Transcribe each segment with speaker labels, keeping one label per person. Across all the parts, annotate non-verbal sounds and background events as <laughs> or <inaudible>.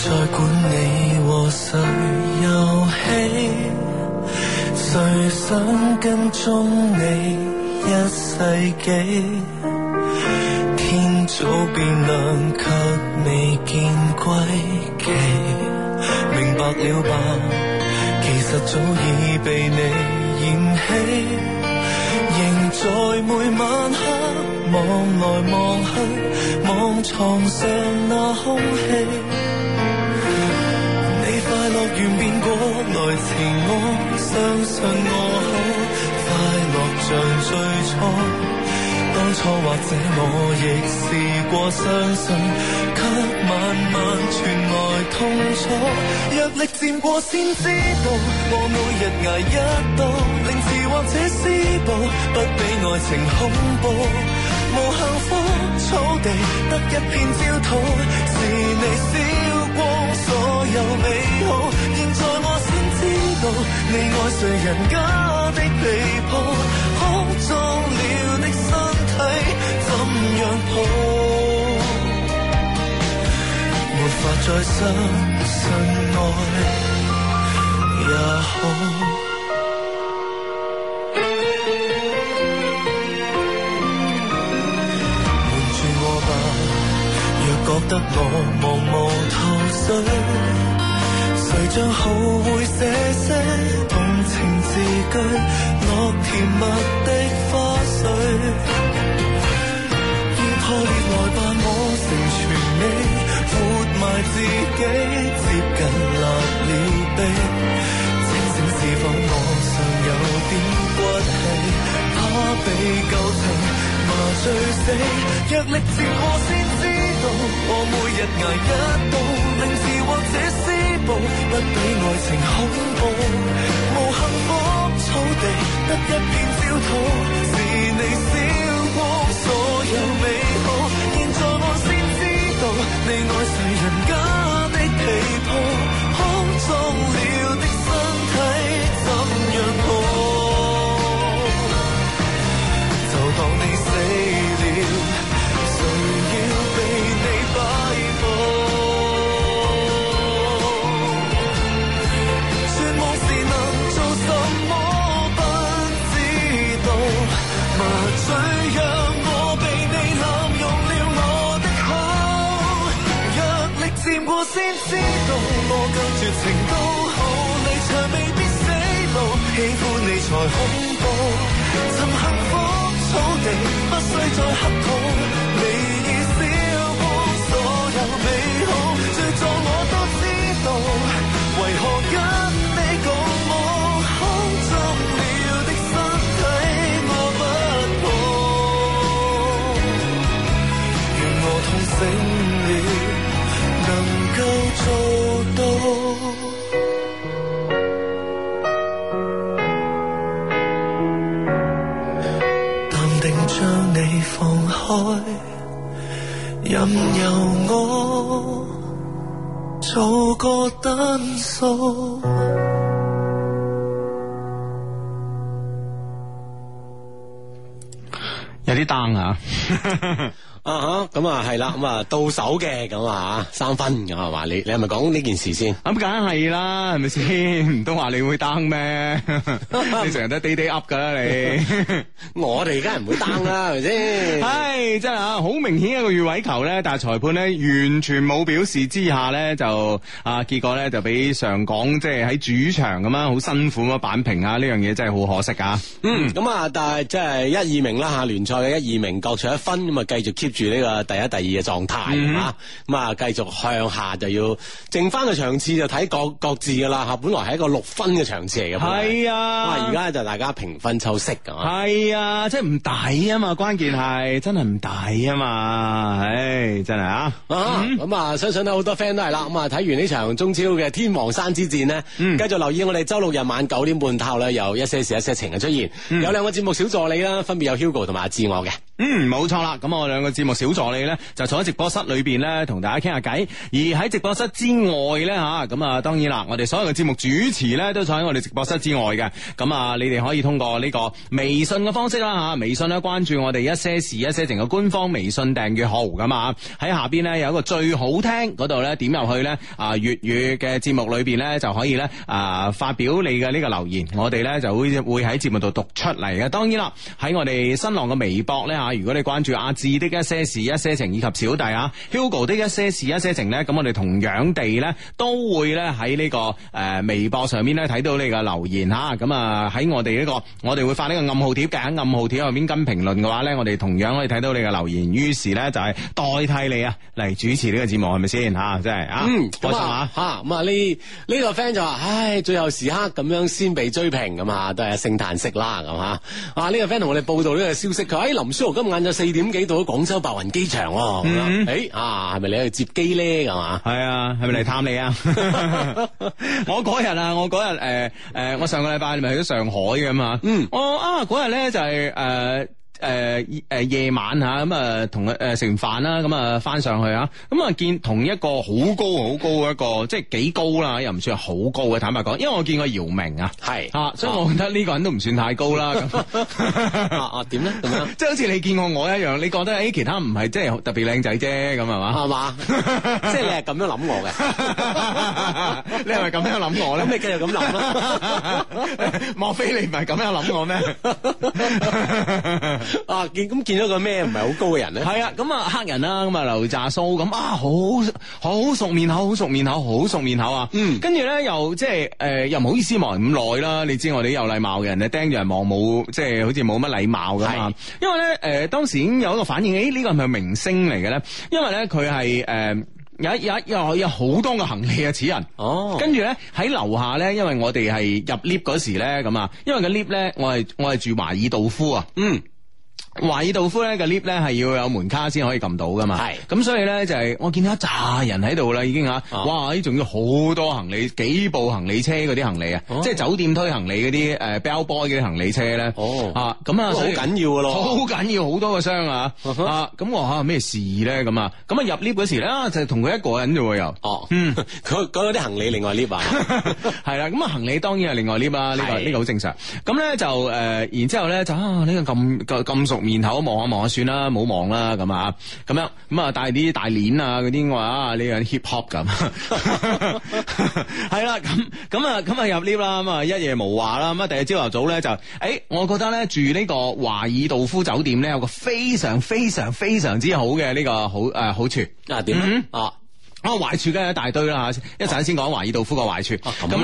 Speaker 1: 再管你和誰遊戲，誰想跟蹤你一世紀？天早變亮，卻未見歸期。明白了吧？其實早已被你嫌棄，仍在每晚黑。望來望去，望床上那空氣。你快樂完變過來前，我相信我可快樂像最初。當初或者我亦試過相信，卻慢慢傳來痛楚。若力戰過先知道，我每日捱一刀，凌遲或者施暴，不比愛情恐怖。無幸福草地得一片焦土，是你燒光所有美好。現在我先知道你愛誰人家的被鋪，哭壯了的身體怎樣抱？沒法再相信愛也好。覺得我茫無頭緒，誰將後會寫些動情字句，落甜蜜的花絮。要破裂來吧，我成全你，活埋自己，接近立了碑。清醒是否我尚有點骨氣，怕被舊情麻醉死，若力戰我先知。我每日捱一刀，凌遲或者施暴，不比愛情恐怖。無幸福草地得一片焦土，是你燒光所有美好。現在我先知道，你愛誰人家的被鋪，哭腫了的身體怎樣抱？就當你死了。先知道我夠絕情都好，離場未必死路，喜歡你才恐怖。尋幸福草地，不需再乞討，你已燒光所有美好。最在我都知道，為何跟你共舞，空中了的身體我不抱。願我痛醒。任由我做個單數，
Speaker 2: 有啲 down 啊！
Speaker 3: 啊咁啊係啦，咁啊到手嘅咁啊三分咁係嘛？你你係咪講呢件事先？
Speaker 2: 咁梗係啦，係咪 <laughs> 先？唔通話你會 down <laughs> 咩？你成日都 day day up 噶啦 <laughs> 你，
Speaker 3: 我哋梗係唔會 down 啦，係咪先？ <laughs>
Speaker 2: 係真係啊，好明顯一個越位球咧，但係裁判咧完全冇表示之下咧，就啊結果咧就俾上港即係喺主場咁樣啊好辛苦咁樣扳平啊！呢樣嘢真係好可惜啊！
Speaker 3: 嗯，咁啊，但係即係一二名啦嚇，聯賽嘅一二名各取一分，咁啊繼續 keep 住呢個第一、第二嘅狀態嚇，咁啊繼續向下就要剩翻個場次就睇各各自噶啦嚇，本來係一個六分嘅場次嚟嘅，
Speaker 2: 係啊，
Speaker 3: 而家就大家平分秋色㗎嘛，
Speaker 2: 係啊，即係唔抵啊嘛，關鍵係真係唔抵啊嘛，唉，真係啊，
Speaker 3: 咁啊相信咧好多 friend 都係啦，咁啊睇完呢場中超嘅天王山之戰呢，
Speaker 2: 嗯
Speaker 3: 繼續留意我哋周六日晚九點半後咧有一些事一些情嘅出現，有兩個節目小助理啦，分別有 Hugo 同埋阿志我嘅。
Speaker 2: 嗯，冇錯啦。咁我兩個節目小助理咧，就坐喺直播室裏邊咧，同大家傾下偈。而喺直播室之外咧，吓咁啊，當然啦，我哋所有嘅節目主持咧，都坐喺我哋直播室之外嘅。咁啊，你哋可以通過呢個微信嘅方式啦，吓微信咧關注我哋一些事一些情嘅官方微信訂閱號咁啊。喺下邊咧有一個最好聽嗰度咧，點入去咧啊粵語嘅節目裏邊咧就可以咧啊發表你嘅呢個留言，我哋咧就會會喺節目度讀出嚟嘅。當然啦，喺我哋新浪嘅微博咧嚇，如果你關注阿志的一些事一些情以及小弟啊 Hugo 的一些事一些情咧，咁我哋同樣地咧都會咧喺呢個誒微博上面咧睇到你嘅留言嚇。咁啊喺我哋呢個我哋會發呢個暗號貼嘅，暗號貼後面跟評論嘅話咧，我哋同樣可以睇到你嘅留言。於是咧就係代替你啊嚟主持呢個節目係咪先嚇？真係啊，
Speaker 3: 嗯，
Speaker 2: 開
Speaker 3: 咁
Speaker 2: 心啊
Speaker 3: 啊！吓咁啊呢呢個 friend 就話，唉，最後時刻咁樣先被追平咁啊，都係聖誕式啦咁啊！啊呢個 friend 同我哋報道呢個消息，佢話：，哎，林書豪今日晏晝四點幾到咗廣州白雲機場喎，咁
Speaker 2: 嗯
Speaker 3: 樣，誒啊，係咪你去接機咧？咁啊？
Speaker 2: 係啊，係咪嚟探
Speaker 3: <laughs>
Speaker 2: 你啊？我嗰日啊，我嗰日誒誒，我上個禮拜咪去咗上海嘅嘛。嗯，我啊嗰日咧就係誒。誒誒夜晚嚇咁啊，同佢誒食完飯啦，咁啊翻上去啊，咁啊見同一個好高好高嘅一個，即係幾高啦，又唔算係好高嘅，坦白講，因為我見過姚明啊，
Speaker 3: 係
Speaker 2: 啊，所以我覺得呢個人都唔算太高啦。咁
Speaker 3: <laughs> 啊啊點咧？咁樣
Speaker 2: <laughs> 即係好似你見過我一樣，你覺得誒、哎其他唔係即係特別靚仔啫，咁係嘛？
Speaker 3: 啊
Speaker 2: <laughs>
Speaker 3: 係嘛？即係你係咁樣諗我
Speaker 2: <laughs>
Speaker 3: 嘅。
Speaker 2: 你係咪咁樣諗我
Speaker 3: 咁
Speaker 2: 咧？
Speaker 3: 你繼續咁諗啦。
Speaker 2: <laughs> 莫非你唔係咁樣諗我咩？
Speaker 3: 啊，見咁見咗個咩唔係好高嘅人
Speaker 2: <laughs>
Speaker 3: 咧？
Speaker 2: 係啊，咁啊黑人啦，咁啊留炸須咁啊，好好熟面口，好熟面口，好熟面口啊！
Speaker 3: 嗯
Speaker 2: 跟住咧又即係誒，又唔好意思望人咁耐啦。你知我哋有禮貌嘅人咧，盯住人望冇，即係好似冇乜禮貌噶嘛
Speaker 3: 係。
Speaker 2: 因為咧誒、當時已經有一個反應，誒呢個係咪明星嚟嘅咧？因為咧佢係誒有一有一有有好多個行李啊，此人。
Speaker 3: 哦
Speaker 2: 跟住咧喺樓下咧，因為我哋係入 lift 嗰時咧咁啊，因為個 lift 咧，我係我係住華爾道夫啊。
Speaker 3: 嗯，
Speaker 2: 華爾道夫咧個 lift 咧係要有門卡先可以撳到噶嘛，
Speaker 3: 係
Speaker 2: 咁所以咧就係、我見到一紮人喺度啦，已經吓，
Speaker 3: 啊
Speaker 2: 哇！咦仲要好多行李，幾部行李車嗰啲行李啊，
Speaker 3: 哦
Speaker 2: 即係酒店推行李嗰啲誒 bell boy 嗰啲行李車咧，
Speaker 3: 哦
Speaker 2: 啊咁啊，
Speaker 3: 好
Speaker 2: 所以
Speaker 3: 緊要嘅咯。Uh-huh
Speaker 2: 好緊要，好多個箱啊！啊，咁我吓咩事咧？咁啊，咁啊入 lift 嗰時咧，就係同佢一個人啫喎又。
Speaker 3: 哦，嗯，佢 <laughs> 嗰啲行李另外 lift 啊，
Speaker 2: <laughs> 係啦，咁啊行李當然係另外 lift 啦，呢個
Speaker 3: 係
Speaker 2: 呢個好正常。咁咧就誒、呃然之後咧就啊呢、個咁咁咁熟面口，望下望下算啦，冇望啦咁啊，咁樣咁啊帶啲大鏈啊嗰啲，我話啊呢個 hip hop 咁， <laughs> 係啦，咁咁啊咁啊入 lift 啦，咁啊一夜無話啦，咁啊第二朝頭早咧就誒、我覺得咧住呢個華爾道夫酒店咧有個非常非常非常之好嘅呢、個好誒、呃好處。
Speaker 3: 啊點咧啊？
Speaker 2: 啊，壞處梗係一大堆啦嚇，一陣先講華爾道夫個壞處。
Speaker 3: 咁
Speaker 2: 咁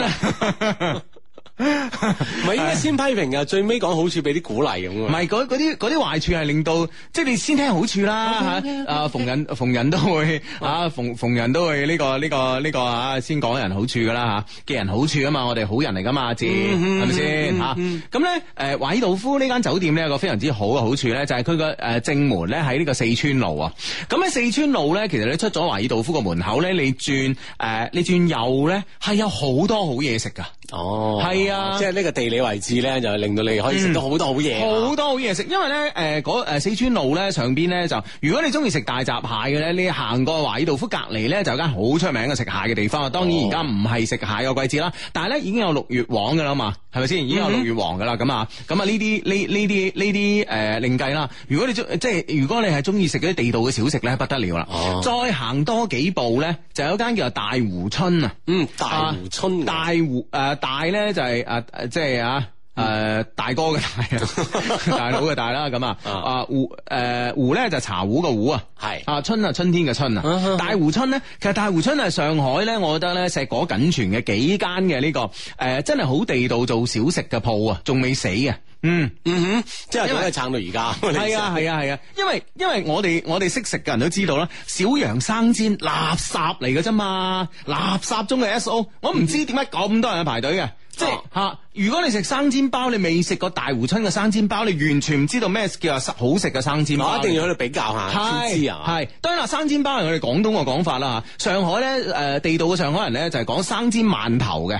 Speaker 2: 咧，
Speaker 3: 唔係應該先批評啊，最尾講好處俾啲鼓勵咁
Speaker 2: 唔
Speaker 3: 啊。
Speaker 2: 係嗰嗰啲嗰啲壞處係令到，即係你先聽好處啦嚇。啊，逢人逢人都會啊，逢逢人都會呢個呢個呢個啊，先講人好處噶啦嚇，嘅人好處啊嘛，我哋好人嚟噶嘛，字係咪先嚇？咁咧誒，華爾道夫呢間酒店咧有個非常之好嘅好處咧，就係佢個誒正門咧喺呢個四川路啊。咁喺四川路咧，其實你出咗華爾道夫個門口咧，你轉誒你轉右咧，係有好多好嘢食噶。
Speaker 3: 哦，
Speaker 2: 係啊
Speaker 3: 即係呢個地理位置咧，就令到你可以食到好多好嘢啊。
Speaker 2: 好多好嘢食，因為咧誒嗰誒四川路咧上邊咧就，如果你中意食大閘蟹嘅咧，你行過華爾道夫隔離咧就有間好出名嘅食蟹嘅地方啊。當然而家唔係食蟹嘅季節啦，
Speaker 3: 嗯
Speaker 2: 但係咧已經有六月黃㗎啦嘛，係咪先？已經有六月黃㗎啦，咁啊咁啊呢啲呢呢啲呢啲誒另計啦。如果你中即係如果你係中意食嗰啲地道嘅小食咧，不得了啦。
Speaker 3: 哦
Speaker 2: 再行多幾步咧，就有一間叫做大湖春啊。
Speaker 3: 嗯，大湖春啊
Speaker 2: 大湖誒、呃大咧就係、誒、呃即係啊。誒、
Speaker 3: 嗯
Speaker 2: 大哥嘅
Speaker 3: <laughs>
Speaker 2: 大，大佬嘅大啦，咁啊，
Speaker 3: 啊
Speaker 2: 啊湖誒湖咧就茶壺嘅壺啊，
Speaker 3: 係
Speaker 2: 啊春啊春天嘅春
Speaker 3: 啊哈
Speaker 2: 啊，大湖春咧，其實大湖春係上海咧，我覺得咧碩果僅存嘅幾間嘅呢個誒、真係好地道做小食嘅鋪啊，仲未死嘅，嗯。
Speaker 3: 嗯哼，即係
Speaker 2: 因
Speaker 3: 點
Speaker 2: 為
Speaker 3: 解撐到 <laughs> 而家？
Speaker 2: 係啊係啊係啊，因為因為我哋我哋識食嘅人都知道啦，小羊生煎垃圾嚟嘅啫嘛，垃圾中嘅 S O，我唔知點解咁多人去排隊嘅，即係
Speaker 3: 哦
Speaker 2: 吓如果你食生煎包，你未食過大湖春嘅生煎包，你完全唔知道咩叫好食嘅生煎包。
Speaker 3: 我一定要喺度比較下先
Speaker 2: 係
Speaker 3: 知啊。
Speaker 2: 係，當然啦，生煎包係我哋廣東嘅講法啦嚇。上海咧，誒、地道嘅上海人咧就係講生煎饅頭嘅。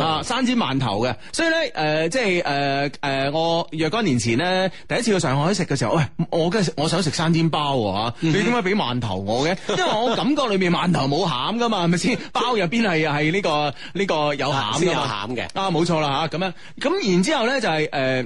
Speaker 3: 啊，
Speaker 2: 啊，生煎饅頭嘅，所以咧，誒、即係誒誒，我若干年前咧，第一次去上海食嘅時候，喂，我嘅我想食生煎包喎、啊
Speaker 3: 嗯
Speaker 2: 你點解俾饅頭我嘅？因為我感覺裏面饅頭冇餡噶嘛，係咪先？ <laughs> 包入邊係
Speaker 3: <laughs>
Speaker 2: 係呢個呢、個有餡
Speaker 3: 先
Speaker 2: 㗎
Speaker 3: 有
Speaker 2: 嘛
Speaker 3: 餡嘅。
Speaker 2: 啊，冇錯啦吓，咁樣咁然之後咧就係、呃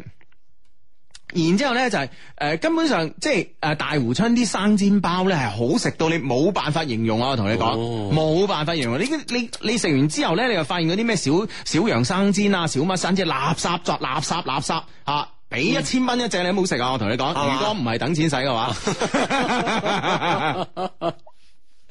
Speaker 2: 然之後咧就係、呃根本上即係誒、呃大湖春啲生煎包咧係好食到你冇辦法形容啊！我同你講，
Speaker 3: 哦
Speaker 2: 冇、辦法形容。你你你食完之後咧，你又發現嗰啲咩小小羊生煎啊、小乜生煎，垃圾作垃圾垃圾啊！俾一千蚊一隻你都冇食啊！我同你講，
Speaker 3: 嘛
Speaker 2: 如果唔係等錢使嘅
Speaker 3: <laughs>
Speaker 2: <laughs> 話，
Speaker 3: <laughs>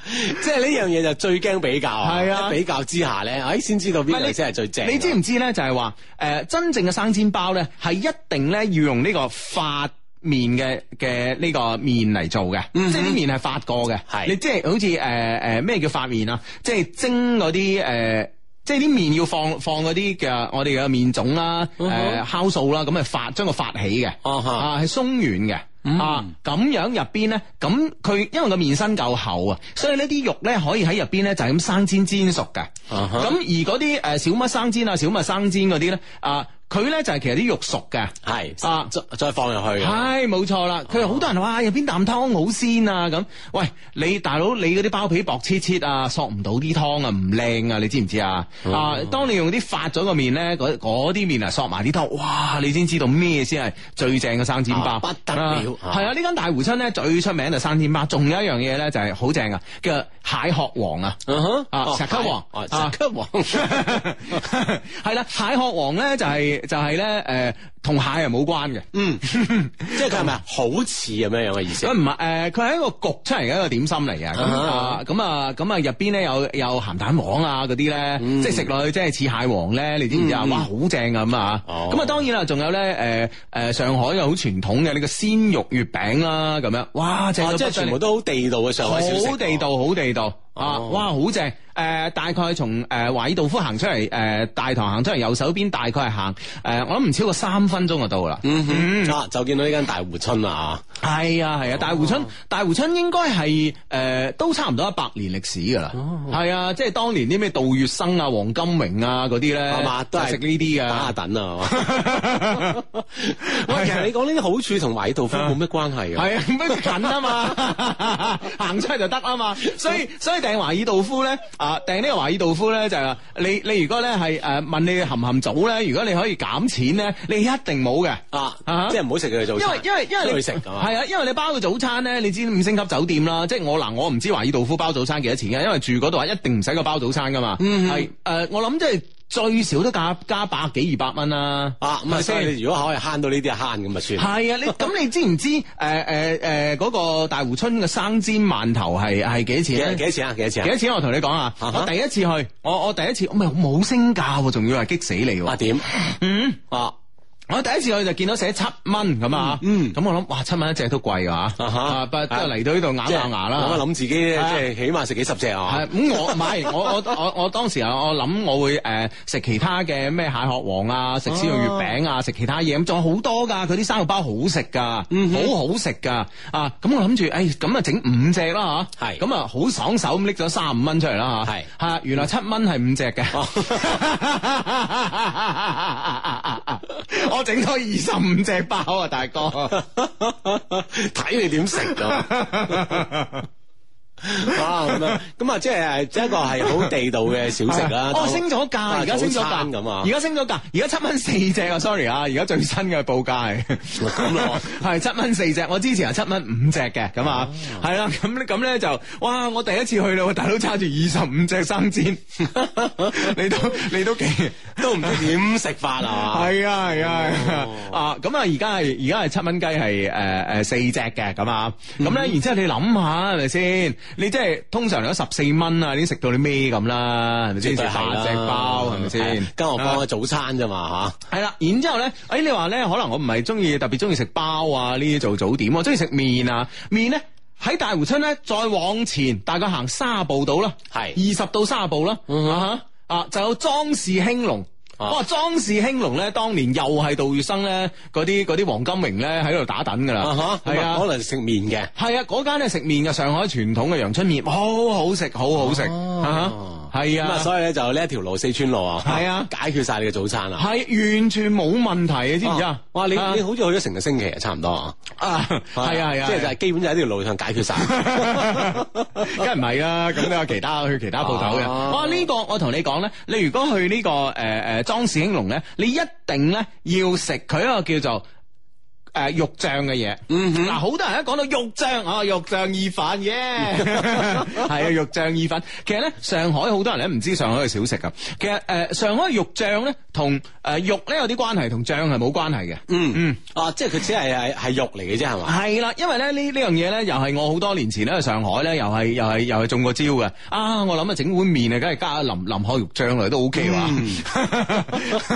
Speaker 3: 即係呢樣嘢就最驚比較啊！
Speaker 2: 係啊
Speaker 3: 一比較之下咧，哎，先知道邊
Speaker 2: 唔係
Speaker 3: 樣
Speaker 2: 你
Speaker 3: 先係最正。啊
Speaker 2: 你知唔知咧？就係話誒，真正嘅生煎包咧，係一定咧要用呢個發面嘅嘅呢個麵嚟做嘅，即係啲麵係發過嘅。
Speaker 3: 嗯係
Speaker 2: 你即係好似誒誒咩叫發面啊？即係蒸嗰啲誒。呃即係啲麵要放放嗰啲嘅我哋嘅麵種啦，
Speaker 3: 嗯
Speaker 2: 誒、酵素啦，咁啊發將佢發起嘅，
Speaker 3: 啊哈嗯
Speaker 2: 啊係鬆軟嘅。啊，咁樣入邊咧，咁佢因為個麵身夠厚啊，所以呢啲肉咧可以喺入邊咧就係咁生煎煎熟嘅。咁、
Speaker 3: 啊哈
Speaker 2: 而嗰啲誒小乜生煎啊、小乜生煎嗰啲咧，啊佢咧就係、其實啲肉熟嘅。
Speaker 3: 係
Speaker 2: 啊
Speaker 3: 再再放入去啊。
Speaker 2: 係冇錯啦，佢好多人話入邊啖湯好鮮啊咁。喂，你大佬你嗰啲包皮薄切切啊，索唔到啲湯啊，唔靚啊，你知唔知啊？
Speaker 3: 哦
Speaker 2: 啊，當你用啲發咗個麵咧，嗰嗰啲麵啊索埋啲湯，哇！你先知道咩先係最正嘅生煎包，
Speaker 3: 啊不得了
Speaker 2: 啊係啊，呢間大湖春咧最出名就生煎包，仲有一樣嘢咧就係好正啊，叫蟹殼王
Speaker 3: <laughs>
Speaker 2: 啊。
Speaker 3: 嗯哼
Speaker 2: 啊
Speaker 3: 哦
Speaker 2: 石級王
Speaker 3: 哦
Speaker 2: 啊
Speaker 3: 石級
Speaker 2: <laughs>
Speaker 3: 王
Speaker 2: 係啦，蟹殼王咧就係、就係咧誒，同蟹係冇關嘅。
Speaker 3: 嗯即係佢係咪好似咁樣樣嘅意
Speaker 2: <laughs>
Speaker 3: 思哦
Speaker 2: 佢？唔係誒，佢係一個焗出嚟嘅一個點心嚟嘅。咁啊，咁啊，咁啊，入邊咧有有鹹蛋黃啊嗰啲咧，
Speaker 3: 嗯
Speaker 2: 即係食落去即係似蟹黃咧，你知唔知啊？哇，好正啊咁啊！
Speaker 3: 哦
Speaker 2: 咁啊，當然啦，仲有咧誒誒上海嘅好傳統嘅呢個鮮肉月餅啦，咁樣哇，正
Speaker 3: 哦
Speaker 2: 到不
Speaker 3: 即
Speaker 2: 得
Speaker 3: 係
Speaker 2: 了
Speaker 3: 全部都好地道嘅上海小食。
Speaker 2: 好地道，好地道啊！
Speaker 3: 哦
Speaker 2: 哇，好正！誒、大概從誒、呃、華爾道夫行出嚟，誒、大堂行出嚟右手邊，大概係行誒、我諗唔超過三分鐘就到啦。
Speaker 3: 嗯哼，啊，就見到呢間大湖春啦啊！
Speaker 2: 係啊係啊，大湖春
Speaker 3: 哦
Speaker 2: 大湖春應該係誒呃都差唔多一百年歷史㗎啦，
Speaker 3: 哦
Speaker 2: 係啊，即係當年啲咩杜月笙啊、黃金榮啊嗰啲咧，
Speaker 3: 係嘛都係
Speaker 2: 就食呢啲
Speaker 3: 打
Speaker 2: <laughs>
Speaker 3: 下
Speaker 2: 㗎。
Speaker 3: 等啊！喂，其實你講呢啲好處同埋道夫冇咩關係嘅。
Speaker 2: 係啊，咁近啊
Speaker 3: <laughs>
Speaker 2: 嘛，行出去就得啊嘛，所
Speaker 3: 嗯
Speaker 2: 以所以訂華爾道夫咧，啊訂呢個華爾道夫咧就係、話，你你如果咧係誒問你含唔含組咧，如果你可以減錢咧，你一定冇嘅。
Speaker 3: 啊
Speaker 2: 啊，
Speaker 3: 即係唔好食佢做
Speaker 2: 因為
Speaker 3: 餐
Speaker 2: 因為因為
Speaker 3: 出
Speaker 2: 你
Speaker 3: 去食係嘛
Speaker 2: 係啊，因為你包個早餐咧，你知五星級酒店啦，即係我嗱，我唔知華爾道夫包早餐幾多錢嘅，因為住嗰度啊，一定唔使個包早餐噶嘛，
Speaker 3: 嗯
Speaker 2: 係誒、呃我諗即係最少都加加百幾二百蚊啦，
Speaker 3: 啊，
Speaker 2: 係
Speaker 3: 咁啊，
Speaker 2: 咪
Speaker 3: 所以你如果可以慳到呢啲啊慳咁咪算。
Speaker 2: 係
Speaker 3: <laughs>
Speaker 2: 啊，你咁你知唔知誒誒誒嗰個大湖春嘅生煎饅頭係係幾多錢
Speaker 3: 幾幾
Speaker 2: 咧？
Speaker 3: 多錢啊？幾多錢
Speaker 2: 幾
Speaker 3: 啊
Speaker 2: 多？錢？我同你講啊，
Speaker 3: 啊哈
Speaker 2: 我第一次去，我我第一次，唔係冇升價喎，仲要係激死你
Speaker 3: 啊
Speaker 2: 喎！
Speaker 3: 點？
Speaker 2: 嗯，
Speaker 3: 啊
Speaker 2: 我第一次去就見到寫七蚊咁啊，
Speaker 3: 嗯
Speaker 2: 咁我諗哇，七蚊一隻都貴啊，
Speaker 3: 啊哈
Speaker 2: 啊不過都係嚟到呢度咬咬牙啦。
Speaker 3: 我諗自己即
Speaker 2: 啊
Speaker 3: 係起碼食幾十隻啊！
Speaker 2: 係咁我唔係我我我我當時啊，我諗我會誒食其他嘅咩蟹殼王啊，食燒肉月餅啊，食其他嘢咁，仲有好多㗎，佢啲生肉包好食㗎，好好食㗎啊！咁我諗住誒咁啊整五隻啦嚇，
Speaker 3: 係
Speaker 2: 咁啊好爽手咁拎咗三十五蚊出嚟啦嚇，
Speaker 3: 係
Speaker 2: 嚇原來七蚊係五隻嘅。我整咗二十五隻包啊，大哥！
Speaker 3: <laughs> 睇你點食咯。啊咁樣，咁啊，即係即係一個係好地道嘅小食啦。
Speaker 2: <laughs> 哦，升咗價，
Speaker 3: 啊
Speaker 2: 而家升咗
Speaker 3: 早餐
Speaker 2: 價
Speaker 3: 咁啊
Speaker 2: 而家升咗價，而家七蚊四隻啊！sorry 啊，而家最新嘅報價係
Speaker 3: 咁咯，
Speaker 2: <laughs>
Speaker 3: 哦
Speaker 2: 係七蚊四隻，我之前係七蚊五隻嘅，咁啊，係啦，咁咧咁咧就，哇！我第一次去啦，我大佬揸住二十五隻生煎， <laughs> 你都你都幾
Speaker 3: 都唔知點食法啊！
Speaker 2: <laughs> 係啊係啊係啊啊！咁啊，而家係而家係七蚊雞係誒誒四隻嘅咁啊，咁咧然之後你諗下係咪先？你即係通常嚟講十四蚊啊，已經食到你咩咁啦？係咪先？食
Speaker 3: 絕對係
Speaker 2: 大
Speaker 3: 啦
Speaker 2: 隻包係咪先
Speaker 3: 係？更何
Speaker 2: 啊
Speaker 3: 況早餐啫嘛
Speaker 2: 係啦，然之後咧，誒、你話咧，可能我唔係中意特別中意食包啊呢啲做早點，我中意食麵啊，麵咧。喺大湖春咧，再往前大概行卅步到啦，
Speaker 3: 係嗯
Speaker 2: 二十到卅步啦，啊哈啊就有莊氏興隆，
Speaker 3: 啊
Speaker 2: 哇！莊士興隆咧，當年又係杜月笙咧，嗰啲嗰啲黃金榮咧喺度打趸噶啦，
Speaker 3: 啊吓，
Speaker 2: 係啊
Speaker 3: 可能食麵嘅。
Speaker 2: 係啊，嗰間咧食麵嘅上海傳統嘅陽春麵，好好食，好好食，
Speaker 3: 哦
Speaker 2: 啊哈係
Speaker 3: 咁啊，
Speaker 2: 啊。
Speaker 3: 所以咧就呢一條路四川路啊，
Speaker 2: 係啊
Speaker 3: 解決晒你嘅早餐啊。
Speaker 2: 係完全冇問題嘅，知唔知啊？
Speaker 3: 哇！你
Speaker 2: 啊
Speaker 3: 你好似去咗成個星期啊，差唔多啊。
Speaker 2: 啊，係啊係啊，
Speaker 3: 即係就係基本就喺呢條路上解決晒。
Speaker 2: <laughs> 梗係唔係啦，咁都有其他去其他鋪頭嘅。
Speaker 3: 啊
Speaker 2: 哇！呢、個我同你講咧，你如果去呢、個誒誒莊士興隆咧，你一定咧要食佢一個叫做。誒、肉醬嘅嘢，嗱好、多人一講到肉醬啊，肉醬意粉耶， <laughs> 係啊，肉醬意粉。其實咧，上海好多人咧唔知上海嘅小食噶。其實誒、呃上海嘅肉醬咧同誒肉咧有啲關係，同醬係冇關係嘅。
Speaker 3: 嗯嗯，啊，即係佢只係係係肉嚟嘅啫，係嘛？
Speaker 2: 係啦，因為咧呢呢樣嘢咧，又係我好多年前咧喺上海咧，又係又係又係中過招嘅。啊，我諗啊整碗麵啊，梗係加淋淋海肉醬嚟都 OK 哇。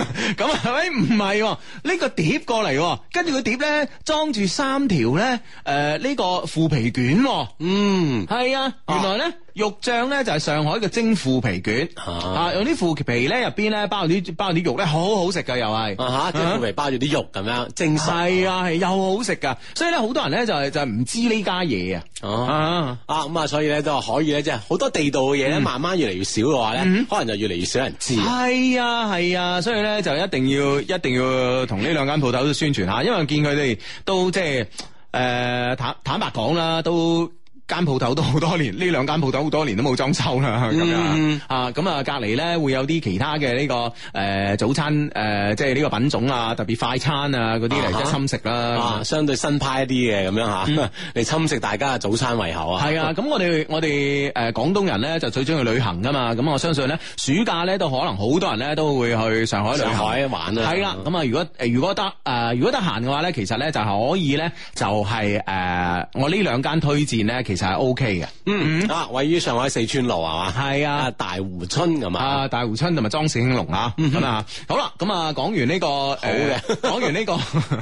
Speaker 2: <laughs> 咁係咪唔係喎？呢個碟過嚟喎，跟住個碟咧裝住三條咧誒呢個腐皮卷喎。
Speaker 3: 嗯，
Speaker 2: 係啊，原來咧肉醬咧就係上海嘅蒸腐皮卷
Speaker 3: 啊
Speaker 2: 啊，用啲腐皮咧入邊咧包啲包啲肉咧，好好食㗎又係。
Speaker 3: 啊吓，即係腐皮包住啲肉咁樣，精神。
Speaker 2: 係啊，係又好食噶，所以咧好多人咧就係就係唔知呢家嘢啊。
Speaker 3: 哦
Speaker 2: 啊，
Speaker 3: 啊咁啊，所以咧都可以咧，即係好多地道嘅嘢咧，慢慢越嚟越少嘅話咧，可能就越嚟越少人知。
Speaker 2: 係啊，係啊，所以咧就一定要一定要同呢兩間鋪頭都宣傳下，因為見佢哋都即係誒坦坦白講啦，都。間鋪頭都 <laughs> 好多年，呢兩間鋪頭好多年都冇裝修啦，
Speaker 3: 嗯
Speaker 2: 咁樣啊，咁啊隔離咧會有啲其他嘅呢、個誒、早餐誒、即係呢個品種啊，特別快餐啊嗰啲嚟
Speaker 3: 啊
Speaker 2: 即
Speaker 3: 哈
Speaker 2: 係侵食啦。咁樣
Speaker 3: 啊，相對新派一啲嘅咁樣 <laughs> 吓，嚟侵蝕大家嘅早餐胃嗯口啊。
Speaker 2: 係
Speaker 3: <laughs>
Speaker 2: 啊，咁我哋我哋誒廣東人咧就最中意旅行噶嘛，咁我相信咧暑假咧都可能好多人咧都會去上海旅行。
Speaker 3: 上海玩啊
Speaker 2: 係啦，咁啊如果誒如果得誒、呃如果得閒嘅話咧，其實咧就可以咧就係、呃我呢兩間推薦咧其實係 O K 嘅。
Speaker 3: 嗯啊，位於上海四川路係嘛？
Speaker 2: 係啊
Speaker 3: 啊大湖村咁啊。
Speaker 2: 啊！大湖春同埋莊士興隆啊，咁啊，好啦，咁啊，講完呢個好
Speaker 3: 嘅
Speaker 2: 講完呢個， <laughs>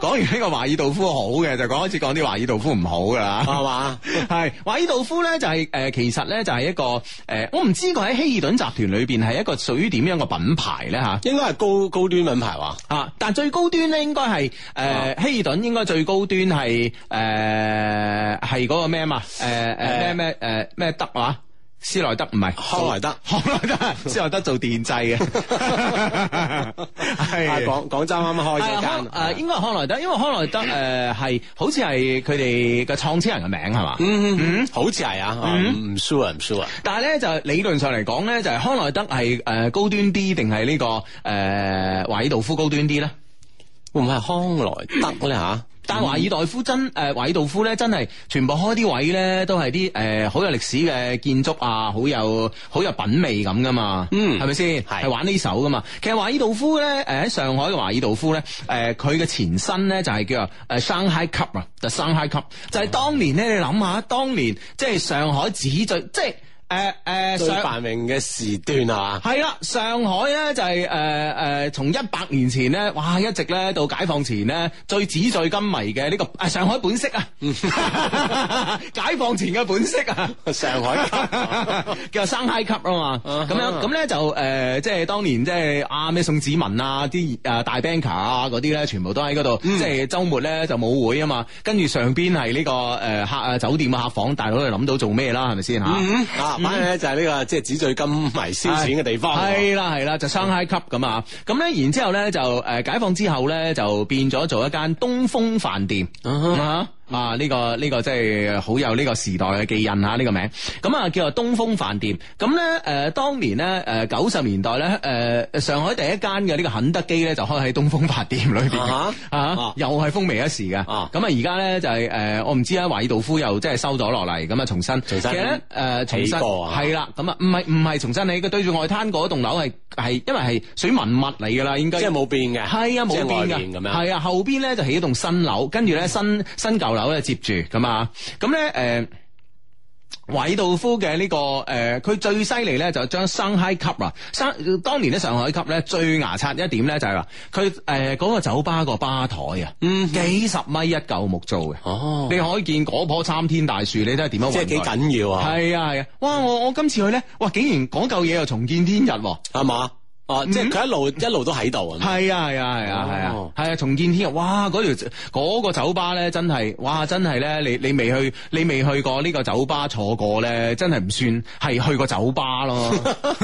Speaker 2: 講完呢個華爾道夫好嘅，就講開始講啲華爾道夫唔好噶啦，
Speaker 3: 係嘛？
Speaker 2: <laughs> 係華爾道夫咧就係、呃其實咧就係一個誒、呃我唔知佢喺希爾頓集團裏邊係一個屬於點樣嘅品牌咧吓。
Speaker 3: 應該係高高端品牌話。
Speaker 2: 啊！但最高端咧，應該係誒
Speaker 3: 啊
Speaker 2: 希爾頓，應該最高端係誒係嗰個咩啊嘛？誒誒咩咩誒咩德啊？斯萊德唔係
Speaker 3: 康萊德
Speaker 2: <laughs> 康萊德，斯萊德做電掣嘅，
Speaker 3: <laughs>
Speaker 2: 係
Speaker 3: 啊，廣廣州啱啱
Speaker 2: 係
Speaker 3: 開咗
Speaker 2: 啊康
Speaker 3: 間。啊
Speaker 2: 誒應該係康萊德，因為康萊德誒係好似係佢哋嘅創始人嘅名係嘛？
Speaker 3: 嗯，好似係啊，啊唔唔 sure 唔 sure。
Speaker 2: 但係咧就理論上嚟講咧，就係康萊德係誒高端啲定係呢個誒華爾道夫高端啲咧？
Speaker 3: 會唔會係康萊德咧吓？
Speaker 2: 但係華爾代夫
Speaker 3: 嗯
Speaker 2: 真誒、呃、華爾道夫咧，真係全部開啲位咧，都係啲誒好有歷史嘅建築啊，好有好有品味咁噶嘛，
Speaker 3: 嗯
Speaker 2: 係咪先？
Speaker 3: 係
Speaker 2: 係玩呢手噶嘛。其實華爾道夫咧，誒、喺上海嘅華爾道夫咧，誒佢嘅前身咧就係叫做誒 Shanghai Cup 啊，The Shanghai Cup 就
Speaker 3: 哦
Speaker 2: 係當年咧，你諗下，當年即係上海紙醉，即係誒誒
Speaker 3: 最
Speaker 2: 上。
Speaker 3: 繁榮嘅時段啊係嘛？
Speaker 2: 係啦，上海咧就係誒誒，從一百年前咧，哇，一直咧到解放前咧，最紙醉金迷嘅呢、個啊上海本色啊， <laughs> 解放前嘅本色啊。
Speaker 3: 上海級
Speaker 2: 叫生嗨級啊嘛，
Speaker 3: 啊哈
Speaker 2: 咁樣咁咧就誒、呃即係當年即係啊咩宋子文啊，啲誒、呃大 banker 啊嗰啲咧，全部都喺嗰度，即係週末咧就冇會啊嘛，跟住上邊係呢個誒客啊酒店嘅客房，大佬就諗到做咩啦，係咪先嚇？嗯
Speaker 3: 啊，反正咧就係呢個即係紙醉金迷燒錢嘅地方。
Speaker 2: 係啦係啦，就 Shanghai Cup 咁啊，咁咧然之後咧就誒解放之後咧就變咗做一間東風飯店
Speaker 3: 嗯
Speaker 2: 啊啊！呢個呢個真係好有呢個時代嘅記印嚇呢個名，咁啊叫做東風飯店。咁咧誒當年咧誒九十年代咧誒上海第一間嘅呢個肯德基咧就開喺東風飯店裏邊嘅
Speaker 3: 啊哈啊
Speaker 2: 啊，又係風靡一時嘅。咁
Speaker 3: 啊
Speaker 2: 啊而家咧就係誒我唔知啊，華爾道夫又即係收咗落嚟，咁啊重新
Speaker 3: 重新
Speaker 2: 其實咧誒重
Speaker 3: 起
Speaker 2: 新
Speaker 3: 過啊
Speaker 2: 係啦，咁啊，唔係唔係重新起，佢對住外灘嗰棟樓係係，因為係水文物嚟噶啦，應該
Speaker 3: 即係冇變嘅，
Speaker 2: 係啊，
Speaker 3: 即係
Speaker 2: 冇
Speaker 3: 外
Speaker 2: 變
Speaker 3: 面
Speaker 2: 噶，
Speaker 3: 咁樣。
Speaker 2: 係啊，後邊咧就起一棟新樓，跟住咧新新舊樓咧接住咁啊，咁咧誒。呃華爾道夫嘅呢、個誒，佢、最犀利咧就將 Shanghai Cup 啊，生當年咧上海級咧最牙刷一點咧就係話佢誒嗰個酒吧個吧台啊，嗯、幾十米一嚿木做嘅，
Speaker 3: 哦
Speaker 2: 你可以見嗰棵參天大樹，你睇下點樣
Speaker 3: 即係
Speaker 2: 運
Speaker 3: 幾
Speaker 2: 佢
Speaker 3: 緊要啊，
Speaker 2: 係啊係啊，哇！我我今次去咧，哇！竟然講嚿嘢又重見天日喎，
Speaker 3: 係嘛？哦，即係佢一路一路都喺度啊。
Speaker 2: 系啊系啊系啊系啊
Speaker 3: 哦
Speaker 2: 系啊！重建天日，哇！嗰條嗰個酒吧咧，真係哇，真係咧，你你未去，你未去過呢個酒吧坐過咧，真係唔算係去過酒吧咯。
Speaker 3: <laughs>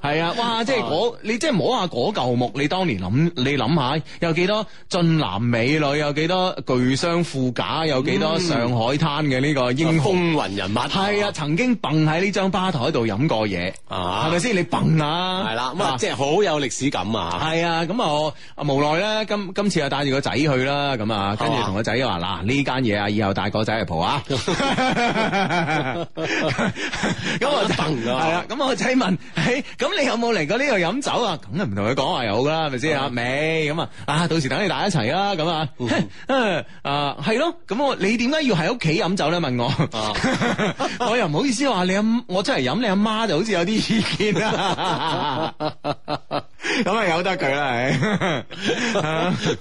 Speaker 2: 係啊，哇！即係嗰
Speaker 3: 哦
Speaker 2: 你即係摸下嗰嚿木，你當年諗你諗下，有幾多俊男美女，有幾多巨商富賈，有幾
Speaker 3: 嗯
Speaker 2: 多上海灘嘅呢個英雄。
Speaker 3: 風雲啊人物
Speaker 2: 係啊，，曾經蹦喺呢張吧台度飲過嘢，
Speaker 3: 啊
Speaker 2: 係咪先？你蹦啊，
Speaker 3: 係啦，咁啊，即係好有歷史感啊。
Speaker 2: 系啊，咁啊我啊無奈咧，今今次啊帶住個仔去啦，咁啊，跟住同個仔話嗱呢間嘢啊，以後帶個仔嚟蒲啊。咁我
Speaker 3: 蹬㗎
Speaker 2: 係啊，咁我仔問：， <laughs> 誒咁你有冇嚟過呢度飲酒啊？梗係唔同佢講話有㗎啦，係咪先啊？未咁啊，啊到時等你大家一齊啦，咁啊， <laughs> 啊係咯，咁我你點解要喺屋企飲酒咧？問 <laughs> 我，我又唔好意思話你阿，我出嚟飲你阿媽就好似有啲意見啦。咁啊由得佢啦， <laughs>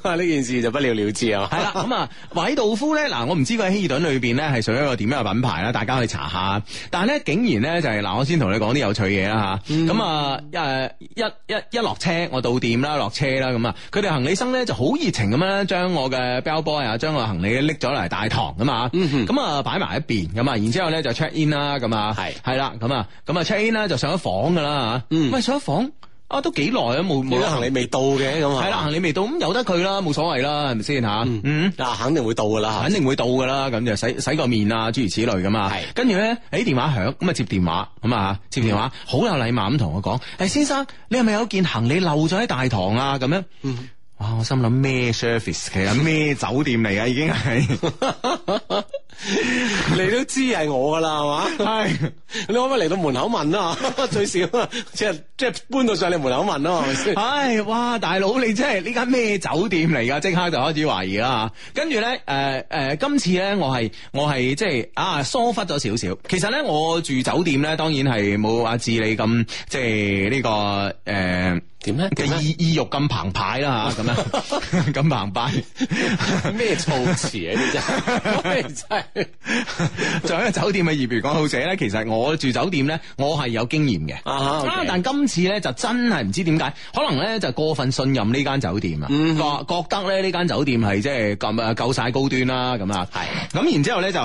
Speaker 2: 係。
Speaker 3: <laughs> 呢件事就不了了之啊
Speaker 2: 啊系。啦，咁啊，偉道夫咧，嗱，我唔知佢喺希爾頓裏邊咧係屬於一個點樣嘅品牌啦，大家去查下。但係咧，竟然咧就係、嗱，我先同你講啲有趣嘢啦吓，
Speaker 3: 嗯
Speaker 2: 咁啊，誒、一一一落車，我到店啦，落車啦，咁啊，佢哋行李生咧就好熱情咁樣咧，將我嘅 bell boy 啊，將我行李拎咗嚟大堂啊嘛，
Speaker 3: 嗯
Speaker 2: 咁啊擺埋一邊咁啊，然之後咧就 check in 啦，咁啊，
Speaker 3: 係
Speaker 2: 係啦，咁啊，咁啊 check in 啦，就上咗房噶啦嚇，
Speaker 3: 嗯
Speaker 2: 喂上咗房啊都幾耐啊，冇
Speaker 3: 冇
Speaker 2: 冇
Speaker 3: 得行李未到嘅咁啊。
Speaker 2: 係啦，行李未到咁由得佢啦，冇所謂啦，係咪先吓？嗯
Speaker 3: 嗱，啊肯定會到噶啦
Speaker 2: 肯。定會到噶啦，咁就洗洗個面啊，諸如此類噶嘛。
Speaker 3: 係
Speaker 2: 跟住咧，誒電話響，咁啊接電話，咁啊接電話，好有禮貌咁同我講：，誒、先生，你係咪有件行李漏咗喺大堂啊？咁樣。哇！我心諗咩 service 其實咩酒店嚟啊，已經係
Speaker 3: 你都知係我噶啦，係嘛？
Speaker 2: 係
Speaker 3: <laughs> 你可唔可以嚟到門口問啊？ <laughs> 最少即係即係搬到上你門口問啊咯，係咪 <laughs> 先？
Speaker 2: 唉，哇！大佬，你真係呢間咩酒店嚟噶？即刻就開始懷疑啦嚇跟住咧，誒、誒、今次咧，我係我係即係啊，疏忽咗少少。其實咧，我住酒店咧，當然係冇阿志你咁即係呢、個誒。
Speaker 3: 點咧？
Speaker 2: 嘅意意欲咁澎湃啦嚇，咁
Speaker 3: <laughs>
Speaker 2: 樣咁澎湃，
Speaker 3: 咩措辭啊？你真
Speaker 2: <laughs>
Speaker 3: 係真係
Speaker 2: 作為一個酒店嘅業餘愛好者咧，其實我住酒店咧，我係有經驗嘅。
Speaker 3: 啊哈，OK
Speaker 2: 但今次咧就真係唔知點解，可能咧就過分信任呢間酒店啊，
Speaker 3: 嗯
Speaker 2: 覺覺得咧呢間酒店係即係咁啊夠晒高端啦咁啊。係。咁然之後咧就。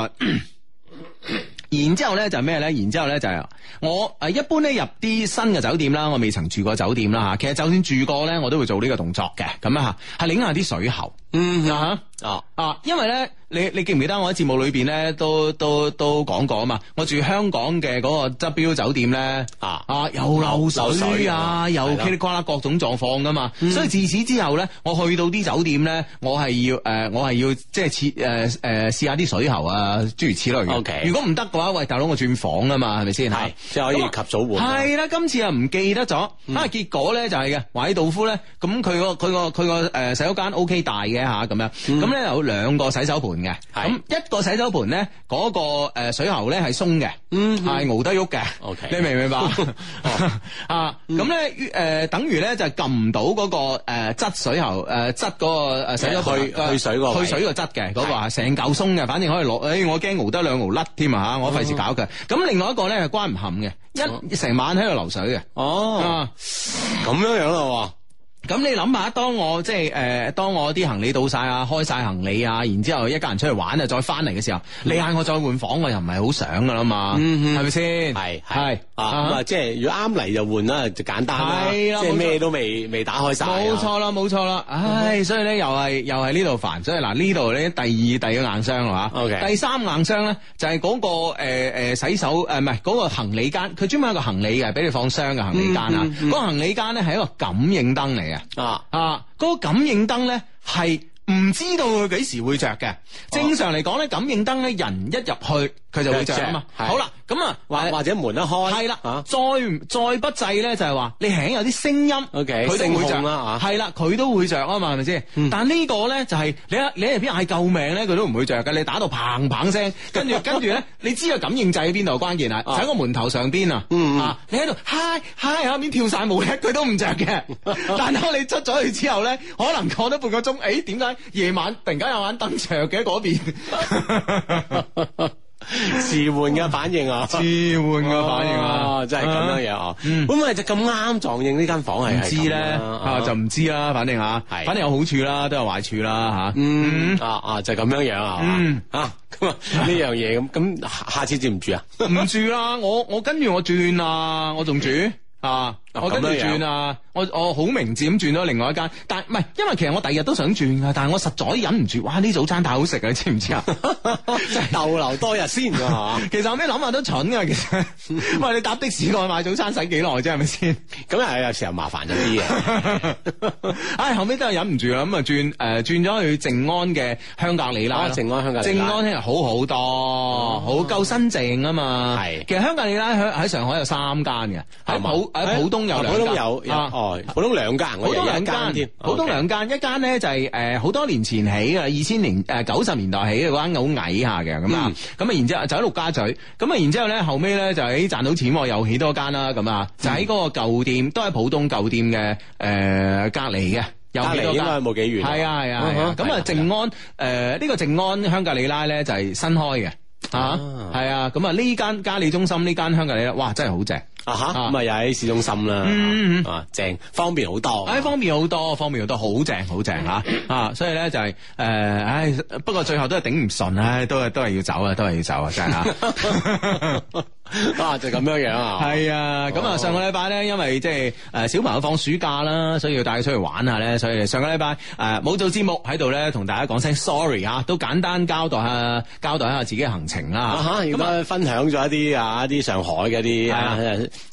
Speaker 2: <clears throat> 然之後咧就係咩咧？然之後咧就係我誒一般咧入啲新嘅酒店啦，我未曾住過酒店啦嚇。其實就算住過咧，我都會做呢個動作嘅。咁啊嚇，係擰下啲水喉。嗯啊
Speaker 3: 哦
Speaker 2: 啊，因為咧，你你記唔記得我喺節目裏邊咧都都都講過啊嘛？我住香港嘅嗰個側標酒店咧
Speaker 3: 啊
Speaker 2: 啊，又漏
Speaker 3: 漏
Speaker 2: 水
Speaker 3: 水
Speaker 2: 啊，
Speaker 3: 啊嗯
Speaker 2: 又
Speaker 3: 係咯
Speaker 2: 噼里呱啦各種狀況噶嘛。所以自此之後咧，我去到啲酒店咧，我係要誒、呃我係要即係試誒誒試呃下啲水喉啊，諸如此類嘅。
Speaker 3: OK
Speaker 2: 如果唔得嘅話，喂大佬我轉房啊嘛，係咪先嚇
Speaker 3: 係即係可以
Speaker 2: 咁啊
Speaker 3: 及早換啊
Speaker 2: 係啦，今次啊唔記得咗
Speaker 3: 嗯
Speaker 2: 啊，結果咧就係嘅，華爾道夫咧，咁佢個佢個佢個誒洗手間 O K 大嘅吓，咁樣，咁咧有兩個洗手盆嘅，
Speaker 3: 嗯係
Speaker 2: 咁一個洗手盆咧嗰個誒水喉咧係鬆嘅，係熬得喐嘅
Speaker 3: 嗯 OK 嗯
Speaker 2: 你明唔明
Speaker 3: <laughs>
Speaker 2: 白？啊，咁咧誒等於咧就係撳唔到嗰個誒質水喉誒質嗰個誒洗手盆啊
Speaker 3: 去去水嗰個
Speaker 2: 去
Speaker 3: 位
Speaker 2: 水個質嘅嗰個啊，成嚿鬆嘅，反正可以攞，誒我驚熬得兩熬甩添啊，
Speaker 3: 哦
Speaker 2: 我費事搞佢。咁另外一個咧係關唔冚嘅，一成晚喺度流水嘅。
Speaker 3: 哦，
Speaker 2: 啊！
Speaker 3: 咁樣樣咯
Speaker 2: 咁你諗下，當我即係誒、呃，當我啲行李到晒啊，開晒行李啊，然之後一家人出去玩啊，再翻嚟嘅時候，你嗌我再換房，我又唔係好想噶啦嘛，係咪先？
Speaker 3: 喎，嗯係
Speaker 2: 係
Speaker 3: 係啊，咁啊，即係如果啱嚟就換啦，就簡單啦，即
Speaker 2: 係啦冇
Speaker 3: 係
Speaker 2: 錯
Speaker 3: 咩都未未打開晒啊，嗯
Speaker 2: 冇錯啦，冇錯啦，唉，所以咧又係又係呢度煩，所以嗱呢度咧第二第二個硬傷啦吓啊
Speaker 3: OK
Speaker 2: 第三硬傷咧就係嗰、個誒、呃、洗手誒唔係嗰個行李間，佢專門有個行李嘅，俾你放箱嘅行李間
Speaker 3: 嗯
Speaker 2: 啊，嗰、個行李間咧係一個感應燈嚟嘅。
Speaker 3: 啊，
Speaker 2: 啊，嗰、個感應燈咧係唔知道佢幾時會着
Speaker 3: 哦
Speaker 2: 嘅。正常嚟講咧，感應燈咧人一入去佢就會着啊嘛。
Speaker 3: 就着係
Speaker 2: 好啦，咁啊，
Speaker 3: 或或者門一開，
Speaker 2: 系啦
Speaker 3: 啊，
Speaker 2: 再唔再不濟咧，就係話你輕有啲聲音
Speaker 3: OK，
Speaker 2: 佢都會
Speaker 3: 聲
Speaker 2: 着
Speaker 3: 控啦啊嗯
Speaker 2: 係啦，佢都會着啊嘛，係咪先？但呢個咧就係你喺你喺入邊嗌救命咧，佢都唔會着嘅。你打到砰砰
Speaker 3: <laughs>
Speaker 2: 聲，跟住跟住咧，你知個感應掣喺邊度？關鍵
Speaker 3: 啊
Speaker 2: 係就喺個門頭上邊啊！
Speaker 3: 嗯
Speaker 2: 啊，你喺度嗨嗨下面跳晒舞咧，佢都唔着
Speaker 3: <laughs>
Speaker 2: 嘅。但係你出咗去之後咧，可能過咗半個 <laughs>
Speaker 3: <laughs>
Speaker 2: 鐘，誒點解夜晚突然間有眼燈着嘅嗰邊？
Speaker 3: 迟缓嘅反應啊！
Speaker 2: 置換嘅反應啊，
Speaker 3: 哦真係咁樣樣啊！咁咪就咁啱撞應呢間房係
Speaker 2: 唔知咧啊，就唔知啦，反正吓，
Speaker 3: 係
Speaker 2: 反正有好處啦，都有壞處啦吓。
Speaker 3: 嗯啊啊就咁樣樣啊
Speaker 2: 嗯
Speaker 3: 啊咁啊呢樣嘢咁咁下下次接唔住啊？
Speaker 2: 唔住啦，我我跟住我轉啊，我仲住啊，
Speaker 3: 啊
Speaker 2: 我跟住
Speaker 3: 咁樣樣
Speaker 2: 轉啊，我我好明智咁轉咗另外一間，但唔係，因為其實我第日都想轉啊噶，但係我實在忍唔住，哇！呢早餐太好食啊，你知唔
Speaker 3: <laughs>
Speaker 2: 知啊？真係
Speaker 3: 逗留多日先
Speaker 2: <laughs>
Speaker 3: 啊！
Speaker 2: 其實有咩諗法都蠢啊噶，其實，
Speaker 3: <laughs>
Speaker 2: 喂，你搭的士過去買早餐使幾耐啫，係咪先？
Speaker 3: 咁係有時候麻煩咗啲嘅。
Speaker 2: <laughs> 唉，後尾都係忍唔住啦，咁啊轉誒轉咗去靜安嘅香格里拉
Speaker 3: 啊
Speaker 2: 啦。
Speaker 3: 靜安香格里
Speaker 2: 靜
Speaker 3: 拉哦
Speaker 2: 安咧好好多，好夠新淨啊嘛。
Speaker 3: 係
Speaker 2: 其實香格里拉喺喺上海有三間嘅，喺
Speaker 3: 係嘛
Speaker 2: 浦喺
Speaker 3: 哎
Speaker 2: 浦東有
Speaker 3: 啊
Speaker 2: 兩
Speaker 3: 浦
Speaker 2: 間
Speaker 3: 東有有
Speaker 2: 啊
Speaker 3: 哦，浦東兩間，我
Speaker 2: 好多
Speaker 3: 以為有
Speaker 2: 兩
Speaker 3: 一間
Speaker 2: 間
Speaker 3: 添，，
Speaker 2: 好多
Speaker 3: OK
Speaker 2: 兩間，一間咧就係誒好多年前起嘅，二千年誒九十年代起嘅嗰間好矮下嘅咁
Speaker 3: 嗯
Speaker 2: 啊，咁啊然之後就喺陸家嘴，咁啊然之後咧後尾咧就喺賺到錢喎，又起多間啦咁啊，就喺嗰個舊店，都喺浦東舊店嘅誒、呃隔離嘅。有
Speaker 3: 隔
Speaker 2: 幾
Speaker 3: 離
Speaker 2: 多
Speaker 3: 應
Speaker 2: 間
Speaker 3: 該冇幾遠
Speaker 2: 係啊係啊係啊
Speaker 3: 嗯哼
Speaker 2: 咁啊
Speaker 3: 係啊
Speaker 2: 靜安誒呃呢個靜安香格里拉咧就係新開嘅啊
Speaker 3: 啊，
Speaker 2: 係啊，咁啊呢間嘉里中心呢間香格里拉，哇真係好正！
Speaker 3: 啊吓，
Speaker 2: 啊
Speaker 3: 咁啊又喺市中心
Speaker 2: 嗯嗯
Speaker 3: 啦，啊正方便好多。
Speaker 2: 唉，哎方便好多，方便好多，好正好正吓啊！所以咧就係、诶，誒，唉，不過最後都係頂唔順，唉，都係都係要走啊，都係要走啊，真係嚇。
Speaker 3: 啊就咁樣樣
Speaker 2: <laughs>
Speaker 3: 啊，
Speaker 2: 係啊，咁啊，上個禮拜咧，因為即係誒小朋友放暑假啦，所以要帶佢出去玩下咧，所以上個禮拜誒冇做節目喺度咧，同大家講聲 sorry 啊，都簡單交代下交代一下自己嘅行程啦。
Speaker 3: 啊吓，亦都分享咗一啲啊一啲上海嘅一啲啊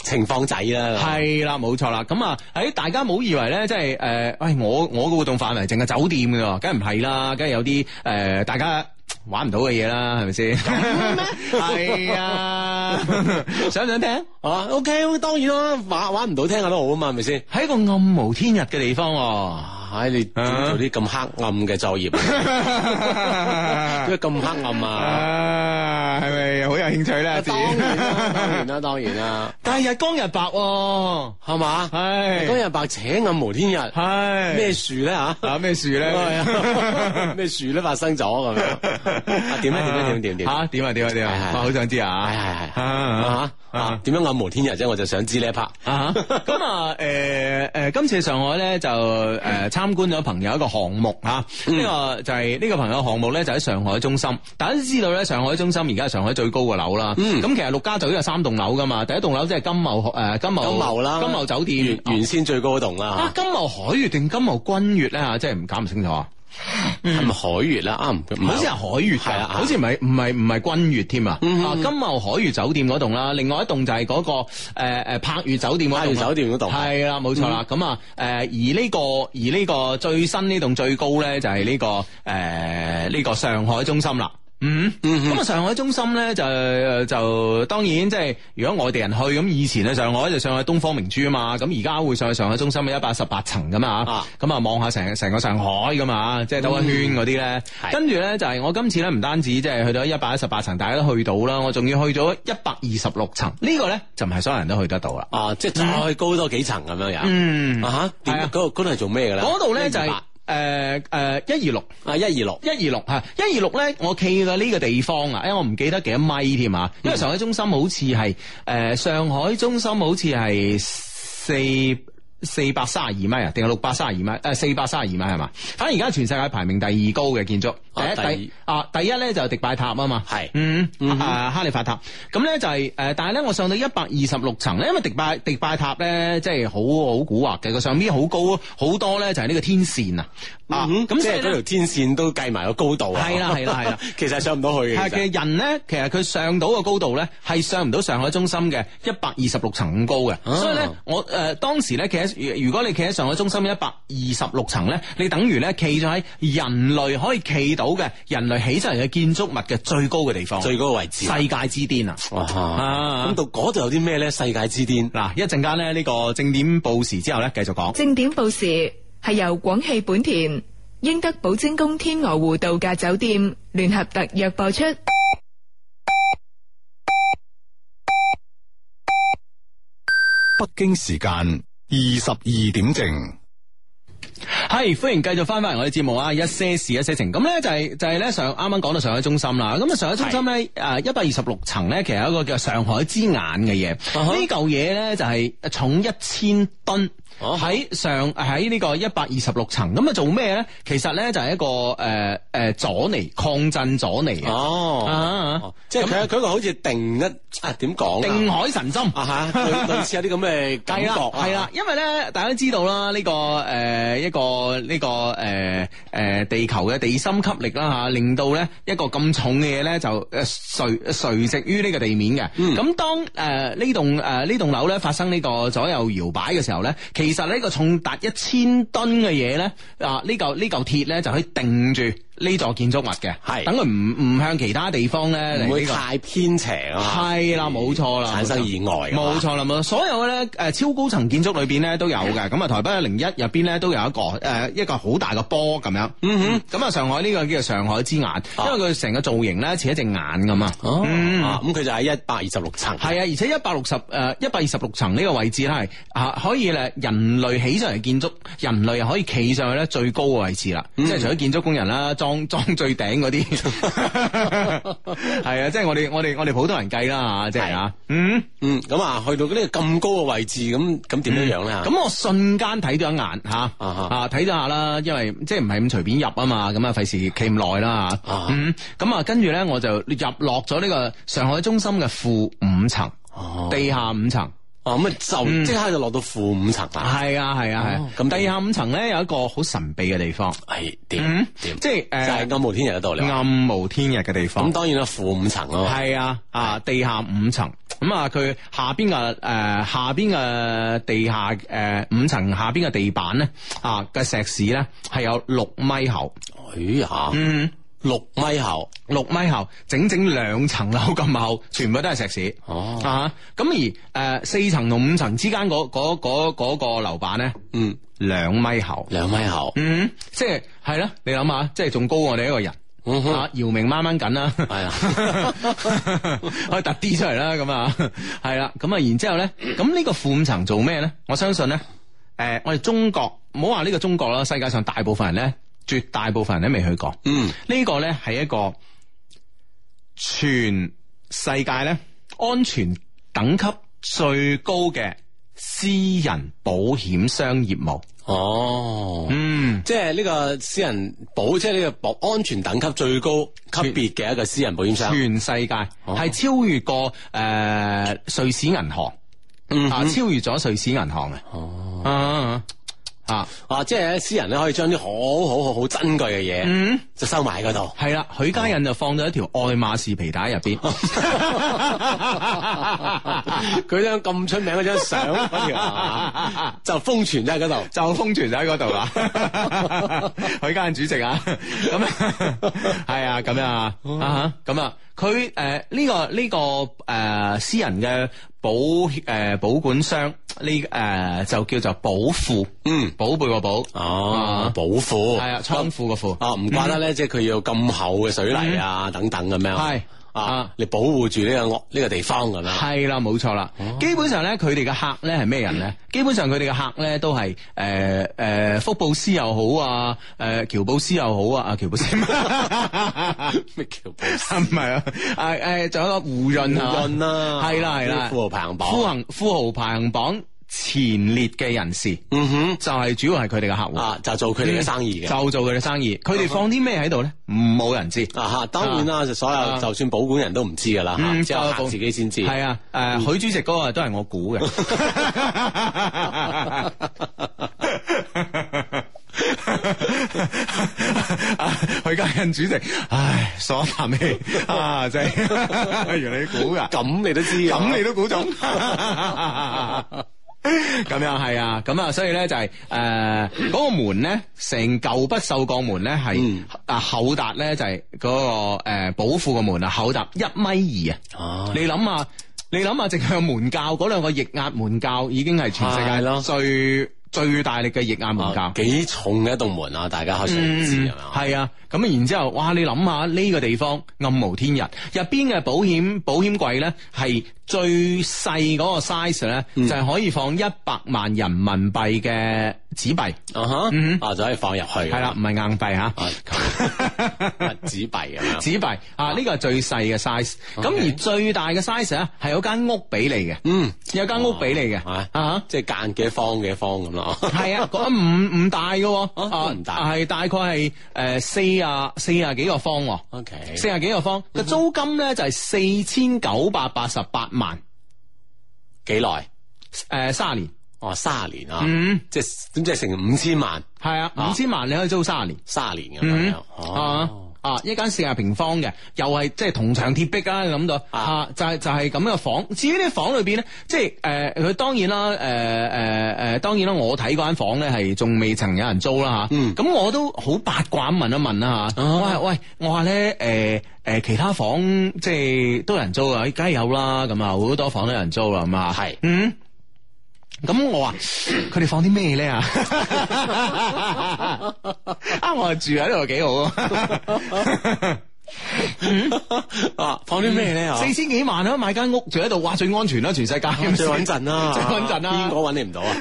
Speaker 3: 情況仔啦。
Speaker 2: 係啦，冇錯啦。咁啊，喺大家冇以為咧，即係誒，呃喂，我我個活動範圍淨係酒店嘅喎，梗係唔係啦，梗係有啲誒、呃大家。玩唔到嘅嘢啦，係咪先？係啊，想唔想聽？
Speaker 3: 啊，OK，當然啦，玩玩唔到聽下都好啊嘛，係咪先？
Speaker 2: 喺一個暗無天日嘅地方喎。
Speaker 3: 唉，你做
Speaker 2: 啊
Speaker 3: 啲咁黑暗嘅
Speaker 2: <laughs>
Speaker 3: 作業，點解咁黑暗啊？
Speaker 2: 啊，係咪好有興趣 <laughs> 咧？
Speaker 3: 當然啦，當然啦，當然啦，
Speaker 2: <laughs> 但係日光日白喎，
Speaker 3: 係嘛？
Speaker 2: 係
Speaker 3: 今日白扯暗無天日，
Speaker 2: 係
Speaker 3: 咩樹咧嚇？
Speaker 2: 啊咩樹咧？<laughs>
Speaker 3: <laughs> 咩樹都發生咗咁
Speaker 2: 啊
Speaker 3: 樣，啊點咧點咧點點點，係
Speaker 2: 吓點啊點啊點
Speaker 3: 係
Speaker 2: 啊！
Speaker 3: 係
Speaker 2: 我好想知啊！
Speaker 3: 係係
Speaker 2: 啊
Speaker 3: 啊啊點樣暗無天日啫？我就想知呢一 part。
Speaker 2: 啊哈咁啊，誒誒，今次上海咧就誒參觀咗朋友一個項目嚇，呢、
Speaker 3: 嗯
Speaker 2: 個就係、呢、個朋友項目咧就喺上海中心。大家都知道咧，上海中心而家係上海最高嘅樓啦。咁、
Speaker 3: 嗯
Speaker 2: 其實陸家嘴有三棟樓噶嘛，第一棟樓即係金茂誒、金茂
Speaker 3: <laughs> 金茂啦，
Speaker 2: 金茂酒店
Speaker 3: 原原先最高嗰棟
Speaker 2: 啊
Speaker 3: 啦，
Speaker 2: 金茂海悅定金茂君悅咧嚇，即係唔搞唔清楚啊。
Speaker 3: 係咪海月啦？啊唔唔
Speaker 2: 好似係海悦
Speaker 3: 係
Speaker 2: 㗎，
Speaker 3: 啊嗯
Speaker 2: 好似唔係唔係唔係君悦添啊！啊金茂海悦酒店嗰棟啦，另外一棟就係嗰個誒誒柏悦酒店嗰棟啦。啊
Speaker 3: 柏悦酒店嗰棟啊嗯
Speaker 2: 係啦，冇錯啦。咁啊誒，而呢個而呢個最新呢棟最高咧，就係呢個誒呢個上海中心啦。嗯，咁啊上海中心咧就呃就當然即係如果外地人去咁，以前咧上海就上海東方明珠啊嘛，咁而家會上去上海中心嘅一百十八層咁啊
Speaker 3: 啊，
Speaker 2: 咁啊望下成成個上海咁啊，即係兜一圈嗰啲咧。
Speaker 3: 係
Speaker 2: 跟住咧就係我今次咧唔單止即係去到一百一十八層，大家都去到啦，我仲要去咗一百二十六層，呢個咧就唔係所有人都去得到啦。
Speaker 3: 啊，即係再高多幾層咁樣樣。
Speaker 2: 嗯
Speaker 3: 啊嚇，點
Speaker 2: 係啊
Speaker 3: 嗰度嗰度係做咩嘅咧？
Speaker 2: 嗰度咧就係
Speaker 3: 128
Speaker 2: 誒誒一二六。
Speaker 3: 啊一二六
Speaker 2: 一二六嚇，一二六咧，我企嘅呢個地方啊，因為我唔記得幾多米添啊，因為上海中心好似係誒上海中心好似係四。四百三十二米啊，定係六百三十二米？誒、四百三十二米係嘛？反正而家全世界排名第二高嘅建築，第
Speaker 3: 啊
Speaker 2: 一、
Speaker 3: 第
Speaker 2: 第啊第一咧就係迪拜塔啊嘛，
Speaker 3: 係
Speaker 2: 嗯，啊哈利法塔，咁咧就係、誒、但係咧我上到一百二十六層咧，因為迪拜迪拜塔咧即係好好古惑嘅，個上邊好高好多咧就係呢個天線啊，啊
Speaker 3: 嗯
Speaker 2: 咁
Speaker 3: 即
Speaker 2: 所以
Speaker 3: 係
Speaker 2: 呢
Speaker 3: 嗰條天線都計埋個高度啊。
Speaker 2: 係啦係啦係啦，
Speaker 3: <laughs> 其實係上唔到去嘅。
Speaker 2: 係
Speaker 3: 其
Speaker 2: 嘅
Speaker 3: 實
Speaker 2: 人咧，其實佢上到嘅高度咧，係上唔到上海中心嘅一百二十六層咁高嘅。
Speaker 3: 啊
Speaker 2: 所以咧，我誒、呃、當時咧，企喺如如果你企喺上海中心一百二十六層咧，你等於咧企咗喺人類可以企到嘅人類起出嚟嘅建築物嘅最高嘅地方，
Speaker 3: 最高嘅位置。
Speaker 2: 世界之巔啊！
Speaker 3: 哇！
Speaker 2: 啊
Speaker 3: 咁到嗰度有啲咩咧？世界之巔。
Speaker 2: 嗱，一陣間咧呢個正點報時之後咧，繼續講。
Speaker 4: 正点报时系由广汽本田、英德寶晶宮天鵝湖度假酒店聯合特約播出。
Speaker 5: 北京時間二十二點正。
Speaker 2: 系欢迎繼續翻返嚟我哋節目啊！一些事一些情，咁咧就係就係咧上啱啱講到上海中心啦。咁啊上海中心咧誒一百二十六層咧，其實有一個叫上海之眼嘅嘢。
Speaker 3: 啊哈
Speaker 2: 呢嚿嘢咧就係重一千噸。
Speaker 3: 哦
Speaker 2: 喺上喺呢個一百二十六層，咁啊做咩咧？其實咧就係一個誒誒阻尼抗震阻尼嘅啊
Speaker 3: 哦，
Speaker 2: 啊，
Speaker 3: 哦即係佢佢個好似定一啊點講啊
Speaker 2: 定海神針
Speaker 3: 啊
Speaker 2: <laughs>
Speaker 3: 吓，類類似有啲咁嘅感
Speaker 2: 系啦，
Speaker 3: 覺啊
Speaker 2: 系啦，因為咧，大家都知道啦，呢、個个呃一個呢、個个呃呃地球嘅地心吸力啦吓，令到咧一個咁重嘅嘢咧就诶垂呃垂直於呢個地面
Speaker 3: 嗯
Speaker 2: 嘅。咁、當诶呢棟诶呢栋楼咧發生呢個左右搖擺嘅時候咧，其實呢個重達一千噸嘅嘢咧啊呢嚿呢嚿鐵咧就可以定住呢座建築物嘅，
Speaker 3: 係
Speaker 2: 等佢唔唔向其他地方咧嚟
Speaker 3: 唔會
Speaker 2: 呢個
Speaker 3: 太偏斜啊，
Speaker 2: 系啦，冇錯啦，
Speaker 3: 產生意外啊
Speaker 2: 冇錯啦，冇錯所有咧誒超高層建築裏邊咧都有嘅，
Speaker 3: 嗯
Speaker 2: 咁啊台北一零一入邊咧都有一個誒一個好大嘅波咁
Speaker 3: <laughs>
Speaker 2: 樣，嗯哼，咁啊上海呢個叫做上海之眼，因為佢成個造型咧似一隻眼咁啊，
Speaker 3: 哦，啊咁佢就喺一百二十六層，
Speaker 2: 係啊，而且一百六十誒一百二十六層呢個位置咧係啊可以咧人類起上嚟建築，人類可以企上去咧最高嘅位置啦，
Speaker 3: 嗯
Speaker 2: 即係除咗建築工人啦，裝 <laughs> 裝最頂
Speaker 3: <laughs>
Speaker 2: 嗰啲，係啊，即係我哋我哋我哋普通人計啦嚇，即係啊，嗯。
Speaker 3: 嗯，咁啊去到呢個咁高嘅位置，咁咁點樣樣咧？
Speaker 2: 咁我瞬間睇咗一眼吓，
Speaker 3: 啊哈
Speaker 2: 啊睇咗下啦，因為即係唔係咁隨便入啊嘛，咁啊費事企咁耐啦吓
Speaker 3: 啊，
Speaker 2: 嗯，咁啊跟住咧我就入落咗呢個上海中心嘅負五層，
Speaker 3: 哦
Speaker 2: 地下五層。
Speaker 3: 哦咁啊
Speaker 2: 嗯
Speaker 3: 就即刻就落到負五層啦，
Speaker 2: 係啊係啊係啊
Speaker 3: 哦，咁
Speaker 2: 地下五層咧有一個好神秘嘅地方，
Speaker 3: 係點
Speaker 2: 嗯，
Speaker 3: 點，
Speaker 2: 即係
Speaker 3: 哎就係
Speaker 2: 誒
Speaker 3: 暗無天日嗰度你話
Speaker 2: 暗無天日嘅地方
Speaker 3: 咁。當然啦，負五層啊嘛，
Speaker 2: 系啊，啊地下五層，咁啊佢下邊嘅诶下邊嘅地下诶、五層下邊嘅地板咧啊嘅石屎咧係有六米厚，
Speaker 3: 哎呀，
Speaker 2: 嗯，
Speaker 3: 六米厚，
Speaker 2: 六米厚，整整兩層樓咁厚，全部都係石屎。
Speaker 3: 哦
Speaker 2: 啊，咁而诶、呃四層同五層之間嗰嗰嗰嗰個樓板咧
Speaker 3: 嗯，
Speaker 2: 兩米厚，
Speaker 3: 兩米厚，
Speaker 2: 嗯，即係係啦，你諗下，即係仲高我哋一個人。
Speaker 3: 嗯哼，
Speaker 2: 啊，姚明掹掹緊啦，
Speaker 3: 係啊，
Speaker 2: <laughs> 可以突啲出嚟啦，咁啊，係啦，咁啊，然之後咧，咁呢個負五層做咩咧？我相信咧，诶、我哋中國唔好話呢個中國啦，世界上大部分人咧，絕大部分人都未去過。
Speaker 3: 嗯，
Speaker 2: 呢個咧係一個全世界咧安全等級最高嘅私人保險商業務。
Speaker 3: 哦，
Speaker 2: 嗯，
Speaker 3: 即係呢個私人保，即係呢個保安全等級最高級別嘅一個私人保險商。
Speaker 2: 全世界係超越過诶、呃瑞士銀行。
Speaker 3: 嗯
Speaker 2: 啊，超越咗瑞士銀行嘅。哦，啊啊啊，
Speaker 3: 啊，即係私人咧可以將啲好好好好珍貴嘅嘢，
Speaker 2: 嗯，
Speaker 3: 就收埋喺嗰度。
Speaker 2: 係啦，許家印就放咗一條愛馬仕皮帶入邊。
Speaker 3: <laughs> 佢張咁出名嗰張相嗰
Speaker 2: <laughs>
Speaker 3: 條啊就封存咗喺嗰度。
Speaker 2: 就封存咗喺嗰度啦，許家印主席啊，咁係啊，咁樣啊，啊哈咁啊，佢誒呢個呢、個誒、呃私人嘅保誒、呃保管商呢誒、呃就叫做保庫，
Speaker 3: 嗯，
Speaker 2: 寶貝個寶，
Speaker 3: 哦，保庫
Speaker 2: 係啊，倉庫個庫，
Speaker 3: 啊，唔怪得咧，即係佢要咁厚嘅水泥啊，等等咁樣。
Speaker 2: 嗯係啊
Speaker 3: 啊，你保護住呢個惡呢個地方咁樣。
Speaker 2: 系啦，冇錯啦。
Speaker 3: 哦
Speaker 2: 基本上咧，佢哋嘅客咧係咩人
Speaker 3: 嗯
Speaker 2: 咧？基本上佢哋嘅客咧都係诶诶福布斯又好啊，诶乔布斯又好
Speaker 3: <laughs>
Speaker 2: 啊，啊乔布斯唔 <laughs>
Speaker 3: 咩叫保
Speaker 2: 係啊，啊诶仲有一個胡潤啊，
Speaker 3: 潤啦
Speaker 2: 係啦係啦，
Speaker 3: 富豪排行榜
Speaker 2: 富行富豪排行榜前列嘅人士，
Speaker 3: 嗯哼。
Speaker 2: 就係主要係佢哋嘅客户，嗯
Speaker 3: 啊，就做佢哋嘅生意嘅。
Speaker 2: 就做佢哋生意。佢哋放啲咩喺度咧？冇人知。
Speaker 3: 啊吓，當然啦，就所有就算保管人都唔知噶啦，啊嚇
Speaker 2: 啊嗯
Speaker 3: 只有客自己先知。嗯
Speaker 2: 係啊，誒、許主席嗰個都係我估嘅。許家印主席，唉，爽啖氣啊！真係，原來你估噶，
Speaker 3: 咁你都知嘅
Speaker 2: 咁你都估中。咁樣係啊，咁啊，所以咧就係誒嗰個門咧，成舊不鏽鋼門咧係
Speaker 3: 嗯
Speaker 2: 啊厚達咧就係嗰、個誒、呃、寶庫嘅門啊，厚達一米二啊。
Speaker 3: 哦
Speaker 2: 你諗下，你諗下，淨向門教嗰兩個逆壓門教已經係全世界
Speaker 3: 係咯
Speaker 2: 最最大力嘅逆壓門
Speaker 3: 啊
Speaker 2: 教。
Speaker 3: 幾重嘅一道門啊！大家可想而知係咪啊？
Speaker 2: 系啊，咁然之後，哇！你諗下呢個地方暗無天日，入邊嘅保險保險櫃咧係最細嗰個 size 咧，
Speaker 3: 嗯
Speaker 2: 就係可以放一百萬人民幣嘅紙幣，
Speaker 3: 啊哈，啊就可以放入去，
Speaker 2: 嗯係啦，唔係硬幣吓。 <laughs>
Speaker 3: 啊，紙幣咁樣。
Speaker 2: 紙幣啊，呢個係最細嘅 size，咁
Speaker 3: OK
Speaker 2: 而最大嘅 size 咧係有間屋俾你嘅，
Speaker 3: 嗯，
Speaker 2: 有間屋俾你嘅，
Speaker 3: 啊
Speaker 2: 啊。
Speaker 3: 即係間幾方幾方咁
Speaker 2: <laughs>
Speaker 3: 咯。
Speaker 2: 系啊，嗰唔唔大嘅喎，
Speaker 3: 啊都唔大
Speaker 2: 系大概係诶四啊四啊几个方喎
Speaker 3: OK，嗯
Speaker 2: 四啊幾個方，個租金咧就係四千九百八十八萬，
Speaker 3: 幾耐？
Speaker 2: 誒三年，
Speaker 3: 哦，卅年啊，
Speaker 2: 嗯
Speaker 3: 即係咁即係成五千萬，
Speaker 2: 係啊，
Speaker 3: 啊
Speaker 2: 五千萬你可以租三年，
Speaker 3: 卅年咁
Speaker 2: 嗯
Speaker 3: 樣。
Speaker 2: 啊
Speaker 3: 哦，
Speaker 2: 啊一間四十平方嘅，又係即係銅牆鐵壁啦，你諗到
Speaker 3: 啊
Speaker 2: 啊，就係就係咁嘅房。至於呢房裏邊咧，即係誒佢當然呃啦，誒誒呃誒當然啦，我睇嗰間房咧係仲未曾有人租啦嚇，
Speaker 3: 嗯啊
Speaker 2: 咁我都好八卦咁問一問啦嚇，我話喂，我話咧誒誒其他房即係都有人租啊，梗係有啦，咁啊好多房都有人租啦，咁啊
Speaker 3: 係
Speaker 2: 嗯。咁我話佢哋放啲咩咧啊？ <laughs> 啊，我話住喺度幾好啊！
Speaker 3: <laughs> 啊，放啲咩咧？啊
Speaker 2: 四千幾萬啊，買間屋住喺度，哇，最安全啦，全世界
Speaker 3: 最
Speaker 2: <laughs>
Speaker 3: 穩陣啦，
Speaker 2: 最穩陣
Speaker 3: 邊個
Speaker 2: 啦。
Speaker 3: 揾你
Speaker 2: <laughs>
Speaker 3: 唔到啊？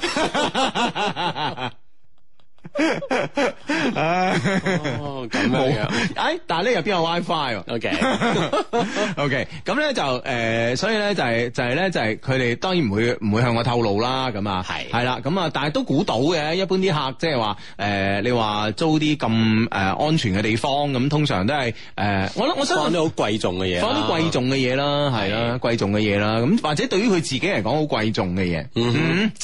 Speaker 3: 哦，咁樣樣。
Speaker 2: 冇，哎，但係咧入邊有 WiFi 喎。
Speaker 3: OK，
Speaker 2: <laughs> OK，咁咧就誒、呃所以咧就係、就係、咧就係佢哋當然唔會唔會向我透露啦，咁啊，
Speaker 3: 係
Speaker 2: 係啦，咁啊，但係都估到嘅。一般啲客即係話誒，你話租啲咁誒呃安全嘅地方，咁通常都係誒、呃我諗我相
Speaker 3: 放
Speaker 2: 信
Speaker 3: 啲好貴重嘅嘢啦，啊
Speaker 2: 放啲貴重嘅嘢啦，係啦，貴重嘅嘢啦，咁或者對於佢自己嚟講好貴重嘅嘢，
Speaker 3: 嗯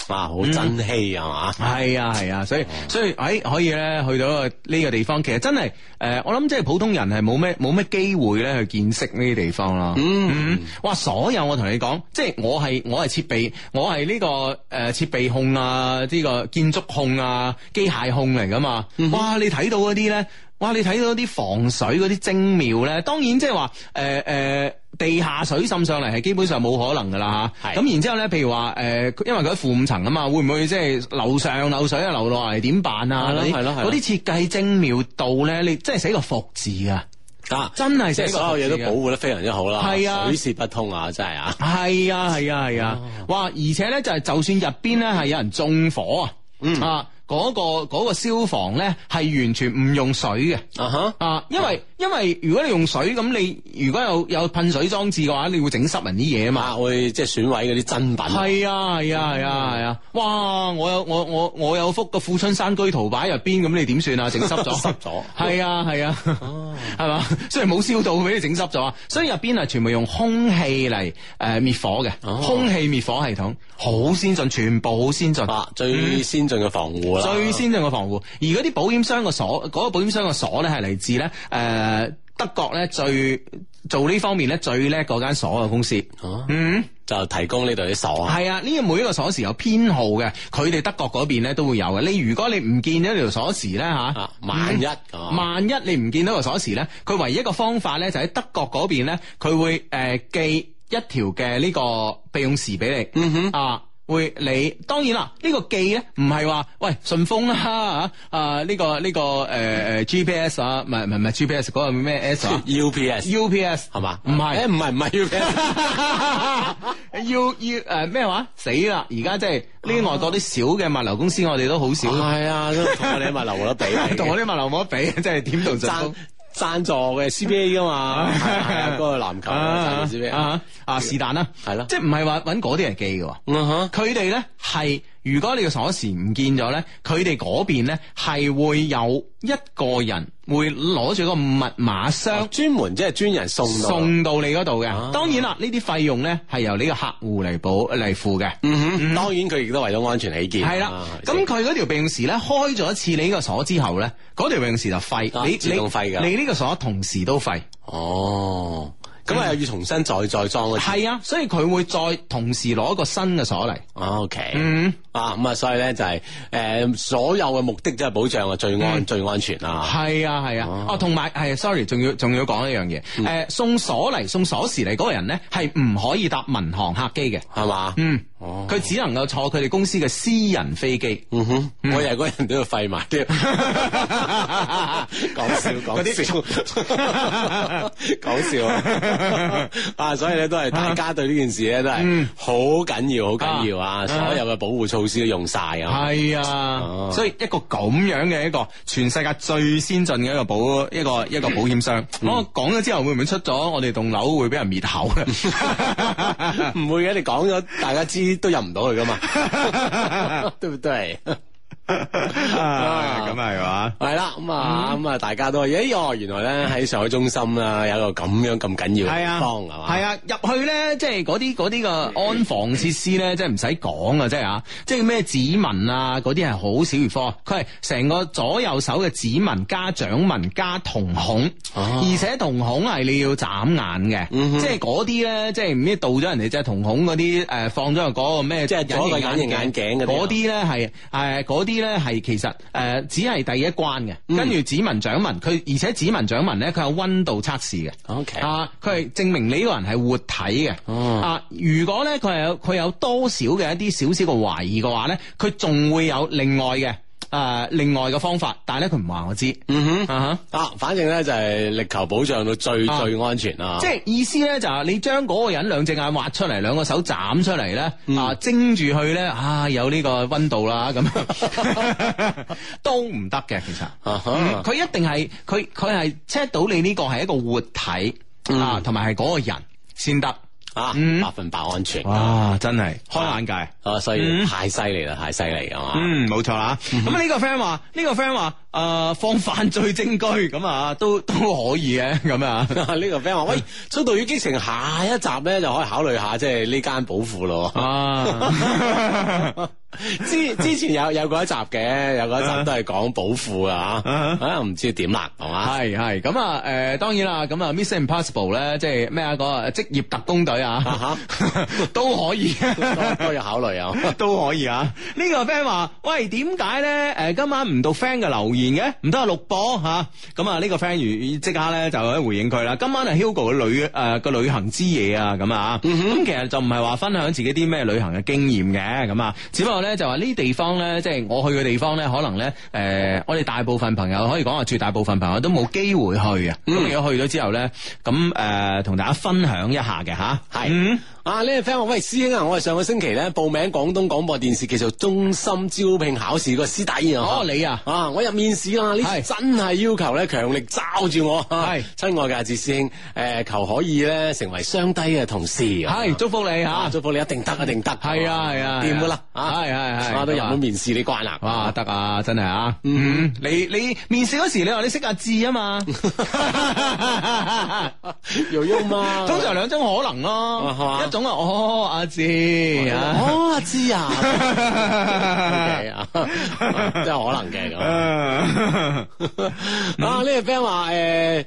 Speaker 3: 哼，啊，好珍惜啊嘛，
Speaker 2: 系啊系啊，所以所以喺可以咧去到一個呢個地方，其實真係诶、呃我諗即係普通人係冇咩冇咩机会咧去見識呢啲地方啦。嗯，哇！所有我同你講，即係我係我係設備，我係呢、個个诶设、設備控啊，呢、個建築控啊，機械控嚟噶嘛。
Speaker 3: 嗯
Speaker 2: 哇！你睇到嗰啲咧，哇！你睇到啲防水嗰啲精妙咧，當然即係話诶诶。呃地下水滲上嚟係基本上冇可能噶啦嚇，
Speaker 3: 係
Speaker 2: 咁然之後咧，譬如話誒、呃因為佢喺負五層啊嘛，會唔會即係樓上漏水啊、流落嚟點辦啊？
Speaker 3: 係
Speaker 2: 嗰
Speaker 3: 咯
Speaker 2: 啲
Speaker 3: 係咯係咯
Speaker 2: 嗰啲設計精妙到咧，你真係寫個服字啊！
Speaker 3: 啊，
Speaker 2: 真係
Speaker 3: 即
Speaker 2: 寫
Speaker 3: 係
Speaker 2: 個
Speaker 3: 所有
Speaker 2: 服
Speaker 3: 嘢都
Speaker 2: 字啊
Speaker 3: 保
Speaker 2: 㗎
Speaker 3: 護得非常之好啦，
Speaker 2: 係啊
Speaker 3: 水泄不通啊，真係啊，
Speaker 2: 係啊係啊係啊！哇！而且咧就係就算入邊咧係有人縱火啊，啊嗰、個嗰個消防咧係完全唔用水嘅。
Speaker 3: 啊哈，
Speaker 2: 啊，因為因為如果你用水咁，你如果有有噴水裝置嘅話，你會整濕人啲嘢啊嘛。
Speaker 3: 啊，會即係損毀嗰啲真品，
Speaker 2: 系啊系啊系啊系啊！哇！我有我我我有幅個富春山居圖擺入邊，咁你點算啊？整濕咗，
Speaker 3: <laughs> 濕咗哦
Speaker 2: 係啊係啊，係嘛？雖然冇燒到，俾你整濕咗啊！所以入邊係全部用空氣嚟誒滅火嘅，
Speaker 3: 哦
Speaker 2: 空氣滅火系統好先進，全部好先進。
Speaker 3: 啊，最先進嘅防護啦，
Speaker 2: 嗯最先進嘅防護，而嗰啲保險商個鎖，嗰、個保險商個鎖咧係嚟自咧誒、呃德國咧最做呢方面咧最叻嗰間鎖嘅公司。
Speaker 3: 啊
Speaker 2: 嗯。
Speaker 3: 就提供呢度啲鎖啊，
Speaker 2: 系啊，呢個每一個鎖匙有編號嘅，佢哋德國嗰邊咧都會有嘅。你如果你唔見咗條鎖匙咧吓
Speaker 3: 啊，，萬一
Speaker 2: 嗯
Speaker 3: 啊，
Speaker 2: 萬一你唔見到個鎖匙咧，佢唯一一個方法咧就喺德國嗰邊咧，佢會誒、呃、寄一條嘅呢個備用匙俾你。嗯哼，啊。會你當然啦，呢、個寄咧唔係話喂順豐啦啊啊呢、個呢、個誒誒、呃 GPS 啊，唔係唔係唔係 GPS 嗰個咩 S 啊
Speaker 3: UPS
Speaker 2: UPS
Speaker 3: 係嘛？
Speaker 2: 唔係
Speaker 3: 誒唔係唔係 UPS，
Speaker 2: <laughs> 要要诶咩話？死啦！而家即係呢啲外國啲小嘅物流公司，我哋都好 <laughs> 少，
Speaker 3: 係哦啊，都同我哋物流冇得比啊
Speaker 2: <laughs> ，同我啲物流冇得比，真係點同盡
Speaker 3: 贊
Speaker 2: 都。
Speaker 3: 贊助嘅 CBA 噶嘛，係啊嗰個籃球贊助 CBA，啊
Speaker 2: 啊啊是但啦，
Speaker 3: 係咯
Speaker 2: 即係唔係話揾嗰啲人寄嘅喎。
Speaker 3: 哈，
Speaker 2: 佢哋咧係，如果你嘅鎖匙唔見咗咧，佢哋嗰邊咧係會有一個人會攞住個密碼箱
Speaker 3: 哦專門即係專人送到
Speaker 2: 送到你嗰度
Speaker 3: 啊
Speaker 2: 嘅。當然啦，呢啲費用咧係由呢個客戶嚟補嚟付嘅。
Speaker 3: 嗯哼，當然佢亦都為咗安全起見，
Speaker 2: 系啦
Speaker 3: 啊，
Speaker 2: 咁佢嗰條備用匙咧開咗一次你呢個鎖之後咧，嗰條備用匙就
Speaker 3: 啊
Speaker 2: 廢，你
Speaker 3: 自動廢㗎
Speaker 2: 你你呢個鎖同時都廢，
Speaker 3: 哦，咁啊又要重新再再裝嗰啲
Speaker 2: 係啊，所以佢會再同時攞一個新嘅鎖嚟。
Speaker 3: 啊，OK，
Speaker 2: 嗯
Speaker 3: 啊，咁啊，所以咧就係誒所有嘅目的即係保障啊最安最安全啦，
Speaker 2: 係啊係啊，哦，同埋係，sorry，仲要仲要講一樣嘢，
Speaker 3: 嗯
Speaker 2: 誒，送鎖嚟送鎖匙嚟嗰個人咧係唔可以搭民航客機嘅，
Speaker 3: 係嘛？
Speaker 2: 嗯，
Speaker 3: 哦
Speaker 2: 佢只能夠坐佢哋公司嘅私人飛機。
Speaker 3: 嗯哼，我日嗰人都要廢埋 <laughs> 添，講笑講笑， <laughs> 講笑啊！啊，所以咧都係大家對呢件事咧都係好緊要，好緊要啊！
Speaker 2: 啊
Speaker 3: 所有嘅保護措施都用晒啊！
Speaker 2: 係啊
Speaker 3: 哦，
Speaker 2: 所以一個咁樣嘅一個全世界最先進嘅一個保一個一個保險箱，我講咗之後會唔會出咗我哋棟樓會俾人滅口啊咧？
Speaker 3: 唔會嘅，你講咗大家知都入唔到去噶嘛，
Speaker 2: <laughs>
Speaker 3: 對唔對？
Speaker 2: <laughs> 啊咁係嘛？
Speaker 3: 係啦，咁
Speaker 2: 嗯
Speaker 3: 啊，咁啊，大家都話咦哦，原來咧喺上海中心啦，有一個咁樣咁緊要嘅
Speaker 2: 係
Speaker 3: 地
Speaker 2: 啊，
Speaker 3: 方係嘛？
Speaker 2: 係啊，入去咧，即係嗰啲嗰啲個安防設施咧，即係唔使講啊，即係啊，即係咩指紋啊，嗰啲係好小兒科，佢係成個左右手嘅指紋加掌紋加瞳孔，
Speaker 3: 哦
Speaker 2: 而且瞳孔係你要眨眼嘅，
Speaker 3: 嗯
Speaker 2: 即係嗰啲咧，即係唔知到咗人哋隻瞳孔嗰啲誒，放咗入嗰個咩，
Speaker 3: 即係做一個隱形眼鏡嗰啲啊
Speaker 2: 嗰啲。啲咧係誒嗰啲咧係其實誒、呃只係第一關嘅，
Speaker 3: 嗯
Speaker 2: 跟住指紋掌紋，佢而且指紋掌紋咧佢有温度測試嘅。
Speaker 3: OK
Speaker 2: 啊，佢係證明你呢個人係活體嘅。
Speaker 3: 哦
Speaker 2: 啊，如果咧佢係有佢有多少嘅一啲少少嘅懷疑嘅話咧，佢仲會有另外嘅誒、呃另外嘅方法，但係咧佢唔話我知。
Speaker 3: 嗯哼。
Speaker 2: 啊哈
Speaker 3: 啊，反正咧就係力求保障到最
Speaker 2: 啊
Speaker 3: 最安全啊！
Speaker 2: 即係意思咧，就係你將嗰個人兩隻眼挖出嚟，兩個手斬出嚟咧，啊蒸住佢咧，啊有呢個温度啦，咁 <laughs> 都唔得嘅，其實。
Speaker 3: 啊哈
Speaker 2: 嗯佢一定係佢佢係 check 到你呢個係一個活體啊，同埋係嗰個人先得。
Speaker 3: 啊，
Speaker 2: 嗯
Speaker 3: 百分百安全啊！
Speaker 2: 哇！真係開眼界。
Speaker 3: 啊，所以太犀利啦，太犀利啊嘛！
Speaker 2: 嗯，冇錯啦。咁呢個 friend 話，呢個 friend 話，誒放犯罪證據咁啊，都 <laughs> 都可以嘅咁 <laughs> 啊。
Speaker 3: <laughs> 呢個 friend 話：喂，速度與激情下一集咧就可以考慮下，即係呢間寶庫咯。
Speaker 2: 啊！
Speaker 3: 之之前有有過一集嘅，有過一集都係講寶庫啊，
Speaker 2: 啊
Speaker 3: 啊唔知點啦，
Speaker 2: <laughs>
Speaker 3: 係
Speaker 2: 系
Speaker 3: 嘛？
Speaker 2: 系咁啊，诶、當然啦，咁啊，Miss Impossible 咧，即係咩啊，嗰個職業特工隊啊
Speaker 3: 啊，
Speaker 2: <laughs> 都可以。 <laughs>
Speaker 3: 都都要考慮啊！
Speaker 2: 都可以啊！呢、個 friend 話：，喂，點解咧？誒、今晚唔讀 friend 嘅留言嘅，唔得啊，錄播嚇。咁啊，呢個 friend 如即刻咧就喺回應佢啦。今晚係 Hugo 嘅旅誒個、旅行之夜啊，咁啊，咁、其實就唔係話分享自己啲咩旅行嘅經驗嘅，咁啊，只不過咧就話呢地方咧，即係我去嘅地方咧，可能咧誒、我哋大部分朋友可以講話絕大部分朋友都冇機會去啊。咁、如果去咗之後咧，咁誒同大家分享一下嘅吓，
Speaker 3: 係
Speaker 2: 嗯
Speaker 3: 啊！呢個 friend 話：喂，師兄啊，我係上個星期咧報名廣東廣播電視技術中心招聘考試個師弟啊！
Speaker 2: 哦，你啊。
Speaker 3: 啊！我入面試啦，呢
Speaker 2: 係
Speaker 3: 次真係要求咧，強力罩住我。
Speaker 2: 係
Speaker 3: 親愛嘅阿志師兄，誒、求可以咧成為雙低嘅同事。
Speaker 2: 係，祝福你吓、
Speaker 3: 啊，祝福你一定得，一定得。
Speaker 2: 係啊係啊
Speaker 3: 掂噶啦，
Speaker 2: 係啊係係係
Speaker 3: 啊都入到面試呢關啦。
Speaker 2: 哇，得啊，真係啊，嗯，你你面試嗰時你話你識阿志啊
Speaker 3: <laughs>
Speaker 2: 嘛， <laughs>
Speaker 3: 悠悠嘛，
Speaker 2: 通常兩種可能
Speaker 3: 啊係
Speaker 2: 咯，
Speaker 3: 嘛
Speaker 2: 一種啊，哦，阿志啊，
Speaker 3: 哦，阿志啊 <laughs> ，OK 啊，真係可能
Speaker 2: <laughs>
Speaker 3: 嘅 <laughs> 咁。嗯
Speaker 2: 嗯
Speaker 3: 啊！呢個 friend 話誒，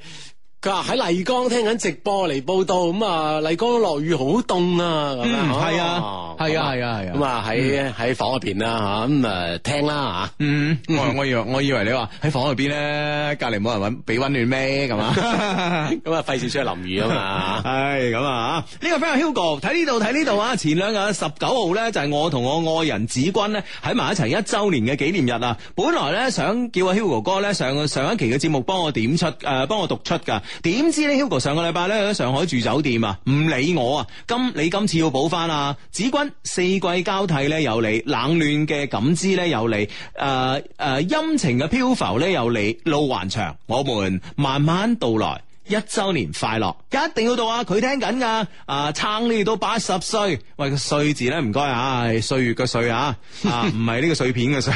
Speaker 3: 佢話喺麗江聽緊直播嚟報道，咁啊麗江落雨好凍啊，咁
Speaker 2: 嗯
Speaker 3: 樣
Speaker 2: 係啊
Speaker 3: 哦
Speaker 2: 係啊係啊係啊
Speaker 3: 咁啊喺喺房入邊啦吓，咁啊聽啦
Speaker 2: 嗯，我我以為我以為你話喺房入邊咧，隔離冇人揾俾温暖咩咁啊
Speaker 3: <laughs> 吓，。咁啊費事出去淋雨啊嘛。
Speaker 2: 系咁啊！呢個 friend Hugo 睇呢度睇呢度啊！前兩日十九號咧就係我同我愛人子君咧喺埋一齊一週年嘅紀念日啊！本來咧想叫阿 Hugo 哥咧上上一期嘅節目幫我點出誒、呃、幫我讀出㗎，點知咧 Hugo 上個禮拜咧喺上海住酒店啊，唔理我啊！今你今次要補翻啊！子君四季交替咧有你，冷暖嘅感知咧有你，誒、呃、誒、呃、陰晴嘅漂浮咧有你，路還長，我們慢慢到來。一周年快樂，一定要到啊！佢聽緊噶，啊撐你到八十歲，喂個歲字咧唔該啊，係歲月個歲啊，啊唔係呢個碎片嘅碎。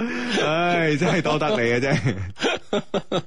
Speaker 2: 唉，真係多得你嘅啫。
Speaker 3: <laughs> 呢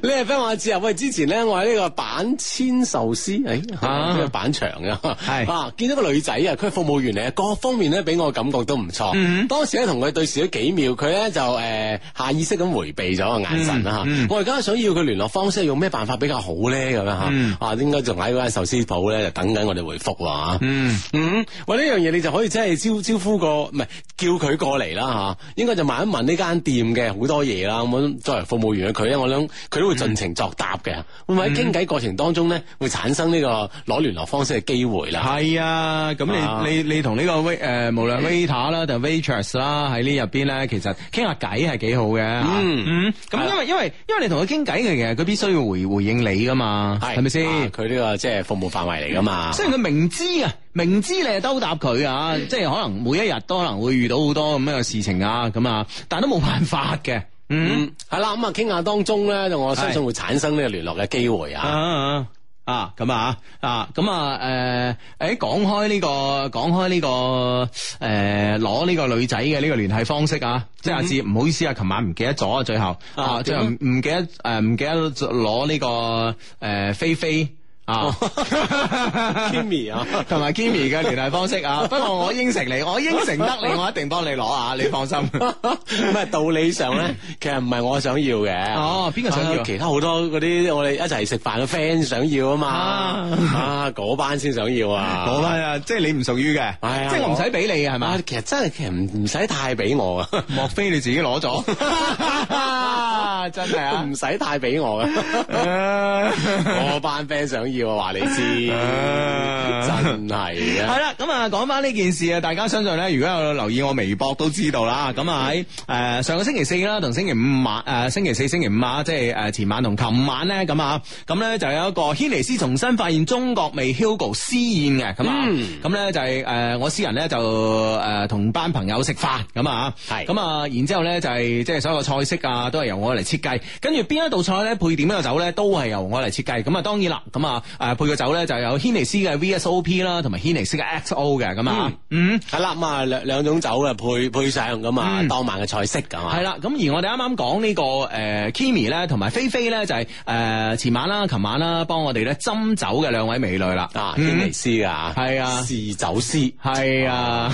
Speaker 3: 個 friend 話知啊，喂，之前咧我喺呢個板千壽司，誒、
Speaker 2: 啊
Speaker 3: 呢個板場嘅，
Speaker 2: 係
Speaker 3: <laughs> 啊，見到個女仔啊，佢係服務員嚟，各方面咧俾我感覺都唔錯。
Speaker 2: 嗯
Speaker 3: 當時咧同佢對視咗幾秒，佢咧就誒、呃下意識咁迴避咗個眼神啦嚇、
Speaker 2: 嗯嗯
Speaker 3: 我而家想要佢聯絡方式，用咩辦法比較好咧？咁樣嚇，
Speaker 2: 嗯
Speaker 3: 啊，應該仲喺嗰間壽司鋪咧，就等緊我哋回覆喎啊
Speaker 2: 嗯，
Speaker 3: 嗯，喂，呢樣嘢你就可以真係招招呼個，唔係叫佢過嚟啦吓，應該就問一問呢間店嘅好多嘢啦。咁樣作為服務員嘅佢咧，我諗佢都會盡盡情作答嘅，
Speaker 2: 嗯
Speaker 3: 會唔會喺傾偈過程當中咧，會產生呢個攞聯絡方式嘅機會啦？
Speaker 2: 系啊，咁你、
Speaker 3: 啊
Speaker 2: 你你同呢個 wait 诶、無无論 waiter 啦定 waitress 啦，喺呢入邊咧，其實傾下偈係幾好嘅。
Speaker 3: 嗯
Speaker 2: 嗯咁、因為因為因為你同佢傾偈嘅，其實佢必須要回回應你噶嘛，係咪先？
Speaker 3: 啊佢呢個即係服務範圍嚟噶嘛？
Speaker 2: 雖然佢明知啊，明知你係兜搭佢啊，即係可能每一日都可能會遇到好多咁樣嘅事情啊，咁啊，但都冇辦法嘅。嗯
Speaker 3: 嗯，係啦，咁啊傾下當中咧，我相信會產生呢個聯絡嘅機會啊。
Speaker 2: 啊啊咁啊啊咁啊誒誒講開呢、個講開呢、個誒攞呢個女仔嘅呢個聯繫方式啊，即係阿志唔好意思啊，琴晚唔記得咗啊，最後
Speaker 3: 啊
Speaker 2: 啊最後唔唔記得誒唔記得攞呢、個誒菲菲 <laughs> 啊。
Speaker 3: Kimi 啊，
Speaker 2: 同埋 Kimi 嘅聯繫方式 <laughs> 啊，不過我應承你，我應承 <laughs> 得你，我一定幫你攞啊，你放 <laughs> 心。
Speaker 3: <laughs> 咁啊道理上咧，其實唔係我想要嘅。
Speaker 2: 哦邊個想要
Speaker 3: 啊其他好多嗰啲我哋一齊食飯嘅 friend 想要啊嘛，
Speaker 2: 啊
Speaker 3: 啊嗰班先想要啊。
Speaker 2: 攞翻啊，即係你唔屬於嘅
Speaker 3: 係啊，
Speaker 2: 即係我唔使俾你嘅係嘛
Speaker 3: 啊，？其實真係其實唔唔使太俾我啊。
Speaker 2: 莫非你自己攞咗？ <laughs> 真係啊
Speaker 3: 唔！使太俾我嘅，我班 friend 想要啊，話你知，
Speaker 2: 啊
Speaker 3: 真 <laughs> 係
Speaker 2: 系
Speaker 3: 啊，
Speaker 2: 啦，咁啊，講翻呢件事啊，大家相信咧，如果有留意我微博都知道啦。咁啊喺诶上個星期四啦，同星期五晚诶、呃星期四、星期五啊，即係诶前晚同琴晚咧，咁啊，咁咧就有一個轩尼斯重新發現中國味 Hugo 私宴嘅，咁啊，咁咧、就係呃我私人咧就诶同、班朋友食飯咁啊，
Speaker 3: 係
Speaker 2: 咁啊，然之后咧就係即係所有菜式啊，都係由我嚟設計，跟住邊一道菜咧配點一個酒咧，都係由我嚟設計。咁啊，當然啦，咁啊诶配個酒咧就有轩尼斯嘅 VSOP 啦，同埋轩尼斯嘅 XO 嘅咁啊，嗯。
Speaker 3: 係啦，咁啊兩兩種酒嘅配配上咁啊，當晚嘅菜式咁
Speaker 2: 系
Speaker 3: 啊，
Speaker 2: 啦，咁而我哋啱啱講呢個诶 Kimi 咧，同埋菲菲咧，就係呃前晚啦、琴晚啦，幫我哋咧斟酒嘅兩位美女啦。嗯
Speaker 3: 啊，軒尼斯啊，
Speaker 2: 係啊
Speaker 3: 試酒師。
Speaker 2: 係 <laughs> 啊，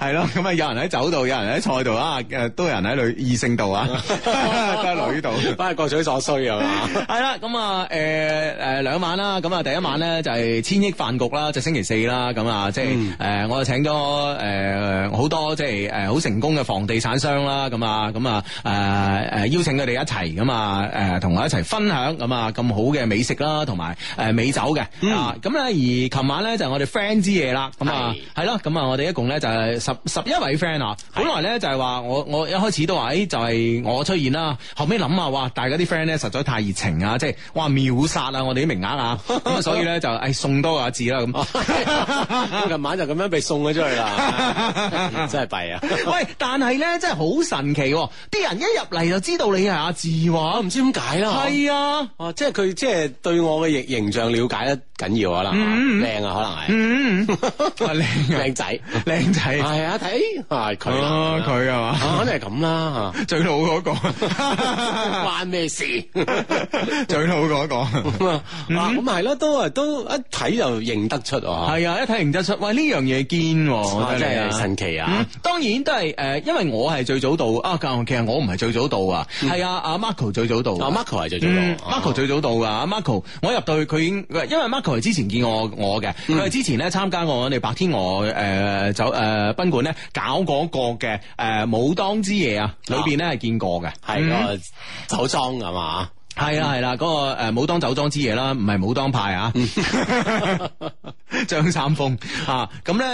Speaker 2: 係咯，咁啊，有人喺酒度，有人喺菜度啊，诶，都有人喺女異性度 <laughs> 啊，都喺
Speaker 3: <laughs>
Speaker 2: 女度。
Speaker 3: 不係各取所需啊 <laughs> 嘛。
Speaker 2: 系啦，咁啊，诶诶兩晚啦，咁啊第一晚咧就係千億飯局啦，就星期四啦，咁啊即係诶我就請咗诶好多即係诶好成功嘅房地產商啦，咁啊咁啊诶诶邀請佢哋一齊咁啊诶同我一齊分享咁啊咁好嘅美食啦，同埋诶呃美酒嘅
Speaker 3: 嗯
Speaker 2: 啊，咁咧而琴晚咧就係我哋 friend 之夜啦，咁啊
Speaker 3: 係。
Speaker 2: 系咯，咁啊，我哋一共咧就係十十一位 friend 啊。本來咧就係話我我一開始都話，诶就係我出現啦。後尾諗下，哇，大家啲 friend 咧實在太熱情啊，即係哇秒殺啊，我哋啲名額
Speaker 3: <laughs>
Speaker 2: 啊，咁啊所以咧就诶送多個字啦
Speaker 3: <laughs>
Speaker 2: 咁。
Speaker 3: 咁近晚就咁樣被送咗出去啦， <laughs> 真係弊啊！
Speaker 2: 喂，但係咧真係好神奇喎，啲人一入嚟就知道你係阿志
Speaker 3: 我
Speaker 2: 喎。
Speaker 3: 啊唔知點解啦，
Speaker 2: 係啊，
Speaker 3: 哦，即係佢即係對我嘅形形象了解得緊要可能，靚啊可能係， <laughs>
Speaker 2: 嗯，靚啊
Speaker 3: 靚仔，
Speaker 2: 靚仔，
Speaker 3: 嗯係啊睇啊佢
Speaker 2: 哦
Speaker 3: 啦，
Speaker 2: 佢係嘛，
Speaker 3: 啊肯定係咁 <laughs> 啦
Speaker 2: 最老嗰 <laughs>
Speaker 3: 嚇，
Speaker 2: 個，
Speaker 3: 關咩事？
Speaker 2: 最老嗰個。
Speaker 3: 啊咁係咯，都啊都一睇就認得出啊，
Speaker 2: 系啊，一睇認得出，喂呢樣嘢堅喎，我
Speaker 3: 啊
Speaker 2: 覺得你
Speaker 3: 真
Speaker 2: 啊
Speaker 3: 係神奇
Speaker 2: 嗯
Speaker 3: 啊！，
Speaker 2: 當然都係誒、呃因為我係最早到啊，但其實我唔係最早到啊，係啊，阿 Marco 最早到
Speaker 3: 啊嗯 Marco 係最早
Speaker 2: 嗯
Speaker 3: 到啊
Speaker 2: ，Marco 最早到噶，Marco 我入到去佢已經，因為 Marco 係之前見我我嘅，
Speaker 3: 嗯
Speaker 2: 佢係之前咧參加過我哋白天鵝誒酒誒賓館咧搞嗰個嘅誒武當之夜啊，裏邊咧係見過嘅，
Speaker 3: 係個酒莊係嘛？
Speaker 2: 係啦係啦，嗰、個呃武當酒莊之夜啦，唔係武當派 <laughs> 啊，張三豐啊，咁咧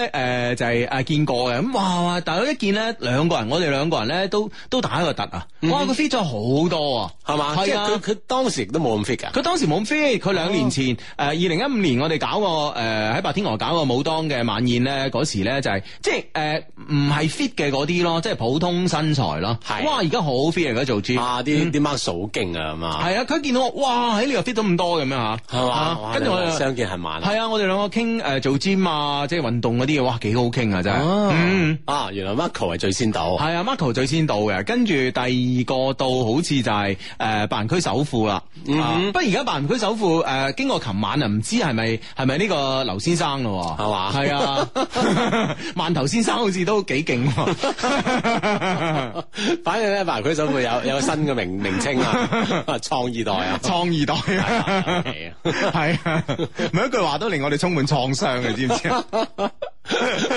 Speaker 2: 誒就係、誒見過嘅，咁哇哇，大佬一見咧兩個人，我哋兩個人咧都都打一個突啊，哇佢 fit 咗好多啊，
Speaker 3: 係嘛？即
Speaker 2: 係
Speaker 3: 係佢
Speaker 2: 啊。
Speaker 3: 佢當時亦都冇咁 fit 㗎。
Speaker 2: 佢當時冇咁 fit，佢兩年前誒呃二零一五年我哋搞個誒喺、白天鵝搞個武當嘅晚宴咧，嗰時咧就係、即係誒唔係 fit 嘅嗰啲咯，即係普通身材咯。
Speaker 3: 係
Speaker 2: 哇！而家好 fit 啊而家做 gym。
Speaker 3: 啊！啲啲 mark 數勁啊，係嘛？
Speaker 2: 系啊，佢一見到我，哇！喺呢度 fit 到咁多咁樣吓，
Speaker 3: 係
Speaker 2: 啊
Speaker 3: 嘛？哇
Speaker 2: 跟住我
Speaker 3: 兩個
Speaker 2: 哋
Speaker 3: 相見恨晚啊！
Speaker 2: 係啊，我哋兩個傾诶做 gym 啊，即係運動嗰啲嘢，哇，幾好傾啊真係。嗯，
Speaker 3: 啊，原來 Marco 係最
Speaker 2: <laughs>
Speaker 3: 先到，
Speaker 2: 係啊，Marco 最先到嘅，跟住第二個到好似就係诶白雲區首富啦。
Speaker 3: 嗯
Speaker 2: 啊不過而家白雲區首富诶經過琴晚啊，唔知係咪係咪呢個劉先生咯喎？
Speaker 3: 係嘛
Speaker 2: 係
Speaker 3: <laughs>
Speaker 2: 啊， <laughs> 饅頭先生好似都幾勁喎。
Speaker 3: 反正咧，白佢首富有有個新嘅名名稱
Speaker 2: <laughs>
Speaker 3: 啊，啊創二代啊， <laughs>
Speaker 2: 創二代啊！ <laughs>
Speaker 3: 係啊 <laughs>
Speaker 2: 系啊，每一句話都令我哋充滿創傷嘅，知唔知啊？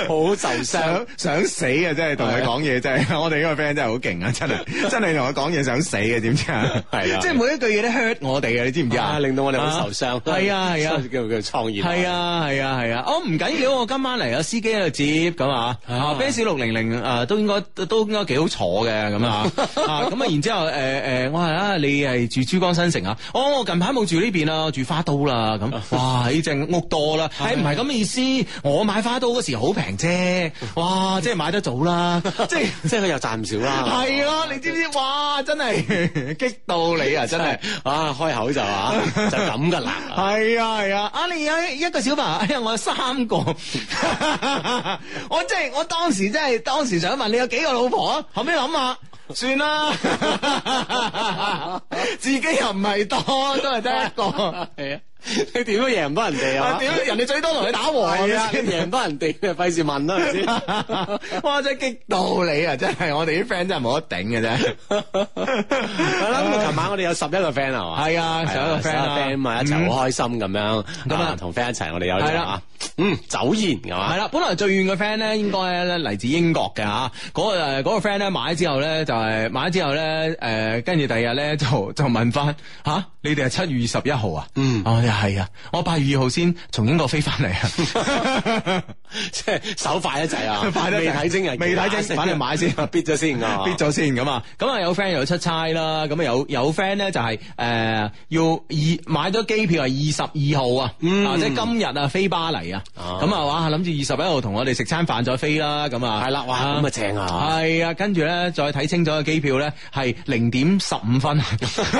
Speaker 3: 好受傷。
Speaker 2: 想想死啊！真係同佢講嘢真係，我哋呢個 friend 真係好勁啊！真
Speaker 3: <laughs>
Speaker 2: 係真係同佢講嘢想死嘅，知唔知啊？
Speaker 3: 係啊
Speaker 2: 即係每一句嘢都 hurt 我哋嘅，你知唔知啊？
Speaker 3: 啊令到我哋好受傷。
Speaker 2: 係啊係啊。
Speaker 3: 叫佢創業。
Speaker 2: 係，啊係啊係啊，哦唔緊要，我今晚嚟有司機喺度接咁啊，啊 b e n z 六零零誒都應該都應該幾好坐嘅咁 <laughs> 啊，啊咁啊然之後誒誒我係啊你係住珠江新城啊，哦我近排冇住呢邊啦，住花都啦 <laughs> 咁，哇呢隻屋多啦，誒唔係咁嘅意思，我買花都嗰時好平 <laughs> 啫，哇即係買得早 <laughs> 啦，即係。
Speaker 3: 即係佢又賺唔少啦。哎
Speaker 2: 係咯，你知唔知？哇，真係 <laughs> 激到你啊！真係。
Speaker 3: 啊，開口就啊，就咁噶啦。
Speaker 2: <laughs> 系啊系啊，啊你有一個小朋友，哎 <laughs> 呀我有三個，我真係我當時真係當時想問你有幾個老婆，後尾諗下。算啦， <laughs> 自己又唔係多，都係得一
Speaker 3: <laughs>
Speaker 2: 個。
Speaker 3: 係啊，你點都贏唔到人哋
Speaker 2: 啊
Speaker 3: 啊！
Speaker 2: 屌，人哋最多同你打和
Speaker 3: 係
Speaker 2: 係
Speaker 3: 啊，
Speaker 2: 咪
Speaker 3: 你
Speaker 2: 先 <laughs>
Speaker 3: 贏唔到人哋，你費事問啦，係咪先？
Speaker 2: 哇！真係激到你啊！真係，我哋啲 friend 真係冇得頂嘅
Speaker 3: <laughs>
Speaker 2: 啫。
Speaker 3: 係啦，咁啊琴晚我哋有十一個 friend 係
Speaker 2: <laughs>
Speaker 3: 嘛？
Speaker 2: 係啊，仲有一個 friend 啊
Speaker 3: friend 嘛，一齊好開心咁樣，咁
Speaker 2: 咁啊
Speaker 3: 啊同 friend 一齊，我哋有
Speaker 2: 係啦
Speaker 3: 啊，嗯，酒宴係
Speaker 2: 系？
Speaker 3: 嘛
Speaker 2: 啊啦，本來最遠嘅 friend 咧，應該咧嚟自英國嘅吓，嗰、個誒嗰個 friend 咧買咗之後咧，就係、買咗之後咧，誒、跟住第二日咧就就問翻吓、你哋係七月二十一號啊？嗯，我哋係啊，我八月二號先從英國飛翻嚟啊，，
Speaker 3: 即係手快一滯啊
Speaker 2: <laughs> 快得滯
Speaker 3: <laughs> 未睇精人，
Speaker 2: 未睇精反正買先
Speaker 3: 必啊咗先啊，
Speaker 2: 必咗先咁啊，咁啊有 friend 又出差啦，咁啊有有 friend 咧就係、誒要二買咗機票係二十二號啊，啊即係今日啊飛巴黎啊，
Speaker 3: 嗯啊
Speaker 2: 咁啊哇諗住二十一號同我哋食餐飯再飛啦，咁啊
Speaker 3: 係啦，哇，咁啊正啊！
Speaker 2: 系啊，跟住咧再睇清楚嘅機票咧係零點十五分， <laughs>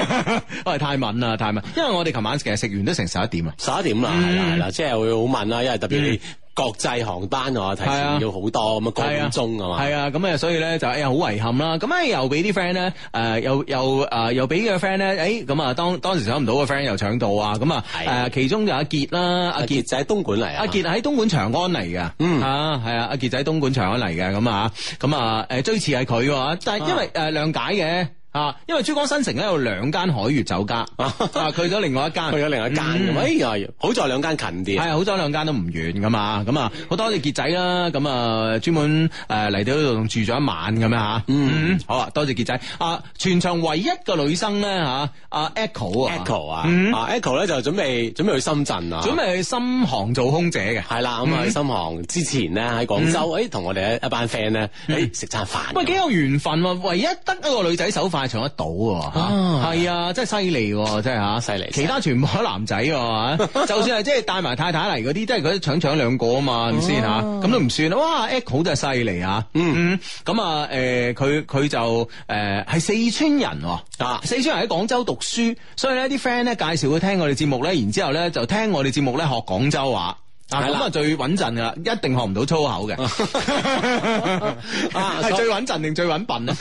Speaker 2: 喂太敏啦太敏，因為我哋琴晚其實食完都成十一點啊。
Speaker 3: 十一點啦，係啦係啦，即係會好問啦，因為特別你國際航班啊，提前
Speaker 2: 嗯係啊
Speaker 3: 要好多咁啊，個半鐘啊嘛，
Speaker 2: 系啊，咁啊，所以咧就哎呀好遺憾啦。咁啊又俾啲 friend 咧，誒又又誒又俾嘅 friend 咧，誒咁啊當當時搶唔到嘅 friend 又搶到啊，咁啊
Speaker 3: 係
Speaker 2: 誒其中就阿傑啦，阿
Speaker 3: 阿
Speaker 2: 傑
Speaker 3: 傑就喺東莞嚟啊，
Speaker 2: 阿杰喺東莞長安嚟嘅，嗯啊，系啊，阿杰仔東莞長安嚟嘅，咁啊，咁啊，诶，追詞係佢喎，但
Speaker 3: 啊
Speaker 2: 係因為诶諒解嘅。啊，因為珠江新城咧有兩間海月酒家，啊，去咗另外一間，
Speaker 3: <laughs> 去咗另一間
Speaker 2: 嗯
Speaker 3: 咁，哎呀，好在兩間近啲
Speaker 2: 係
Speaker 3: 啊，
Speaker 2: 好咗兩間都唔遠噶嘛，咁啊好多謝傑仔啦，咁啊專門誒嚟到呢度仲住咗一晚咁樣嚇，嗯，好啊，多謝傑仔啊，全場唯一個女生咧嚇，阿 Echo 啊
Speaker 3: Echo 啊，
Speaker 2: 嗯
Speaker 3: 啊 Echo 咧就準備準備去深圳啊，
Speaker 2: 準備去深航做空姐嘅。
Speaker 3: 係啦，咁啊
Speaker 2: 嗯
Speaker 3: 喺深航之前咧喺廣州，誒同我哋一一班 friend 咧，誒食餐飯，
Speaker 2: 嗯喂，幾有緣分喎！唯一得一個女仔手快搶得到喎，嚇係啊，真係犀利喎，真係嚇，
Speaker 3: 犀利
Speaker 2: 其他全部都男仔喎，
Speaker 3: <laughs>
Speaker 2: 嚇就算係即係帶埋太太嚟嗰啲，都係佢搶搶兩個啊
Speaker 3: 哦
Speaker 2: 嘛，係咪先嚇？咁都唔算啦。哇，Echo 真係犀利嚇，嗯，咁啊誒，佢佢就誒係四川人喎。 <laughs>
Speaker 3: 啊
Speaker 2: 四川人喺廣州讀書，所以咧啲 friend 咧介紹佢聽我哋節目咧，然之後咧就聽我哋節目咧學廣州話。啊，
Speaker 3: 係
Speaker 2: 咁
Speaker 3: 啦
Speaker 2: 啊最穩陣噶啦，一定學唔到粗口嘅， <laughs>
Speaker 3: 啊
Speaker 2: 係
Speaker 3: 所
Speaker 2: 最穩陣定最穩笨 <laughs> 啊？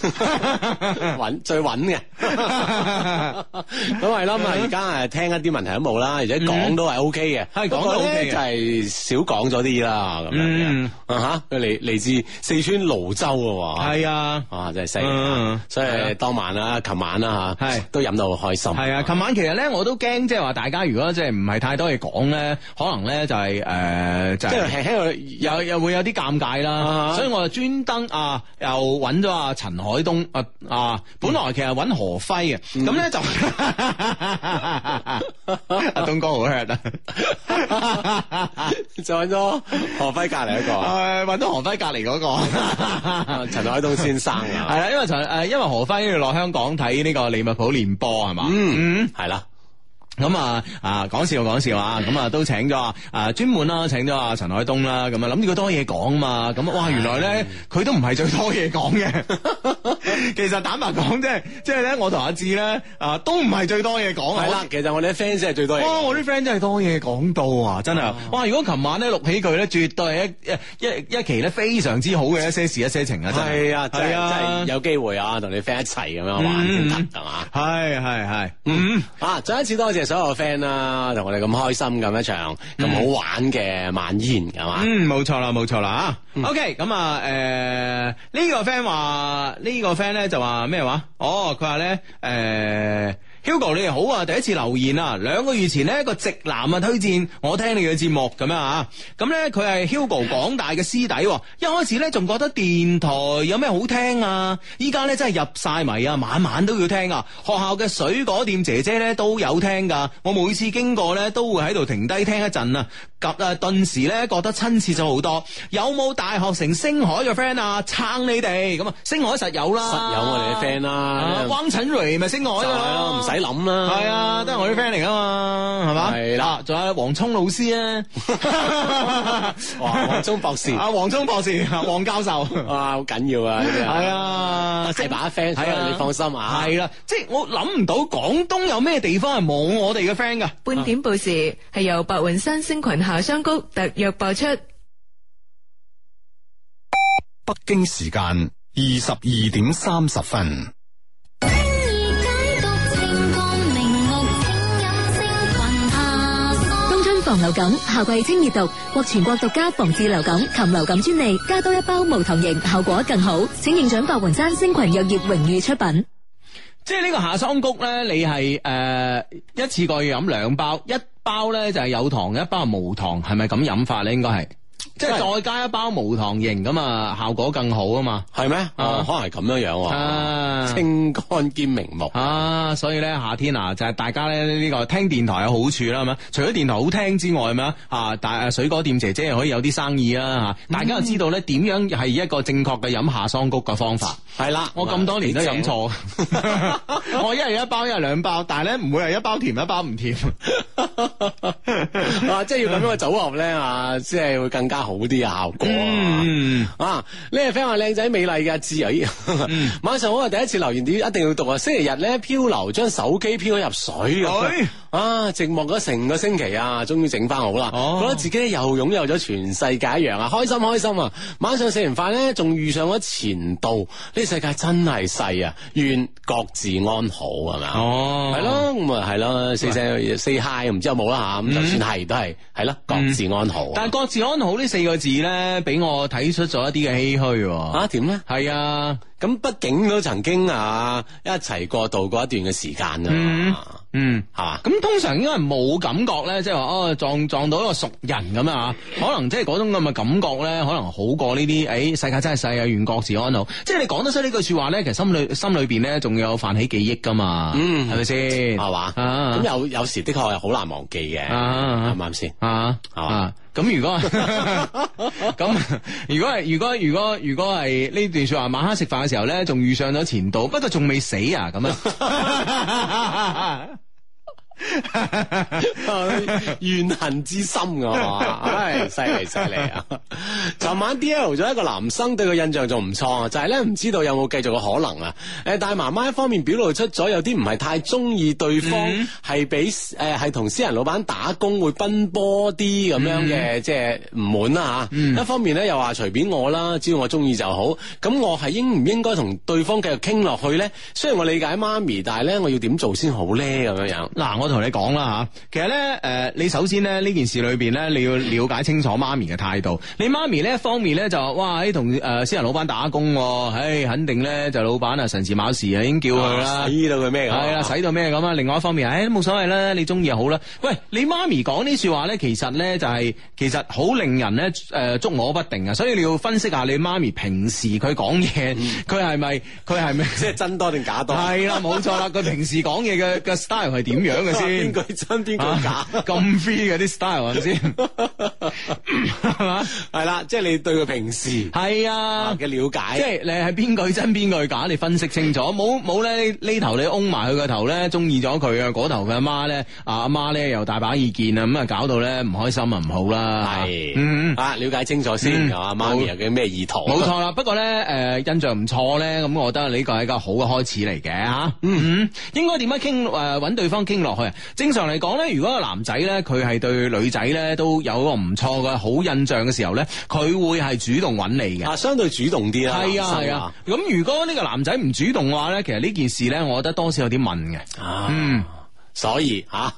Speaker 3: 穩最穩
Speaker 2: <laughs>
Speaker 3: 嘅，咁係啦，咁啊而家誒聽一啲問題都冇啦，而且講都係 O K 嘅，
Speaker 2: 嗯係講
Speaker 3: 不過
Speaker 2: 都
Speaker 3: 呢
Speaker 2: OK 嘅
Speaker 3: 就係少講咗啲啦，咁樣
Speaker 2: 嗯
Speaker 3: 嘅啊嚇，佢嚟嚟自四川瀘州嘅喎，
Speaker 2: 係啊。
Speaker 3: 啊真係犀利
Speaker 2: 嗯
Speaker 3: 啊，所
Speaker 2: 係啊
Speaker 3: 以當晚啦，琴晚啦嚇
Speaker 2: 係，
Speaker 3: 都飲到好開心，
Speaker 2: 係啊，琴晚其實咧我都驚，即係話大家如果即係唔係太多嘢講咧，可能咧就係、呃就
Speaker 3: 即
Speaker 2: 係、
Speaker 3: 係輕輕有
Speaker 2: 又又會有啲尷尬啦，
Speaker 3: 啊
Speaker 2: 所以我就專登啊，又揾咗阿陳海東啊啊，本來其實揾何輝嘅，咁咧就 <laughs> 阿東哥好 hurt 啊，
Speaker 3: <laughs> 就揾咗何輝隔離一個啊
Speaker 2: <laughs> 誒揾到何輝隔離嗰 <laughs> 個。
Speaker 3: 啊，陳海東先生
Speaker 2: 係
Speaker 3: 啊，
Speaker 2: 啦，因為陳誒，因為何輝要落香港睇呢個利物浦練 <laughs> 波係嘛，嗯
Speaker 3: 係啦。
Speaker 2: 咁啊啊講笑講笑啊，咁啊都請咗啊啊專門啦，請咗阿陳海東啦，咁啊諗住佢多嘢講嘛，咁啊哇原來咧佢都唔係最多嘢講嘅，
Speaker 3: <laughs>
Speaker 2: 其實坦白講即係即係咧，我同阿志咧啊都唔係最多嘢講啊
Speaker 3: 係。啦，其實我哋啲 fans 係最多嘢
Speaker 2: 哇！我啲 friend 真係多嘢講到啊，真係啊！哇！如果琴晚咧錄起佢咧，絕對係一一一期咧非常之好嘅一些事一些情啊！真係嗯
Speaker 3: 係啊，真係真係有機會啊，同你 friend 一齊咁樣玩先得係嘛？
Speaker 2: 係係係，嗯，
Speaker 3: 啊！再一次多謝所有 friend 啦，同我哋咁開心咁一場咁好玩嘅晚宴係啊嘛？
Speaker 2: 嗯，冇錯啦，冇錯啦吓。OK，咁啊，诶，呢個 friend 話，呢個 friend 咧就話咩話？哦，佢話咧，诶。 Hugo 你哋好啊，第一次留言啊，兩個月前呢個直男啊推薦我聽你嘅節目咁樣啊，咁呢，佢係 Hugo 廣大嘅師弟喎，一開始呢，仲覺得電台有咩好聽啊，依家呢，真係入晒迷啊，晚晚都要聽啊，學校嘅水果店姐姐呢都有聽噶，我每次經過呢，都會喺度停低聽一陣啊，及啊頓時呢，覺得親切咗好多，有冇大學城星海嘅 friend 啊撐你哋咁啊，星海實有啦，
Speaker 3: 實有我哋嘅 friend 啦
Speaker 2: 啊，汪陳瑞咪星海
Speaker 3: 就係啦，
Speaker 2: 咯，
Speaker 3: 唔使諗啦，
Speaker 2: 系啊，都哦係我啲 friend 嚟噶嘛，係嘛？
Speaker 3: 係啦，
Speaker 2: 啊，仲有黃聰老師啊
Speaker 3: 哇黃聰博
Speaker 2: <laughs>
Speaker 3: 士
Speaker 2: 啊，黃聰博士，啊黃教授，係
Speaker 3: 哇，好緊要啊，呢啲啊
Speaker 2: 啊，
Speaker 3: 大把 friend，
Speaker 2: 係啊
Speaker 3: 你放心啊，
Speaker 2: 係啦，即係我諗唔到廣東有咩地方係冇我哋嘅 friend 噶。
Speaker 4: 半點報時係由白雲山星群夏桑菊特約播出。
Speaker 5: 北京時間二十二點三十分。
Speaker 6: 冬春防流感，夏季清熱毒，獲全國獨家防治流感禽流感專利，加多一包無糖型，效果更好。請認準白雲山星群藥業榮譽出品。
Speaker 2: 即係呢個夏桑菊咧，你係誒、呃一次過要飲兩包，一包咧就係有糖，一包係無糖，係咪咁飲法咧？應該係，即係再加一包無糖型咁啊，效果更好啊嘛。
Speaker 3: 係咩？哦，可能係咁樣樣
Speaker 2: 啊
Speaker 3: 喎，清肝兼明目。
Speaker 2: 啊，所以咧夏天啊，就係、大家咧呢、個聽電台有好處啦，係咪？除咗電台好聽之外，係咪啊？大啊水果店姐姐又可以有啲生意啦，嚇、大家又知道咧點樣係一個正確嘅飲夏桑菊嘅方法。
Speaker 3: 係啦，
Speaker 2: 我咁多年都飲錯， <laughs> 我一日一包，一日兩包，但係咧唔會係一包甜一包唔甜。
Speaker 3: <laughs> 啊，即係要咁樣嘅組合咧啊，即係會更加好啲嘅效果啊。
Speaker 2: 嗯，
Speaker 3: 啊！呢個 friend 話靚仔美麗嘅志由， <laughs> 晚上啊我係第一次留言，點一定要讀啊！星期日咧漂流，將手機漂咗入水
Speaker 2: 哎
Speaker 3: 咁啊！寂寞咗成個星期啊，終於整翻好啦，
Speaker 2: 哦
Speaker 3: 覺得自己又擁有咗全世界一樣啊！開心開心啊！晚上食完飯咧，仲遇上咗前度，呢世界真係細啊！願各自安好係咪啊？
Speaker 2: <laughs> 哦
Speaker 3: 係咯，咁啊係咯，say 聲 say hi，唔知有冇啦吓，咁就算係都係係咯，各自安好啊。
Speaker 2: 嗯但係各自安好呢四個字咧，俾我睇出咗一啲嘅唏噓喎。
Speaker 3: 啊點咧？
Speaker 2: 係啊，
Speaker 3: 咁畢竟都曾經啊一齊過度過一段嘅時間啊，
Speaker 2: 嗯。
Speaker 3: 係嘛？
Speaker 2: 咁通常應該係冇感覺咧，即係話哦撞撞到一個熟人咁啊，可能即係嗰種咁嘅感覺咧，可能好過呢啲誒世界真係細啊，願國治安好。即係你講得出呢句説話咧，其實心裏心裏邊咧仲有泛起記憶噶嘛，
Speaker 3: 嗯
Speaker 2: 係咪先？
Speaker 3: 係嘛？
Speaker 2: 啊
Speaker 3: 咁有有時的確係好難忘記嘅，
Speaker 2: 啊
Speaker 3: 啱唔啱先？
Speaker 2: 啊
Speaker 3: 係嘛
Speaker 2: 啊！咁如
Speaker 3: <laughs>
Speaker 2: 果咁如果係如果如果如果係呢段説話，晚黑食飯嘅時候咧，仲遇上咗前度，不過仲未死啊咁
Speaker 3: <laughs>
Speaker 2: 啊！
Speaker 3: 怨恨啊之心噶，唉，犀利犀利啊！尋晚 D L 咗一個男生，對佢印象仲唔錯啊，就係咧唔知道有冇繼續嘅可能啊。誒，但係媽媽一方面表露出咗有啲唔係太中意對方，係俾誒係同私人老闆打工會奔波啲咁樣嘅，即係唔滿啦嚇。一方面咧又話隨便我啦，只要我中意就好。咁我係應唔應該同對方繼續傾落去咧？雖然我理解媽咪，但係咧我要點做先好咧？咁樣樣。
Speaker 2: 嗱，我同你講啦吓，其實咧，誒、你首先咧呢件事裏邊咧，你要了解清楚媽咪嘅態度。你媽咪呢一方面咧就話哇，喺同誒私人老闆打工喎，唉，肯定咧就老闆啊神時馬時啊已經叫佢啦。
Speaker 3: 知道佢咩㗎
Speaker 2: 係啦，使到咩咁啊？另外一方面，唉、冇所謂啦，你中意就好啦。喂，你媽咪講呢說話咧，其實咧就係、其實好令人咧誒、捉摸不定啊，所以你要分析下你媽咪平時佢講嘢，佢係咪佢係咪
Speaker 3: 即係真多定假多？ <laughs>
Speaker 2: 係啦，冇錯啦，佢平時講嘢嘅嘅 style 係點樣嘅
Speaker 3: 邊
Speaker 2: 先？
Speaker 3: 句真 <laughs> 邊句假
Speaker 2: 啊？咁 free 嘅啲 style 係咪先？係嘛？
Speaker 3: 係啦，即係你對佢平時
Speaker 2: 係啊。
Speaker 3: 嘅了
Speaker 2: 即
Speaker 3: 解，
Speaker 2: 係你係邊句真邊句假，你分析清楚，冇冇咧呢呢頭你擁埋佢個頭咧，中意咗佢啊，嗰頭佢阿媽咧，啊阿媽咧又大把意見啊，咁啊搞到咧唔開心啊，唔好啦，
Speaker 3: 係
Speaker 2: 嗯。嗯
Speaker 3: 啊，了解清楚先，
Speaker 2: 嗯
Speaker 3: 係嘛？媽咪
Speaker 2: 冇
Speaker 3: 有嘅咩意圖？
Speaker 2: 冇錯啦，不過咧，誒、印象唔錯咧，咁我覺得呢個係一個好嘅開始嚟嘅嚇。嗯，應該點樣傾誒揾對方傾落去？正常嚟講咧，如果個男仔咧佢係對女仔咧都有一個唔錯嘅好印象嘅時候咧，佢會係主動揾你嘅。
Speaker 3: 啊，相對主動啲啦，
Speaker 2: 係啊係啊，咁如果呢個男仔唔主動嘅話咧，其實呢件事咧，我覺得多少有啲問嘅。
Speaker 3: 啊，
Speaker 2: 嗯
Speaker 3: <laughs> 所以啊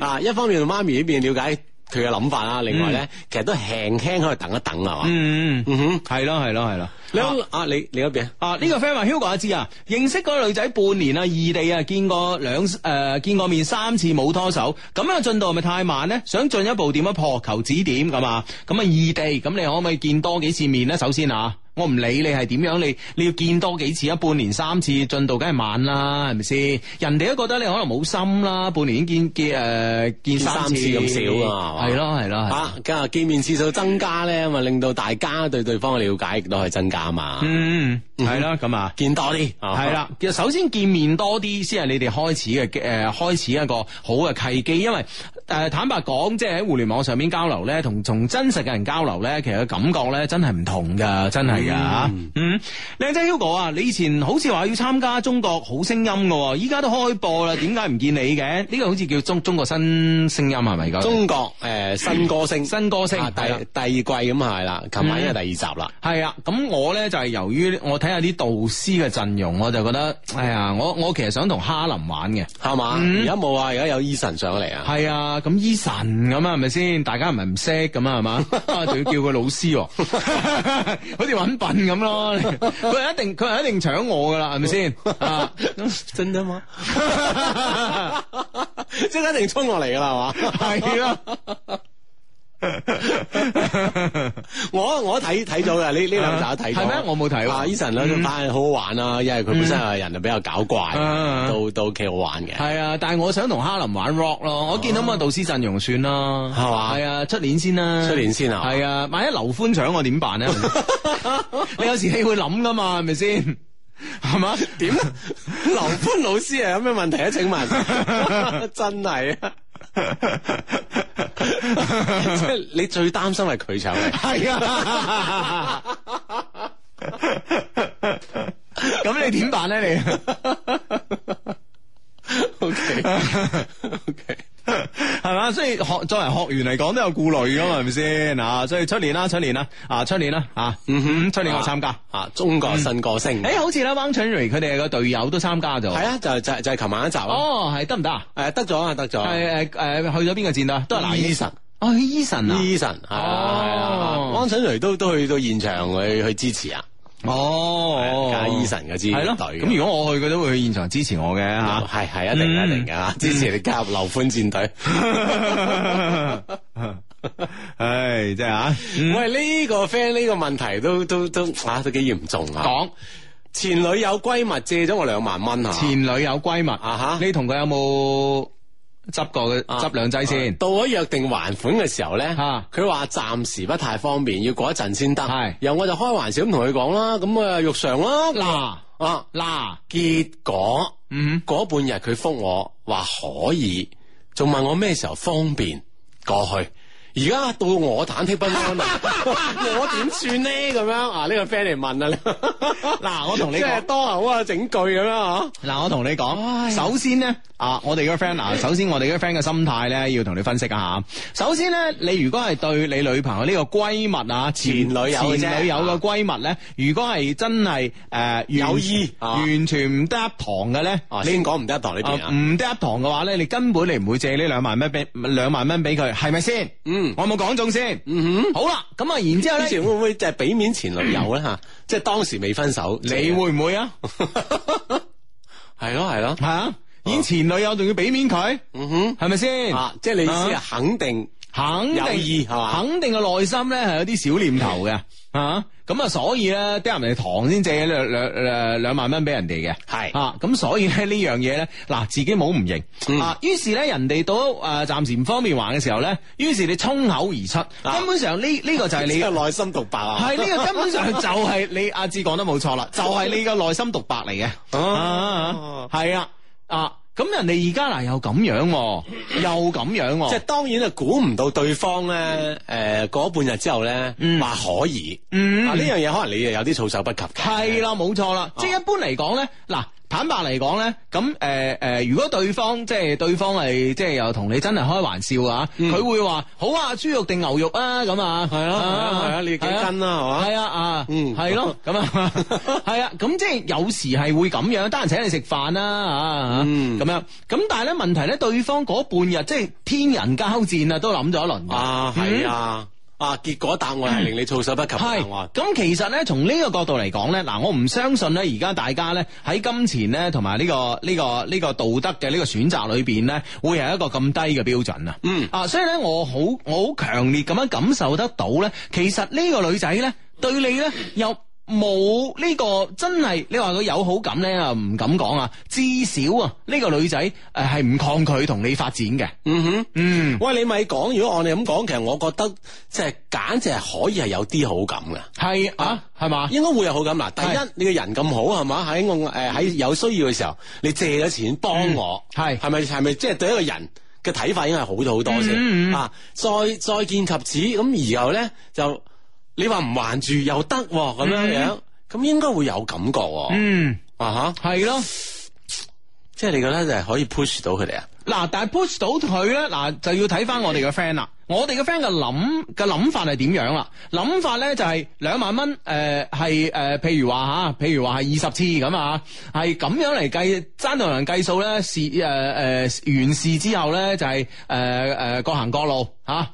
Speaker 3: 啊，一方面媽咪呢邊了解。佢嘅諗法啦。另外咧，其實都輕輕喺度等一等啊嘛。
Speaker 2: 嗯嗯
Speaker 3: 嗯哼，
Speaker 2: 嗯，系咯系咯系咯。
Speaker 3: 你啊，你你嗰邊
Speaker 2: 啊！呢、個 friend 話 Hugo 阿芝啊，認識嗰個女仔半年啦，異地啊，見過兩誒、呃、見過面三次冇拖手，咁樣進度係咪太慢呢？想進一步點樣破？求指點咁啊！咁啊異地，咁你可唔可以見多幾次面呢？首先啊，我唔理你係點樣，你你要見多幾次啊！半年三次進度梗係慢啦，係咪先？人哋都覺得你可能冇心啦，半年已經見見誒、呃、見
Speaker 3: 三
Speaker 2: 三次
Speaker 3: 次咁少啊係嘛
Speaker 2: 係咯係咯，係咯
Speaker 3: 啊，咁啊見面次數增加咧，咁啊令到大家對對方嘅了解亦都係增加啊嘛。
Speaker 2: 嗯係咯咁啊。
Speaker 3: 見多啲啊
Speaker 2: 系啦，其實首先見面多啲先係你哋開始嘅誒、呃、開始一個好嘅契機，因為誒、呃坦白講，即係喺互聯網上面交流咧，同同真實嘅人交流咧，其實感覺咧真係唔同噶，真係噶嗯，靚仔 Hugo 啊，你以前好似話要參加中國好聲音嘅喎，依家都開播啦，點解唔見你嘅？呢、個好似叫中中國新聲音係咪㗎？
Speaker 3: 中國誒新歌星，
Speaker 2: 新歌聲
Speaker 3: 啊第
Speaker 2: 係啦嗯
Speaker 3: 第二季咁係啦，琴晚已經係第二集啦。
Speaker 2: 系啊，咁我咧就係由於我睇下啲導師嘅陣容，我就覺得，哎呀，我我其實想同哈林玩嘅，
Speaker 3: 係嘛？
Speaker 2: 嗯
Speaker 3: 而家冇啊，而家有 Eason 上
Speaker 2: <laughs>
Speaker 3: 嚟啊。
Speaker 2: 系啊，咁 Eason 咁啊，係咪先？大家唔係唔識咁啊，係嘛？啊仲要叫佢老師喎， <laughs> 好似揾笨咁咯。佢一定佢係一定搶我噶啦，係咪先？啊，
Speaker 3: 真的嗎？即係一定衝落嚟㗎啦，係嘛？
Speaker 2: <laughs> 係啦，
Speaker 3: <laughs> 我我睇睇咗嘅，呢呢兩集都睇咗。
Speaker 2: 係咩我冇睇喎
Speaker 3: 啊，Eason 兩
Speaker 2: 嗯
Speaker 3: 套翻好好玩啊，因為佢本身係人就比較搞怪，
Speaker 2: 嗯
Speaker 3: 都都幾好玩嘅。哦
Speaker 2: 係啊，但係我想同哈林玩 rock 咯。我見到咁嘅導師陣容算啦，
Speaker 3: 係嘛
Speaker 2: 係啊，出年先啦，
Speaker 3: 出年先啊
Speaker 2: 係啊，萬一劉歡搶我點
Speaker 3: <laughs>
Speaker 2: 辦咧？你有時你會諗噶嘛，係咪先？係嘛？
Speaker 3: 點
Speaker 2: <laughs>
Speaker 3: 咧？劉歡啊老師係有咩問題啊？請問，真
Speaker 2: <laughs>
Speaker 3: 係啊！即係你最擔心係佢搶 <laughs> 你，
Speaker 2: 係啊。咁你點辦
Speaker 3: <laughs>
Speaker 2: 咧？你
Speaker 3: O
Speaker 2: <laughs>
Speaker 3: K O K，
Speaker 2: 係嘛？所以學作為學員嚟講都有顧慮噶嘛，係咪先啊？所以出年啦，出年啦，啊，出年啦，啊，嗯哼，出年我參加。
Speaker 3: 啊！中國新歌星，
Speaker 2: 誒、好似咧汪晨蕊佢哋個隊友都參加咗。
Speaker 3: 係啊，就就就係琴晚一集啊，
Speaker 2: 哦，係得唔得啊？
Speaker 3: 誒得咗啊，得咗啊，
Speaker 2: 係誒誒，去咗邊個戰隊？都係南
Speaker 3: Eason
Speaker 2: 哦，Eason 啊
Speaker 3: Eason 係啊係啊
Speaker 2: 哦
Speaker 3: 汪晨雷都都去到現場去去支持啊，
Speaker 2: 哦，
Speaker 3: 加 Eason 嗰支
Speaker 2: 係咯。
Speaker 3: 隊
Speaker 2: 咁如果我去，佢都會去現場支持我嘅吓。
Speaker 3: 係係啊一定
Speaker 2: 嗯
Speaker 3: 一定嘅啊，支持你加入劉歡戰隊。
Speaker 2: <laughs> 嗯唉，真係啊！
Speaker 3: 喂，呢個 friend 呢個問題都都都啊都幾嚴重啊！
Speaker 2: 講
Speaker 3: 前女友閨蜜借咗我兩萬蚊啊！
Speaker 2: 前女友閨蜜
Speaker 3: 啊哈
Speaker 2: 你同佢有冇執過嘅
Speaker 3: 啊
Speaker 2: 執兩劑先？
Speaker 3: 到咗約定還款嘅時候咧
Speaker 2: 啊，
Speaker 3: 佢話暫時不太方便，要過一陣先得。
Speaker 2: 係
Speaker 3: 然後我就開玩笑咁同佢講啦，咁啊肉償啦，
Speaker 2: 嗱
Speaker 3: 嗱啊，
Speaker 2: 嗱，
Speaker 3: 結果
Speaker 2: 嗯，
Speaker 3: 嗰半日佢覆我話可以，仲問我咩時候方便過去。而家到我忐忑不安 <laughs> 啦，我點算呢？咁樣啊？呢、個 friend 嚟問啊， <laughs>
Speaker 2: 嗱，我同你
Speaker 3: 即係
Speaker 2: 講。
Speaker 3: 多口啊，整句咁樣啊。
Speaker 2: 嗱，我同你
Speaker 3: 哎
Speaker 2: 講，首先咧啊，我哋嗰個 friend
Speaker 3: <laughs>
Speaker 2: 嗱，首先我哋嗰個 friend 嘅心態咧，要同你分析一下。首先咧，你如果係對你女朋友呢個閨蜜啊，前
Speaker 3: 前女友嘅啫啊
Speaker 2: 前女友嘅閨蜜咧，如果係真係誒、呃完
Speaker 3: 有意啊
Speaker 2: 完全唔得一堂嘅咧，
Speaker 3: 啊，
Speaker 2: 你
Speaker 3: 先講唔得堂呢
Speaker 2: 啊
Speaker 3: 邊啊，
Speaker 2: 唔得一堂嘅話咧，你根本你唔會借呢兩萬蚊俾兩萬蚊俾佢，係咪先？
Speaker 3: 嗯
Speaker 2: 我有冇講中先？嗯哼，好啦，咁啊，然之後
Speaker 3: 之前
Speaker 2: 咧，
Speaker 3: 會唔會就係俾面前女友咧吓？即係當時未分手，
Speaker 2: 你
Speaker 3: <laughs>
Speaker 2: 會唔會啊？
Speaker 3: 係咯係咯，
Speaker 2: 係啊，已經前女友仲要俾面佢，
Speaker 3: 嗯哼，
Speaker 2: 係咪先？
Speaker 3: 啊，即係你意思
Speaker 2: 啊
Speaker 3: 係肯定
Speaker 2: 肯
Speaker 3: 有
Speaker 2: 定
Speaker 3: 意係嘛
Speaker 2: 肯定嘅內心咧係有啲小念頭
Speaker 3: <laughs>
Speaker 2: 嘅，啊咁啊，所以咧，得人哋堂先借兩兩誒兩萬蚊俾人哋嘅，
Speaker 3: 係嗯
Speaker 2: 啊咁，所以咧呢樣嘢咧，嗱自己冇唔認啊，於是咧人哋到誒暫時唔方便還嘅時候咧，於是你衝口而出，
Speaker 3: 啊
Speaker 2: 根本上呢呢個就係
Speaker 3: <laughs> 即
Speaker 2: 你
Speaker 3: 啊係。內心獨白啊，
Speaker 2: 係呢、個根本上就係
Speaker 3: <laughs>
Speaker 2: 你阿志講得冇錯啦，就係、你個內心獨白嚟嘅，係啊
Speaker 3: 哦
Speaker 2: 係啊啊！咁人哋而家嗱又咁樣喎，又咁樣喎，
Speaker 3: 即係當然啊，估唔到對方咧，誒過咗半日之後咧，話可嗯以，啊呢樣嘢可能你又有啲措手不及嘅，
Speaker 2: 係啦，冇錯啦。即係一般嚟講咧，嗱，坦白嚟講咧，咁誒誒，如果對方即係對方係即係又同你真係開玩笑啊，佢會話好啊，豬肉定牛肉啊咁啊，
Speaker 3: 嗯係啊係啊係啊你幾斤啊係嘛
Speaker 2: 係啊啊，
Speaker 3: 嗯
Speaker 2: 係咯，咁啊， <laughs> 係啊，咁即係有時係會咁樣，得閒請你食飯啦啊，
Speaker 3: 嗯
Speaker 2: 咁樣，咁但係咧問題咧，對方嗰半日即係天人交戰啊，都諗咗一輪㗎
Speaker 3: 啊，係啊，啊，結果答案係令你措手不及嘅答
Speaker 2: 係
Speaker 3: 案。
Speaker 2: 咁啊其實咧，從呢個角度嚟講咧，嗱，我唔相信咧，而家大家咧喺金錢咧同埋呢個呢、個呢、個道德嘅呢個選擇裏邊咧，會係一個咁低嘅標準啊。
Speaker 3: 嗯
Speaker 2: 啊，所以咧，我好我好強烈咁樣感受得到咧，其實呢個女仔咧對你咧又。冇呢、個真係，你話佢有好感咧，又唔敢講啊。至少啊，呢、個女仔誒係唔抗拒同你發展嘅。
Speaker 3: 嗯哼，
Speaker 2: 嗯，
Speaker 3: 喂，你咪講，如果按你咁講，其實我覺得即係簡直係可以係有啲好感嘅。
Speaker 2: 係啊，係
Speaker 3: <laughs>
Speaker 2: 嘛？
Speaker 3: 應該會有好感嗱，第
Speaker 2: 係
Speaker 3: 一你個人咁好係嘛？喺我誒喺有需要嘅時候，你借咗錢幫我，
Speaker 2: 嗯嗯係
Speaker 3: 係咪係咪即係對一個人嘅睇法已經係好咗好多
Speaker 2: 嗯嗯
Speaker 3: 先
Speaker 2: 嗯
Speaker 3: 啊？再再見及此咁，然後咧就你話唔還住又得喎咁樣樣，咁應該會有感覺喎
Speaker 2: 嗯，
Speaker 3: 啊哈！
Speaker 2: 係咯。
Speaker 3: 即係你覺得就係可以 push 到佢哋啊？
Speaker 2: 嗱，但係 push 到佢咧，嗱就要睇翻我哋嘅 friend 啦。我哋嘅 friend 嘅諗嘅諗法係點樣啦？諗法咧就係兩萬蚊，誒係誒，譬如話吓，譬如話係二十次咁啊，係咁樣嚟計，爭到人計數咧，事誒誒呃完事之後咧就係誒誒各行各路吓，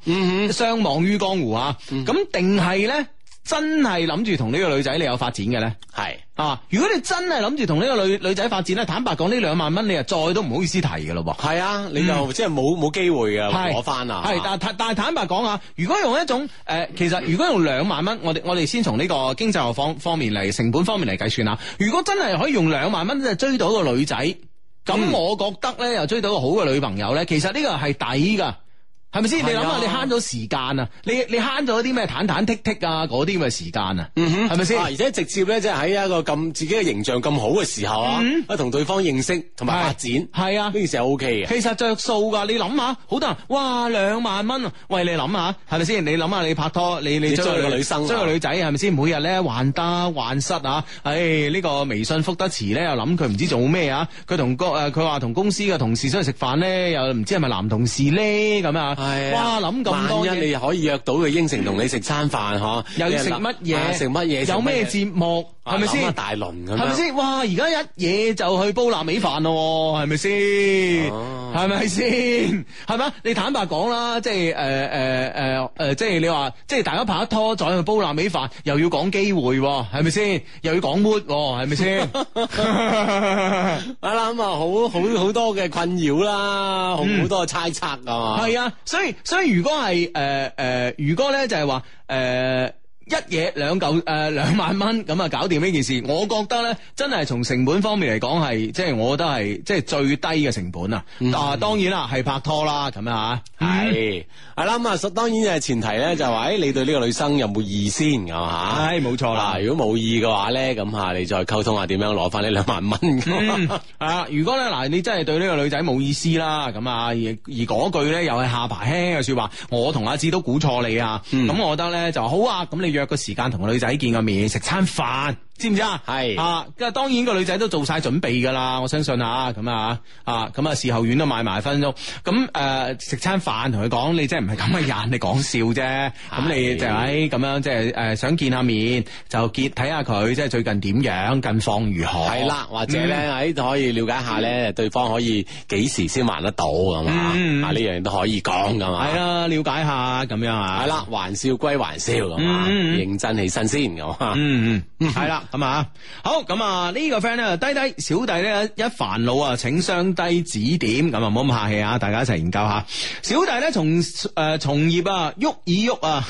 Speaker 2: 相忘於江湖啊。咁定係咧真係諗住同呢個女仔你有發展嘅咧？
Speaker 3: 係
Speaker 2: 啊！如果你真係諗住同呢個女女仔發展咧，坦白講，呢兩萬蚊你啊再都唔好意思提嘅咯噃。
Speaker 3: 係啊，你就即係冇冇機會嘅
Speaker 2: 係
Speaker 3: 攞翻啊！
Speaker 2: 係，嗯但但但係坦白講啊，如果用一種誒、呃其實如果用兩萬蚊，我哋我哋先從呢個經濟學方方面嚟成本方面嚟計算啊。如果真係可以用兩萬蚊就追到一個女仔，咁、
Speaker 3: 嗯
Speaker 2: 我覺得咧又追到一個好嘅女朋友咧，其實呢個係抵㗎，係咪先？你
Speaker 3: 係
Speaker 2: 諗
Speaker 3: 啊
Speaker 2: 下，你慳咗時間啊，你你慳咗啲咩忐忐忑忑啊，嗰啲咁嘅時間啊，係咪先
Speaker 3: 啊？而且直接咧，即係喺一個咁自己嘅形象咁好嘅時候啊，啊同對方認識同埋發展，
Speaker 2: 嗯係係啊
Speaker 3: 呢件事係 O K 嘅。
Speaker 2: 其實着數㗎，你諗下，好多人哇兩萬蚊啊，喂你諗下係咪先？你諗下你拍拖，你你
Speaker 3: 你
Speaker 2: 追
Speaker 3: 追
Speaker 2: 個
Speaker 3: 個女生啊
Speaker 2: 追個女仔係咪先？每日咧患得患失啊，唉、呢、個微信覆得遲咧，又諗佢唔知做咩啊，佢同個誒佢話同公司嘅同事出去食飯咧，又唔知係咪男同事咧咁啊，哇諗咁多
Speaker 3: 萬一
Speaker 2: 嘢，
Speaker 3: 你可以約到佢應承同你食餐飯嗬，
Speaker 2: 又要食乜
Speaker 3: 你係諗啊
Speaker 2: 嘢，
Speaker 3: 食乜嘢，
Speaker 2: 有咩
Speaker 3: 節
Speaker 2: 節目係咪先？
Speaker 3: 大輪咁樣
Speaker 2: 係咪？先？哇！而家一嘢就去煲臘味飯咯喎，係咪先？
Speaker 3: 哦
Speaker 2: 係咪先？係咪？你坦白講啦，即係誒誒誒誒，即係你話，即係大家拍咗拖再去煲臘味飯，又要講機會喎，係咪先？又要講 mood 喎，係咪
Speaker 3: <laughs>
Speaker 2: 先？
Speaker 3: 係啦，咁啊，好好好多嘅困擾啦，好好多嘅猜測啊嘛。
Speaker 2: 嗯係啊，所以所以如果係誒誒，如果咧就係話誒。一嘢兩嚿誒兩萬蚊咁啊，搞掂呢件事，我覺得咧真係從成本方面嚟講係，即係我覺得係即係最低嘅成本啊！啊，當然啦，係拍拖啦咁啊，
Speaker 3: 係係啦，咁啊，所當然係前提咧，就係話，誒，你對呢個女生有冇意先咁吓？
Speaker 2: 係冇錯啦
Speaker 3: 嗱如果冇意嘅話咧，咁吓你再溝通下點樣攞翻呢兩萬蚊。
Speaker 2: 啊！如果咧嗱，你真係對呢個女仔冇意思啦，咁啊，而而嗰句咧又係下巴輕嘅説話，我同阿志都估錯你啊！
Speaker 3: 嗯
Speaker 2: 咁、我覺得咧就好啊，咁你約個時間同個女仔見個面，食餐飯，知唔知啊？
Speaker 3: 係
Speaker 2: 啊，咁啊當然個女仔都做晒準備㗎啦，我相信啊，咁啊啊，咁啊事後院都買埋分鐘，咁誒食餐飯同佢講，你真係唔係咁嘅人，你講笑啫，咁你就係咁樣即係誒想見下面就見睇下佢即係最近點樣，近況如何？
Speaker 3: 係啦，或者咧
Speaker 2: 嗯
Speaker 3: 喺可以了解下咧，對方可以幾時先還得到咁啊？
Speaker 2: 嗯
Speaker 3: 啊呢樣嘢都可以講噶嘛。
Speaker 2: 系，啊啦，了解下咁樣啊。
Speaker 3: 係，啦，玩笑歸玩笑咁啊，
Speaker 2: 嗯嗯
Speaker 3: 認真起身先咁啊。
Speaker 2: 嗯嗯，系啦，咁啊，好咁啊，呢個 friend 咧，低低小弟咧一煩惱啊，請雙低指點，咁啊，唔好咁客氣啊，大家一齊研究下。小弟咧從誒從業啊，喐耳喐啊。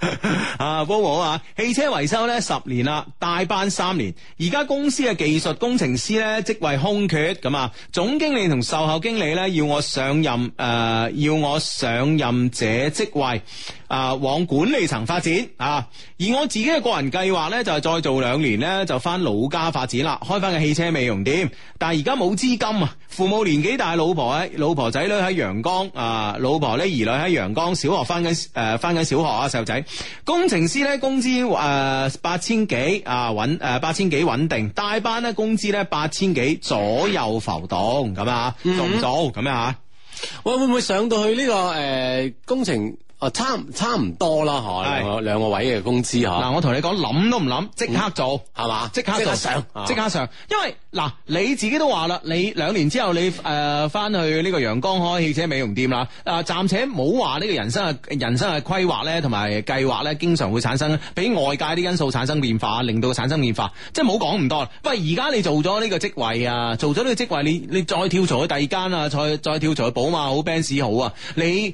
Speaker 2: <laughs> 啊，Volvo 啊，汽車維修咧十年啦，大班三年，而家公司嘅技術工程師咧職位空缺咁啊，總經理同售後經理咧要我上任誒、呃要我上任者職位。啊往管理層發展啊。而我自己嘅個人計劃呢，就係再做兩年呢，就翻老家發展啦，開翻個汽車美容店。但係而家冇資金啊，父母年紀大，老婆喺老婆仔女喺陽江啊，老婆呢兒女喺陽江小學翻緊誒翻緊小學啊，細路仔。工程師呢，工資誒八千幾啊穩誒八千幾穩定，大班呢，工資呢，八千幾左右浮動咁啊，做唔做咁樣啊？
Speaker 3: 喂，會唔會上到去呢、個诶、誒工程？啊，差唔差唔多啦，嗬，
Speaker 2: 係
Speaker 3: 兩個兩個位嘅工資
Speaker 2: 嗱，
Speaker 3: 嗬，
Speaker 2: 我同你講諗都唔諗，即刻做。
Speaker 3: 係嘛？
Speaker 2: 即刻做
Speaker 3: 上，啊
Speaker 2: 即刻上，因為嗱你自己都話啦，你呃兩年之後你誒翻、呃去呢個陽江開汽車美容店啦，啊、暫且冇話呢個人生嘅呃人生嘅規劃咧，同埋計劃咧，經常會產生俾外界啲因素產生變化，令到產生變化，即係冇講唔多啦。喂，而家你做咗呢個職位啊，做咗呢個職位，你你再跳槽去第二間啊，再再跳槽去寶馬好 Benz 好啊，你。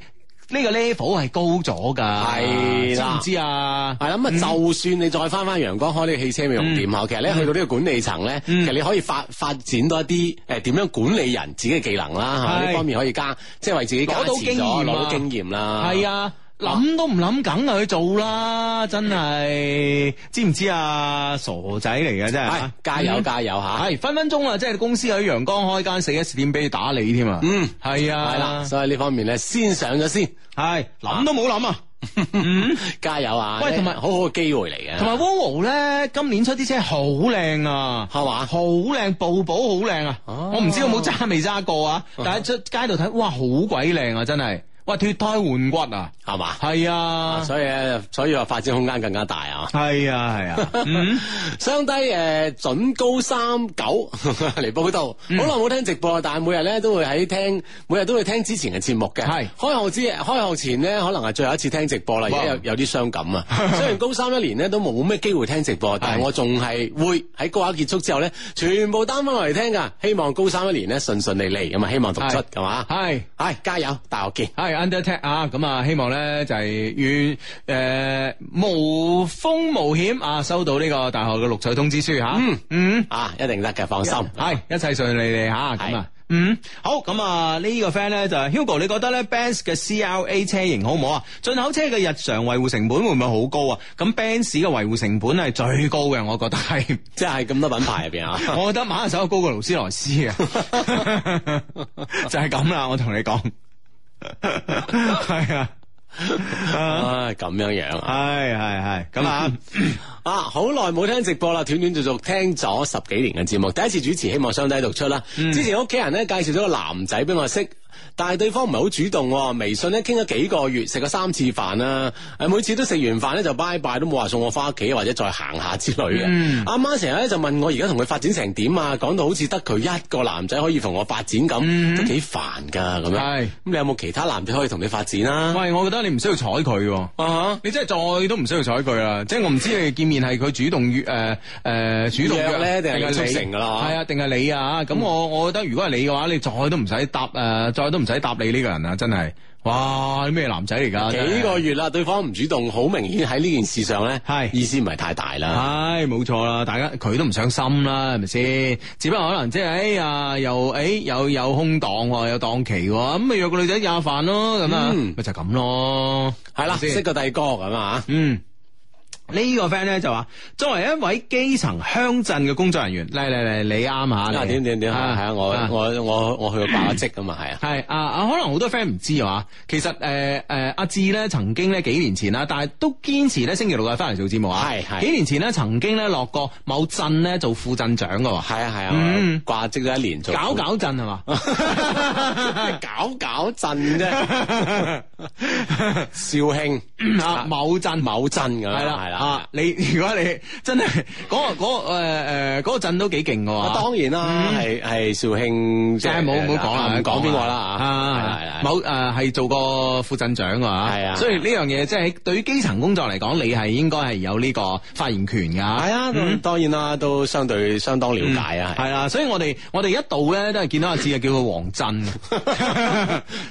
Speaker 2: 呢個 level 係高咗㗎，
Speaker 3: 係啦
Speaker 2: 知唔知啊？
Speaker 3: 係啦，咁啊，就算你再翻翻陽光開呢個汽車美容店嚇，
Speaker 2: 嗯
Speaker 3: 其實咧去到呢個管理層咧，其實你可以發發展多一啲誒點樣管理人自己嘅技能啦，係嘛
Speaker 2: 係
Speaker 3: 呢方面可以加，即係為自己加
Speaker 2: 攞到
Speaker 3: 持
Speaker 2: 經驗啊
Speaker 3: 咗，攞到經驗啦。嗯
Speaker 2: 系啊。諗都唔諗，梗係去做啦！真係知唔知啊？傻仔嚟嘅真係
Speaker 3: 係，，加油加油嚇！
Speaker 2: 嗯係分分鐘啊！即係公司喺陽江開間四 S 店俾你打你添啊！
Speaker 3: 嗯，
Speaker 2: 係啊，
Speaker 3: 係啦，，所以呢方面咧先上咗先，
Speaker 2: 係諗都冇諗啊！
Speaker 3: <laughs> 加油啊！
Speaker 2: 喂同埋
Speaker 3: 好好嘅機會嚟嘅，
Speaker 2: 同埋 Volvo 咧，今年出啲車好靚啊！
Speaker 3: 係嘛？
Speaker 2: 好靚，步步好靚啊！
Speaker 3: 哦
Speaker 2: 我唔知有冇揸未揸過啊，但係出街度睇，哇，好鬼靚啊！真係，哇，脱胎換骨啊！
Speaker 3: 係嘛？
Speaker 2: 係啊，
Speaker 3: 所以咧，所以話發展空間更加大啊！
Speaker 2: 係啊，係啊，嗯
Speaker 3: 相低誒、呃、準高三九 <laughs> 嚟報道，好
Speaker 2: 嗯
Speaker 3: 耐冇聽直播，但係每日咧都會喺聽，每日都會聽之前嘅節目嘅。
Speaker 2: 係
Speaker 3: 開學之開學前咧，可能係最後一次聽直播啦，而
Speaker 2: 哇
Speaker 3: 家有有啲
Speaker 2: <laughs>
Speaker 3: 傷感啊。雖然高三一年咧都冇咩機會聽直播，但係
Speaker 2: 係
Speaker 3: 我仲係會喺高考結束之後咧，全部 down 翻落嚟聽㗎。希望高三一年咧順順利利咁啊，希望讀出
Speaker 2: 係
Speaker 3: 係嘛？
Speaker 2: 係。
Speaker 3: 係加油，大學見。
Speaker 2: 系 under t a k 啊，咁啊，希望咧就係願诶無風無險啊，收到呢個大學嘅錄取通知書吓，嗯嗯，
Speaker 3: 啊，一定得嘅，放心。
Speaker 2: 係一切順利哋吓，咁
Speaker 3: 係
Speaker 2: 啊。嗯，好咁啊！呢、個 friend 咧就係 Hugo，你覺得咧 Benz 嘅 CLA 車型好唔好啊？進口車嘅日常維護成本會唔會好高啊？咁 Benz 嘅維護成本係最高嘅，我覺得係，
Speaker 3: 即係咁多品牌入邊啊。
Speaker 2: <laughs> 我覺得馬手高過勞斯萊斯
Speaker 3: <laughs>
Speaker 2: 嘅，就係咁啦，我同你講，係啊。
Speaker 3: 啊，咁樣樣啊！
Speaker 2: 系系系，咁啊，
Speaker 3: 啊，好耐冇聽直播啦，斷斷續續聽咗十幾年嘅節目，第一次主持，希望相低讀出啦。之前屋企人咧介紹咗個男仔俾我識。但係對方唔係好主動喎，微信咧傾咗幾個月，食咗三次飯啦，誒每次都食完飯咧就拜拜，都冇話送我翻屋企或者再行下之類嘅。阿媽成日咧就問我而家同佢發展成點啊，講到好似得佢一個男仔可以同我發展咁，都幾煩㗎咁樣。
Speaker 2: 係
Speaker 3: 咁你有冇其他男仔可以同你發展啊？
Speaker 2: 嗯喂，我覺得你唔需要睬佢喎。
Speaker 3: 啊哈
Speaker 2: 你真係再都唔需要睬佢啦，即係我唔知你見面係佢主動約誒誒主動
Speaker 3: 約咧定係
Speaker 2: 你
Speaker 3: 促成㗎啦嗯
Speaker 2: 係啊，定係你啊？咁我我覺得如果係你嘅話，你再都唔使答誒，再都唔使答你呢個人啊！真係，哇！你咩男仔嚟㗎？
Speaker 3: 幾個啊月啦，對方唔主動，好明顯喺呢件事上咧，
Speaker 2: 係
Speaker 3: 意思唔係太大啦。
Speaker 2: 唉，冇錯啦，大家佢都唔上心啦，係咪先？只不過可能即係哎呀，又哎又有空檔喎，有檔期喎，咁咪約個女仔飲下飯咯，咁啊，
Speaker 3: 嗯
Speaker 2: 咪就係咁咯，
Speaker 3: 係啦，
Speaker 2: 係咪先
Speaker 3: 識個第二個咁啊，
Speaker 2: 嗯。呢個 friend 咧就話，作為一位基層鄉鎮嘅工作人員，嚟嚟嚟，你啱下
Speaker 3: 啊
Speaker 2: 你
Speaker 3: 點點點，係啊，我我我我去過掛職咁嘛，係啊，
Speaker 2: 係啊啊，可能好多 friend 唔知啊，其實誒誒阿志咧曾經咧幾年前啦，但係都堅持咧星期六日翻嚟做節目啊，
Speaker 3: 係係
Speaker 2: 幾年前咧曾經咧落過某鎮咧做副鎮長嘅喎，
Speaker 3: 係啊係啊
Speaker 2: 嗯，
Speaker 3: 掛職咗一年 <laughs> 做，
Speaker 2: 搞搞震係
Speaker 3: <laughs>
Speaker 2: 嘛？
Speaker 3: 搞搞震啫，肇慶
Speaker 2: 啊，某鎮
Speaker 3: 某鎮咁樣
Speaker 2: 係啦
Speaker 3: 係啦
Speaker 2: 啊，，你如果你真係嗰個嗰誒誒嗰個鎮都幾勁嘅
Speaker 3: 啊
Speaker 2: 喎，
Speaker 3: 當然啦，係係肇慶，
Speaker 2: 嗯即係冇冇講啦，
Speaker 3: 唔講邊個啦啊，係啦
Speaker 2: 啊
Speaker 3: 係啦，
Speaker 2: 某誒係做過副鎮長㗎嘛，
Speaker 3: 係啊
Speaker 2: 所以呢樣嘢即係對於基層工作嚟講，你係應該係有呢個發言權㗎。
Speaker 3: 係啊，
Speaker 2: 嗯
Speaker 3: 咁當然啦，都相對相當了解啊，係
Speaker 2: 係啦，所以我哋我哋一度咧都係見到阿志啊，叫佢王振，
Speaker 3: <laughs>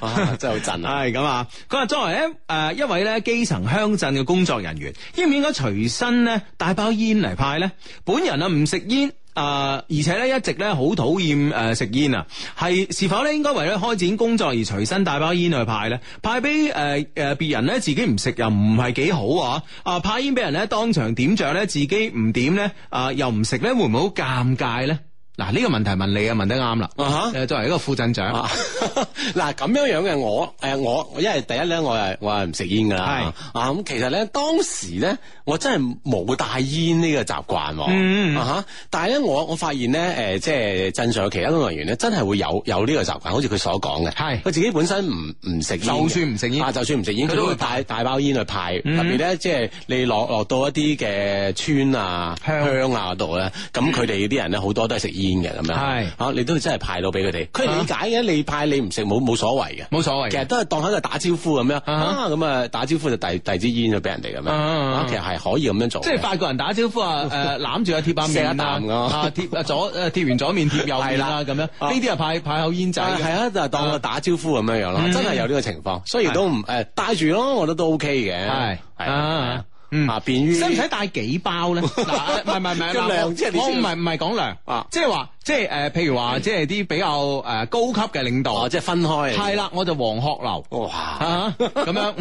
Speaker 2: <laughs>
Speaker 3: 啊真係好震啊
Speaker 2: 係咁啊！佢話作為一誒一位咧基層鄉鎮嘅工作人員，應唔應該隨身咧帶包煙嚟派咧？本人啊唔食煙。而且咧一直咧好討厭誒食煙啊，係是否咧應該為咗開展工作而隨身帶包煙去派咧？派俾誒誒別人咧自己唔食又唔係幾好啊！啊派煙俾人咧當場點着咧，自己唔點咧啊又唔食咧，會唔會好尷尬咧？嗱呢個問題問你啊，問得啱啦。
Speaker 3: 啊哈
Speaker 2: 誒作為一個副鎮長，
Speaker 3: 啊， <laughs> 嗱咁樣樣嘅我，誒我，因為第一咧，我係我係唔食煙噶啦，啊咁其實咧當時咧，我真係冇帶煙呢個習慣喎，
Speaker 2: 嗯
Speaker 3: 啊哈，但係咧我我發現咧，誒、即係鎮上嘅其他工作人員咧，真係會有有呢個習慣，好似佢所講嘅，
Speaker 2: 係
Speaker 3: 佢自己本身唔唔食煙嘅，
Speaker 2: 就算唔食煙
Speaker 3: 啊就算唔食煙，佢
Speaker 2: 佢都
Speaker 3: 都
Speaker 2: 會嗯
Speaker 3: 會帶大包煙去派，特別咧即係你落落到一啲嘅村啊
Speaker 2: 鄉
Speaker 3: 鄉啊嗰度咧，咁佢哋啲人咧好多都係食煙嘅咁樣，
Speaker 2: 係
Speaker 3: 啊，你都真係派到俾佢哋，佢理解嘅，你派你唔食冇冇所謂嘅，
Speaker 2: 啊冇所謂嘅
Speaker 3: 其實都係當喺度打招呼咁樣，
Speaker 2: 啊哈
Speaker 3: 啊咁啊打招呼就遞遞支煙咗俾人哋咁樣，
Speaker 2: 啊啊啊
Speaker 3: 啊其實係可以咁樣做嘅，
Speaker 2: 即係法國人打招呼
Speaker 3: <laughs>
Speaker 2: 啊，誒攬住啊貼下面啊
Speaker 3: 錫一啖，㗎
Speaker 2: 啊貼啊左誒貼完左面貼右面啦咁樣，呢
Speaker 3: 啊
Speaker 2: 啲係派派口煙仔嗯
Speaker 3: 啊
Speaker 2: 嘅。
Speaker 3: 係啊，就係當個打招呼咁樣樣咯，真係有呢個情況，所以都唔誒帶住咯，我覺得都 OK 嘅，
Speaker 2: 係
Speaker 3: 係
Speaker 2: 啊
Speaker 3: 啊
Speaker 2: 嗯，
Speaker 3: 啊便於
Speaker 2: 使唔使帶幾包
Speaker 3: <laughs>
Speaker 2: 咧？嗱，唔係唔係唔係，
Speaker 3: 個
Speaker 2: 嗱
Speaker 3: 量
Speaker 2: 我
Speaker 3: 即係你
Speaker 2: 我
Speaker 3: 先
Speaker 2: 唔係唔係講量
Speaker 3: 啊嗯
Speaker 2: 即係話即係誒，譬如話即係啲比較誒高級嘅領
Speaker 3: 哦
Speaker 2: 導，
Speaker 3: 即係哦分開，
Speaker 2: 係啦，我就黃鶴樓。
Speaker 3: 哇，
Speaker 2: 啊，咁
Speaker 3: <laughs>
Speaker 2: 樣，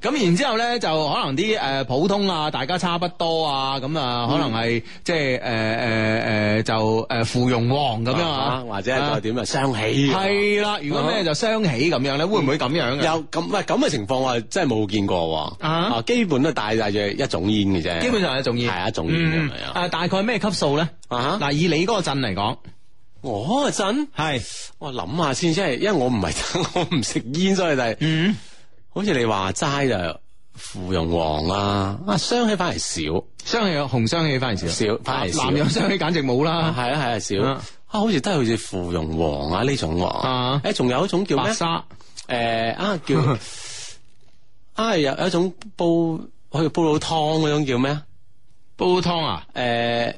Speaker 2: 咁然之後咧就可能啲誒、呃普通啊，大家差不多啊，咁啊可能係即係誒誒誒就誒、呃芙蓉王咁樣啊，
Speaker 3: 或者係再點啊雙喜啊。
Speaker 2: 係啦，如果咩就雙喜咁樣咧，會唔會咁樣嘅？
Speaker 3: 有咁唔係咁嘅情況，我係真係冇見過喎。
Speaker 2: 嗯啊
Speaker 3: 啊，基本都帶帶住一種煙嘅啫。
Speaker 2: 基本上係一種煙，
Speaker 3: 係一種煙咁樣
Speaker 2: 嗯啊大概咩級數咧？
Speaker 3: 啊哈
Speaker 2: 嗱，以你嗰個鎮嚟講，
Speaker 3: 我嗰陣
Speaker 2: 係
Speaker 3: 我諗下先，即係因為我唔係我唔食煙，所以就係、
Speaker 2: 嗯
Speaker 3: 好似你話齋就芙蓉王啊，啊雙喜反而少，
Speaker 2: 雙喜紅雙喜反而少，
Speaker 3: 少反而少
Speaker 2: 南洋雙喜簡直冇啦。
Speaker 3: 係啊係啊少
Speaker 2: 啊
Speaker 3: 啊，好似都係好似芙蓉王啊呢種喎、
Speaker 2: 啊
Speaker 3: 誒仲有一種叫
Speaker 2: 白
Speaker 3: 咩？
Speaker 2: 沙
Speaker 3: 誒啊叫
Speaker 2: <laughs>
Speaker 3: 啊有有一種煲好似煲老湯嗰種叫咩？啊誒、
Speaker 2: 煲湯啊，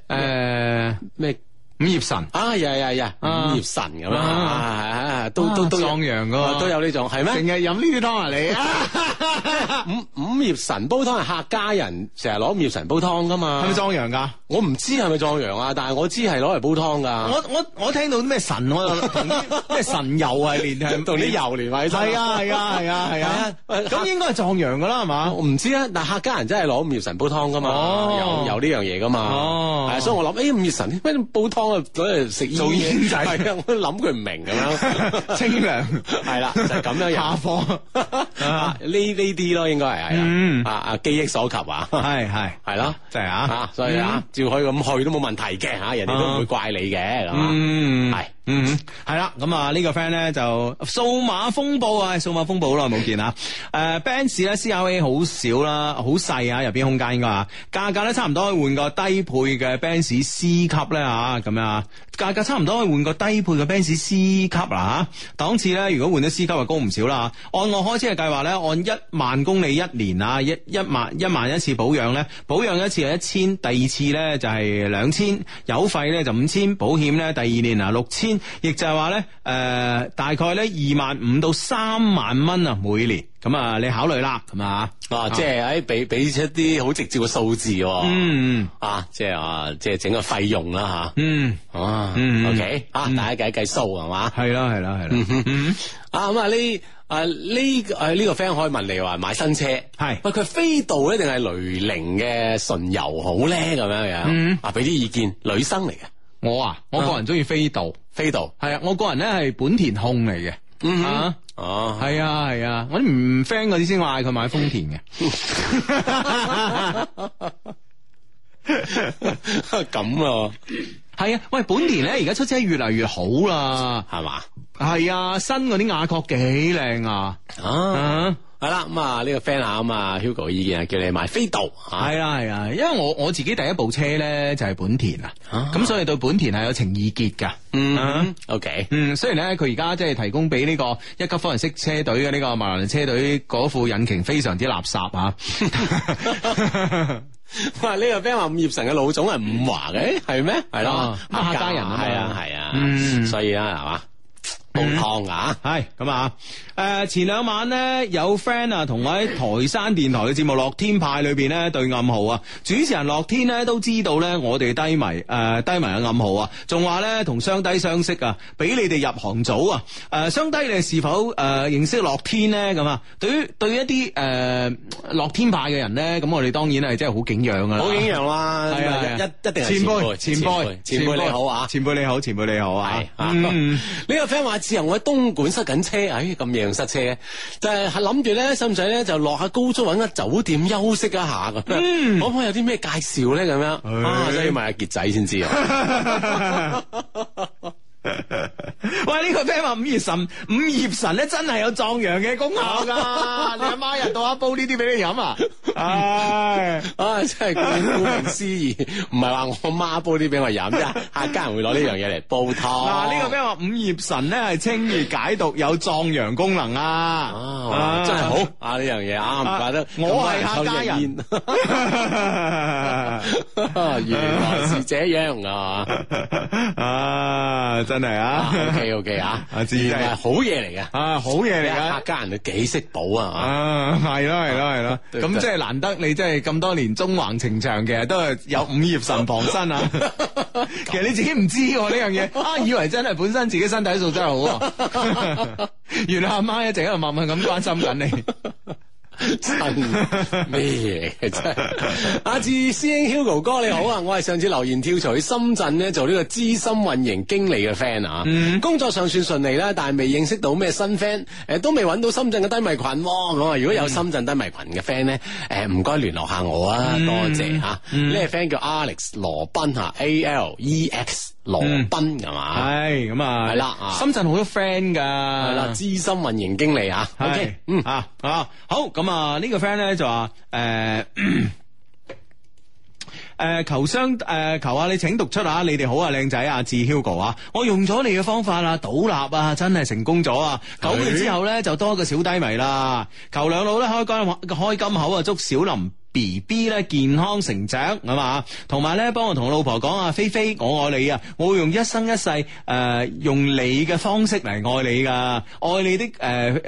Speaker 2: 誒
Speaker 3: 咩？
Speaker 2: 五葉 <laughs> 神
Speaker 3: 啊，呀呀呀，
Speaker 2: 啊
Speaker 3: 五葉神咁樣
Speaker 2: 啊
Speaker 3: 啊，係係係都都都有
Speaker 2: 壯陽㗎
Speaker 3: 啊都有呢種係咩？
Speaker 2: 日飲呢啲湯啊你
Speaker 3: 五五葉神煲湯係客家人成日攞五葉神煲湯噶嘛？
Speaker 2: <laughs> 係咪壯陽㗎？
Speaker 3: 我唔知係咪壯陽啊，但係我知係攞嚟煲湯噶。
Speaker 2: 我我我聽到啲咩神， <laughs> 我就同啲咩神油係連係
Speaker 3: 同啲油連埋一齊
Speaker 2: 係啊係啊係啊係啊，
Speaker 3: 係啊
Speaker 2: 咁應該係壯陽㗎啦係嘛？
Speaker 3: 我唔知啊，但係客家人真係攞五葉神煲湯噶嘛，
Speaker 2: 哦
Speaker 3: 有有呢樣嘢噶嘛，
Speaker 2: 哦
Speaker 3: 係啊所以我諗，誒五葉神咩煲湯啊，攞嚟食煙
Speaker 2: 做煙仔
Speaker 3: 係啊，我諗佢唔明咁樣，
Speaker 2: <laughs> 清涼
Speaker 3: 係啦，就係咁樣樣
Speaker 2: 下課
Speaker 3: <laughs> 啊呢呢啲咯，應該係
Speaker 2: 嗯
Speaker 3: 係啊，啊啊記憶所及啊，
Speaker 2: 係係
Speaker 3: 係咯，
Speaker 2: 真係啊
Speaker 3: 啊，所以啊，照去咁去都冇問題嘅吓，人哋都唔會怪你嘅，係嘛，
Speaker 2: 嗯
Speaker 3: 係
Speaker 2: 嗯，系啦，咁啊呢個 friend 咧就數碼風暴啊，數碼風暴好耐冇見啊。誒 Benz 咧 CRA 好少啦，好細啊，入邊空間應該啊，價格咧差唔多可以換個低配嘅 Benz C 級咧嚇，咁啊價格差唔多可以換個低配嘅 Benz C 級啦嚇，檔次咧如果換咗 C 級就高唔少啦。按我開車嘅計劃咧，按一萬公里一年啊，一一萬一萬一次保養咧，保養一次係一千，第二次咧就係兩千，油費咧就五千，保險咧第二年啊六千，亦就係話咧誒大概咧二萬五到三萬蚊啊每年，咁啊你考慮啦，咁啊，
Speaker 3: 啊，即係喺俾俾出一啲好直接嘅數字喎，
Speaker 2: 嗯
Speaker 3: 啊，即係啊，即係整個費用啦
Speaker 2: 嗯，
Speaker 3: 吓，啊
Speaker 2: 嗯嗯
Speaker 3: ，OK 啊，大家計計數係嘛，
Speaker 2: 係啦係啦係啦，
Speaker 3: 啊咁啊呢啊呢個啊呢個 friend 可以問你話買新車
Speaker 2: 係
Speaker 3: 喂佢飛度咧定係雷凌嘅純油好咧咁樣
Speaker 2: 嗯
Speaker 3: 樣啊俾啲意見女生嚟嘅
Speaker 2: 我啊我個人中意飛度，
Speaker 3: 飛度
Speaker 2: 係啊我個人咧係本田控嚟嘅，嗯
Speaker 3: 哦
Speaker 2: <laughs> 係啊係啊，我啲唔 friend 嗰啲先嗌佢買豐田嘅。
Speaker 3: 咁啊
Speaker 2: 係啊，喂，本田咧而家出車越嚟越好啦。
Speaker 3: 係嘛
Speaker 2: 係啊，新嗰啲雅閣幾靚啊。
Speaker 3: 啊
Speaker 2: 啊
Speaker 3: 係啦咁啊呢個 friend 啊咁啊 Hugo 嘅意見啊叫你買飛度啊
Speaker 2: 係啦係啊，因為我我自己第一部車咧就係本田啊，
Speaker 3: 啊
Speaker 2: 咁所以對本田係有情意結噶。啊
Speaker 3: 嗯 OK
Speaker 2: 嗯，雖然咧佢而家即係提供俾呢個一級方程式車隊嘅呢個馬蘭車隊嗰副引擎非常之垃圾
Speaker 3: <laughs>
Speaker 2: 啊。
Speaker 3: 哇呢個 friend 話伍業成嘅老總係伍華嘅誒係咩係
Speaker 2: 啊
Speaker 3: 咯
Speaker 2: 嗯客家人啊嘛
Speaker 3: 係啊係啊
Speaker 2: 嗯
Speaker 3: 所以啊係嘛。煲湯啊！
Speaker 2: 系咁啊！诶、前兩晚呢，有 friend 啊，同我喺台山電台嘅節目《樂天派》裏边呢對暗號啊，主持人樂天呢都知道呢，我哋低迷诶、誒低迷嘅暗號啊，仲話呢，同雙低相識啊，俾你哋入行早啊！诶、雙低你哋是否诶、誒認識樂天呢？咁啊，對於對於一啲诶樂天派嘅人呢，咁我哋當然係真係好敬仰噶啦，
Speaker 3: 好景
Speaker 2: <laughs>
Speaker 3: 揚啦，
Speaker 2: 係嗯啊
Speaker 3: 咁啊
Speaker 2: 係啊
Speaker 3: 一一定係
Speaker 2: 前輩
Speaker 3: 前
Speaker 2: 前輩
Speaker 3: 輩前輩你好啊！
Speaker 2: 前輩你好，前輩你好啊
Speaker 3: 系！啊，
Speaker 2: 嗯
Speaker 3: 呢個 friend 話自由我喺東莞塞緊車，唉咁夜仲塞車，就係諗住咧，使唔使咧就落下高速揾間酒店休息一下咁樣？
Speaker 2: 嗯
Speaker 3: 可唔可以有啲咩介紹咧？咁樣啊，
Speaker 2: 唉
Speaker 3: 真係要問阿傑仔先知
Speaker 2: <laughs>
Speaker 3: 啊！
Speaker 2: 喂，呢、個 friend 話五葉神五葉神咧真係有壯陽嘅功
Speaker 3: 啊
Speaker 2: 效
Speaker 3: <laughs>
Speaker 2: 㗎，你阿媽日到黑煲呢啲俾你飲啊！唉，
Speaker 3: 啊，真係顧顧名思義，唔係話我媽煲啲俾我
Speaker 2: <laughs>
Speaker 3: 飲啫，客家人會攞呢樣嘢嚟煲湯。
Speaker 2: <laughs> 嗱呢個 friend 話五葉神咧係清熱解毒有壯陽功能啊！
Speaker 3: 啊，真係好啊！呢樣嘢啊，唔怪得
Speaker 2: 我係客家人
Speaker 3: 咁多人抽呢隻煙 <laughs> 原來是這樣啊！
Speaker 2: <laughs> 啊，真係啊
Speaker 3: OK OK 啊，
Speaker 2: 阿志
Speaker 3: 原
Speaker 2: 真係
Speaker 3: 來好嘢嚟嘅，
Speaker 2: 啊，好嘢嚟
Speaker 3: 客
Speaker 2: 㗎！
Speaker 3: 家人佢幾識補啊！
Speaker 2: 啊，系咯，系咯，系咯，
Speaker 3: 對
Speaker 2: 咁
Speaker 3: 對
Speaker 2: 即係難得你即係咁多年中橫情長嘅，都係有五葉神傍身
Speaker 3: <laughs>
Speaker 2: 啊！其實你自己唔知喎呢樣嘢，啊，以為真係本身自己身體素質好
Speaker 3: <laughs>
Speaker 2: 啊，原來阿媽一直喺度默默咁關心緊你。
Speaker 3: <laughs> 真咩嘢嘅真係。阿志師兄 Hugo 哥你好啊，我係上次留言跳槽去深圳咧做呢個資深運營經理嘅 friend 啊，
Speaker 2: 嗯
Speaker 3: 工作上算順利啦，但係未認識到咩新 friend，誒都未揾到深圳嘅低迷群喎。咁啊，如果有深圳低迷群嘅 friend 咧，誒唔該聯絡下我啊，
Speaker 2: 嗯
Speaker 3: 多謝嚇。呢個 friend 叫 Alex 羅賓嚇，A L E X 羅賓係嘛？
Speaker 2: 係咁啊，
Speaker 3: 係啦啊
Speaker 2: 深圳好多 friend 噶，係
Speaker 3: 系啦，資深運營經理啊
Speaker 2: 係
Speaker 3: ，OK，嗯，
Speaker 2: 啊啊好咁啊呢個 friend 咧就話誒。诶、求相诶、求下你請讀出啊！你哋好啊，靚仔啊，志 Hugo 啊，我用咗你嘅方法啦，倒立啊，真係成功咗啊！九年之後咧就多一個小低迷啦，求兩老咧開金開金口啊，祝小林。B B 咧健康成長係嘛，同埋咧幫我同老婆講啊，菲菲我愛你啊，我會用一生一世誒、呃用你嘅方式嚟愛你噶，愛你的誒誒、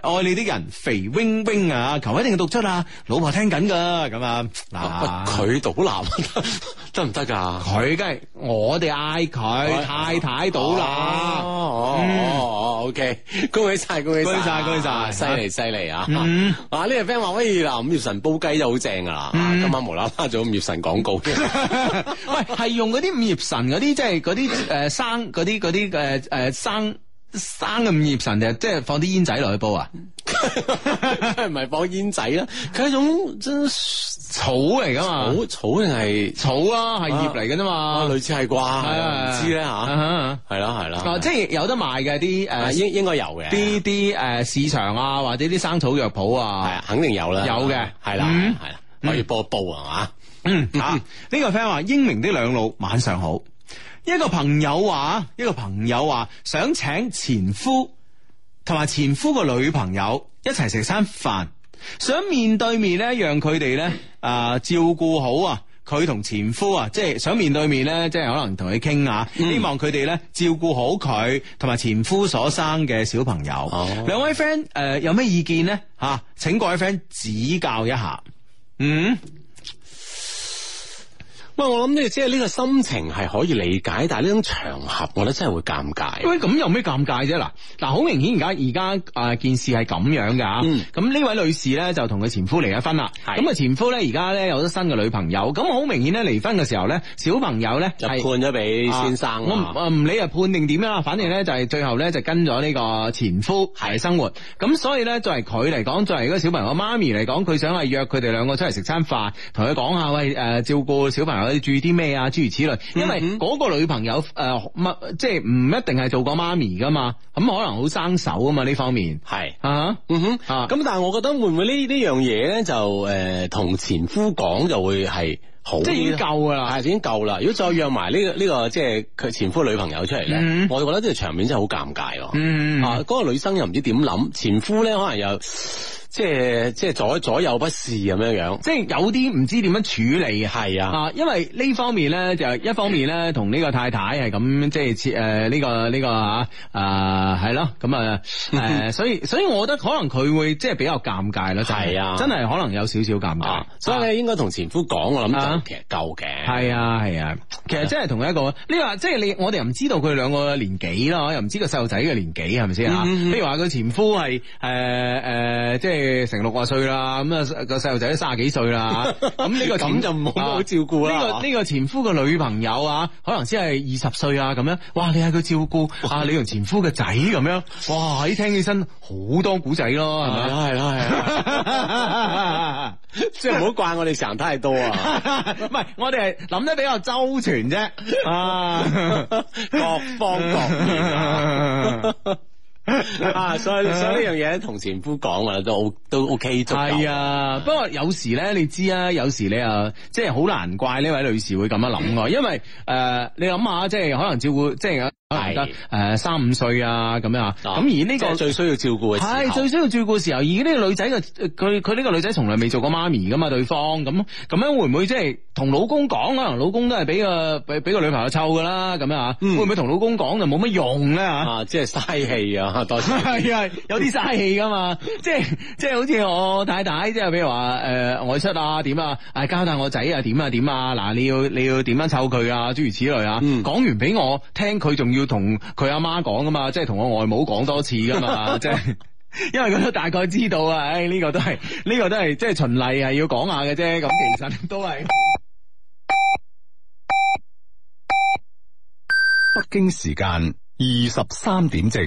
Speaker 2: 呃愛你的人肥 wing wing 啊，求一定要讀出啊，老婆聽緊噶咁啊嗱。
Speaker 3: <laughs> 喂佢倒立 <laughs> 得唔得㗎？
Speaker 2: 佢梗係我哋嗌佢太太到啦。
Speaker 3: 哦哦哦，OK，恭喜晒，恭喜
Speaker 2: 恭喜晒恭喜晒
Speaker 3: 犀利犀利啊
Speaker 2: 嗯！
Speaker 3: 啊呢個 friend 話喂嗱，五葉神煲雞就好正㗎啦，啊今晚無啦啦做五葉神廣告，
Speaker 2: 喂，係用嗰啲五葉神嗰啲，即係嗰啲诶生嗰啲嗰啲诶诶生生嘅五葉神，就即係放啲煙仔落去煲啊？
Speaker 3: 唔係放煙仔啦，佢係一種真
Speaker 2: 草嚟噶嘛？
Speaker 3: 草草定係
Speaker 2: 草啊，係葉嚟嘅啫
Speaker 3: 啊，
Speaker 2: 嘛。
Speaker 3: 類似係啩，係啊唔知咧
Speaker 2: 啊
Speaker 3: 吓，
Speaker 2: 哈
Speaker 3: 係啦係啦
Speaker 2: 啊，即係有得賣嘅啲
Speaker 3: 啊，
Speaker 2: 诶
Speaker 3: 應應該有嘅，
Speaker 2: 啲啲诶市場啊，或者啲生草藥鋪
Speaker 3: 係
Speaker 2: 啊
Speaker 3: 啊。肯定有啦，
Speaker 2: 有嘅
Speaker 3: 係啦
Speaker 2: 嗯
Speaker 3: 係啦，可以播一煲係嘛。
Speaker 2: 嗯啊，呢個 friend 話英明的兩老晚上好。一個朋友話，一個朋友話想請前夫同埋前夫個女朋友一齊食餐飯，想面對面咧，讓佢哋咧啊照顧好啊。佢同前夫啊，即係想面對面咧，即係可能同佢傾下，希望佢哋咧照顧好佢同埋前夫所生嘅小朋友。
Speaker 3: 哦
Speaker 2: 兩位 friend 誒、呃有咩意見呢？嚇、請各位 friend 指教一下。嗯。
Speaker 3: 喂，我諗呢，即係呢個心情係可以理解，但係呢種場合，我覺得真係會尷尬。
Speaker 2: 喂，咁有咩尷尬啫？嗱，嗱，好明顯而家而家啊件事係咁樣噶吓
Speaker 3: 嗯
Speaker 2: 咁呢、位女士咧就同佢前夫離咗婚啦。
Speaker 3: 係
Speaker 2: 咁啊前夫咧而家咧有咗新嘅女朋友，咁好明顯咧離婚嘅時候咧，小朋友咧
Speaker 3: 就
Speaker 2: 係
Speaker 3: 判咗俾先生
Speaker 2: 啊
Speaker 3: 啊
Speaker 2: 我唔啊唔理係判定點啦，反正咧就係最後咧就跟咗呢個前夫係生活，咁所以咧作為佢嚟講，作為一個小朋友媽咪嚟講，佢想係約佢哋兩個出嚟食餐飯，同佢講下喂誒、呃照顧小朋友要注意啲咩啊，諸如此類。因為嗰個女朋友誒乜、即係唔一定係做過媽咪噶嘛，咁可能好生手啊嘛呢方面
Speaker 3: 係，
Speaker 2: 啊。
Speaker 3: 嗯哼，
Speaker 2: 啊
Speaker 3: 呃咁但係我覺得會唔會呢呢樣嘢咧，就诶同前夫講就會係好
Speaker 2: 即係已經
Speaker 3: 啲
Speaker 2: 夠㗎啦
Speaker 3: 係已經夠啦。如果再約埋呢個呢個即係佢前夫女朋友出嚟咧
Speaker 2: 嗯，
Speaker 3: 我覺得呢個場面真係好尷尬咯。
Speaker 2: 嗯
Speaker 3: 啊，嗰個女生又唔知點諗，前夫咧可能又即係即係左左右不是咁樣樣。
Speaker 2: 即係有啲唔知點樣處理啊。
Speaker 3: 係啊，
Speaker 2: 啊，因為呢方面咧，就一方面咧，同呢個太太係咁，即係切誒呢個呢、個啊啊係咯，咁
Speaker 3: <laughs>
Speaker 2: 啊誒，所以所以我覺得可能佢會即係比較尷尬咯，真係
Speaker 3: 係啊
Speaker 2: 真係可能有少少尷尬
Speaker 3: 啊，，所以
Speaker 2: 啊
Speaker 3: 咧應該同前夫講，我諗
Speaker 2: 啊
Speaker 3: 就其實夠嘅。
Speaker 2: 係啊係啊，其實真係同一個，你話即係你我哋又唔知道佢兩個年紀啦，又唔知個細路仔嘅年紀係咪先啊？
Speaker 3: 嗯嗯嗯
Speaker 2: 譬如話佢前夫係誒誒，即係成六啊歲啦，咁啊個細路仔都卅幾歲
Speaker 3: <laughs>
Speaker 2: 啦，咁呢個前
Speaker 3: 咁就冇乜好照顧
Speaker 2: 啊
Speaker 3: 啦
Speaker 2: 呢
Speaker 3: 係嘛
Speaker 2: 個呢個前夫嘅女朋友啊，可能先係二十歲啊咁樣，哇！你嗌佢照顧啊，你同前夫嘅仔咁樣，哇！喺聽起身好多古仔咯，係
Speaker 3: <laughs>
Speaker 2: 咪啊？
Speaker 3: 係啦，係啦，即係唔好怪我哋想太多啊！
Speaker 2: <laughs> 唔係，我哋係諗得比較周全啫。啊，
Speaker 3: <laughs> 各方各面啊！啊，所以所以呢樣嘢同前夫講啊，都 O 都 OK 足夠。
Speaker 2: 係，啊，不過有時咧，你知啊，有時你啊，即係好難怪呢位女士會咁樣諗㗎，因為誒、呃你諗下，即係可能照顧，即係可能得
Speaker 3: 係
Speaker 2: 誒三五歲啊咁樣啊，咁、
Speaker 3: 啊
Speaker 2: 而呢、
Speaker 3: 呢
Speaker 2: 個
Speaker 3: 個。最需要照顧嘅時候
Speaker 2: 係最需要照顧嘅時候，而呢個女仔嘅呃佢佢呢個女仔從來未做過媽咪噶嘛，對方咁咁樣會唔會即係同老公講？可能老公都係俾個俾俾個女朋友湊噶啦，咁樣啊，
Speaker 3: 嗯
Speaker 2: 會唔會同老公講就冇乜用咧吓？
Speaker 3: 啊，即係嘥氣啊！
Speaker 2: <laughs>
Speaker 3: 多謝。
Speaker 2: 係啊，有啲嘥氣噶嘛，即係即係好似我太太，即係譬如話誒、呃外出啊點啊，啊交代我仔啊點啊點啊，嗱你要你要點樣湊佢啊，諸如此類啊，
Speaker 3: 嗯
Speaker 2: 講、完俾我聽，佢仲要同佢阿媽講噶嘛，即係同我外母講多次噶嘛，即係。因為佢都大概知道啊，唉、呢、個都係呢、個都係即係循例係要講下嘅啫，咁其實都係。
Speaker 5: 北京時間二十三點正。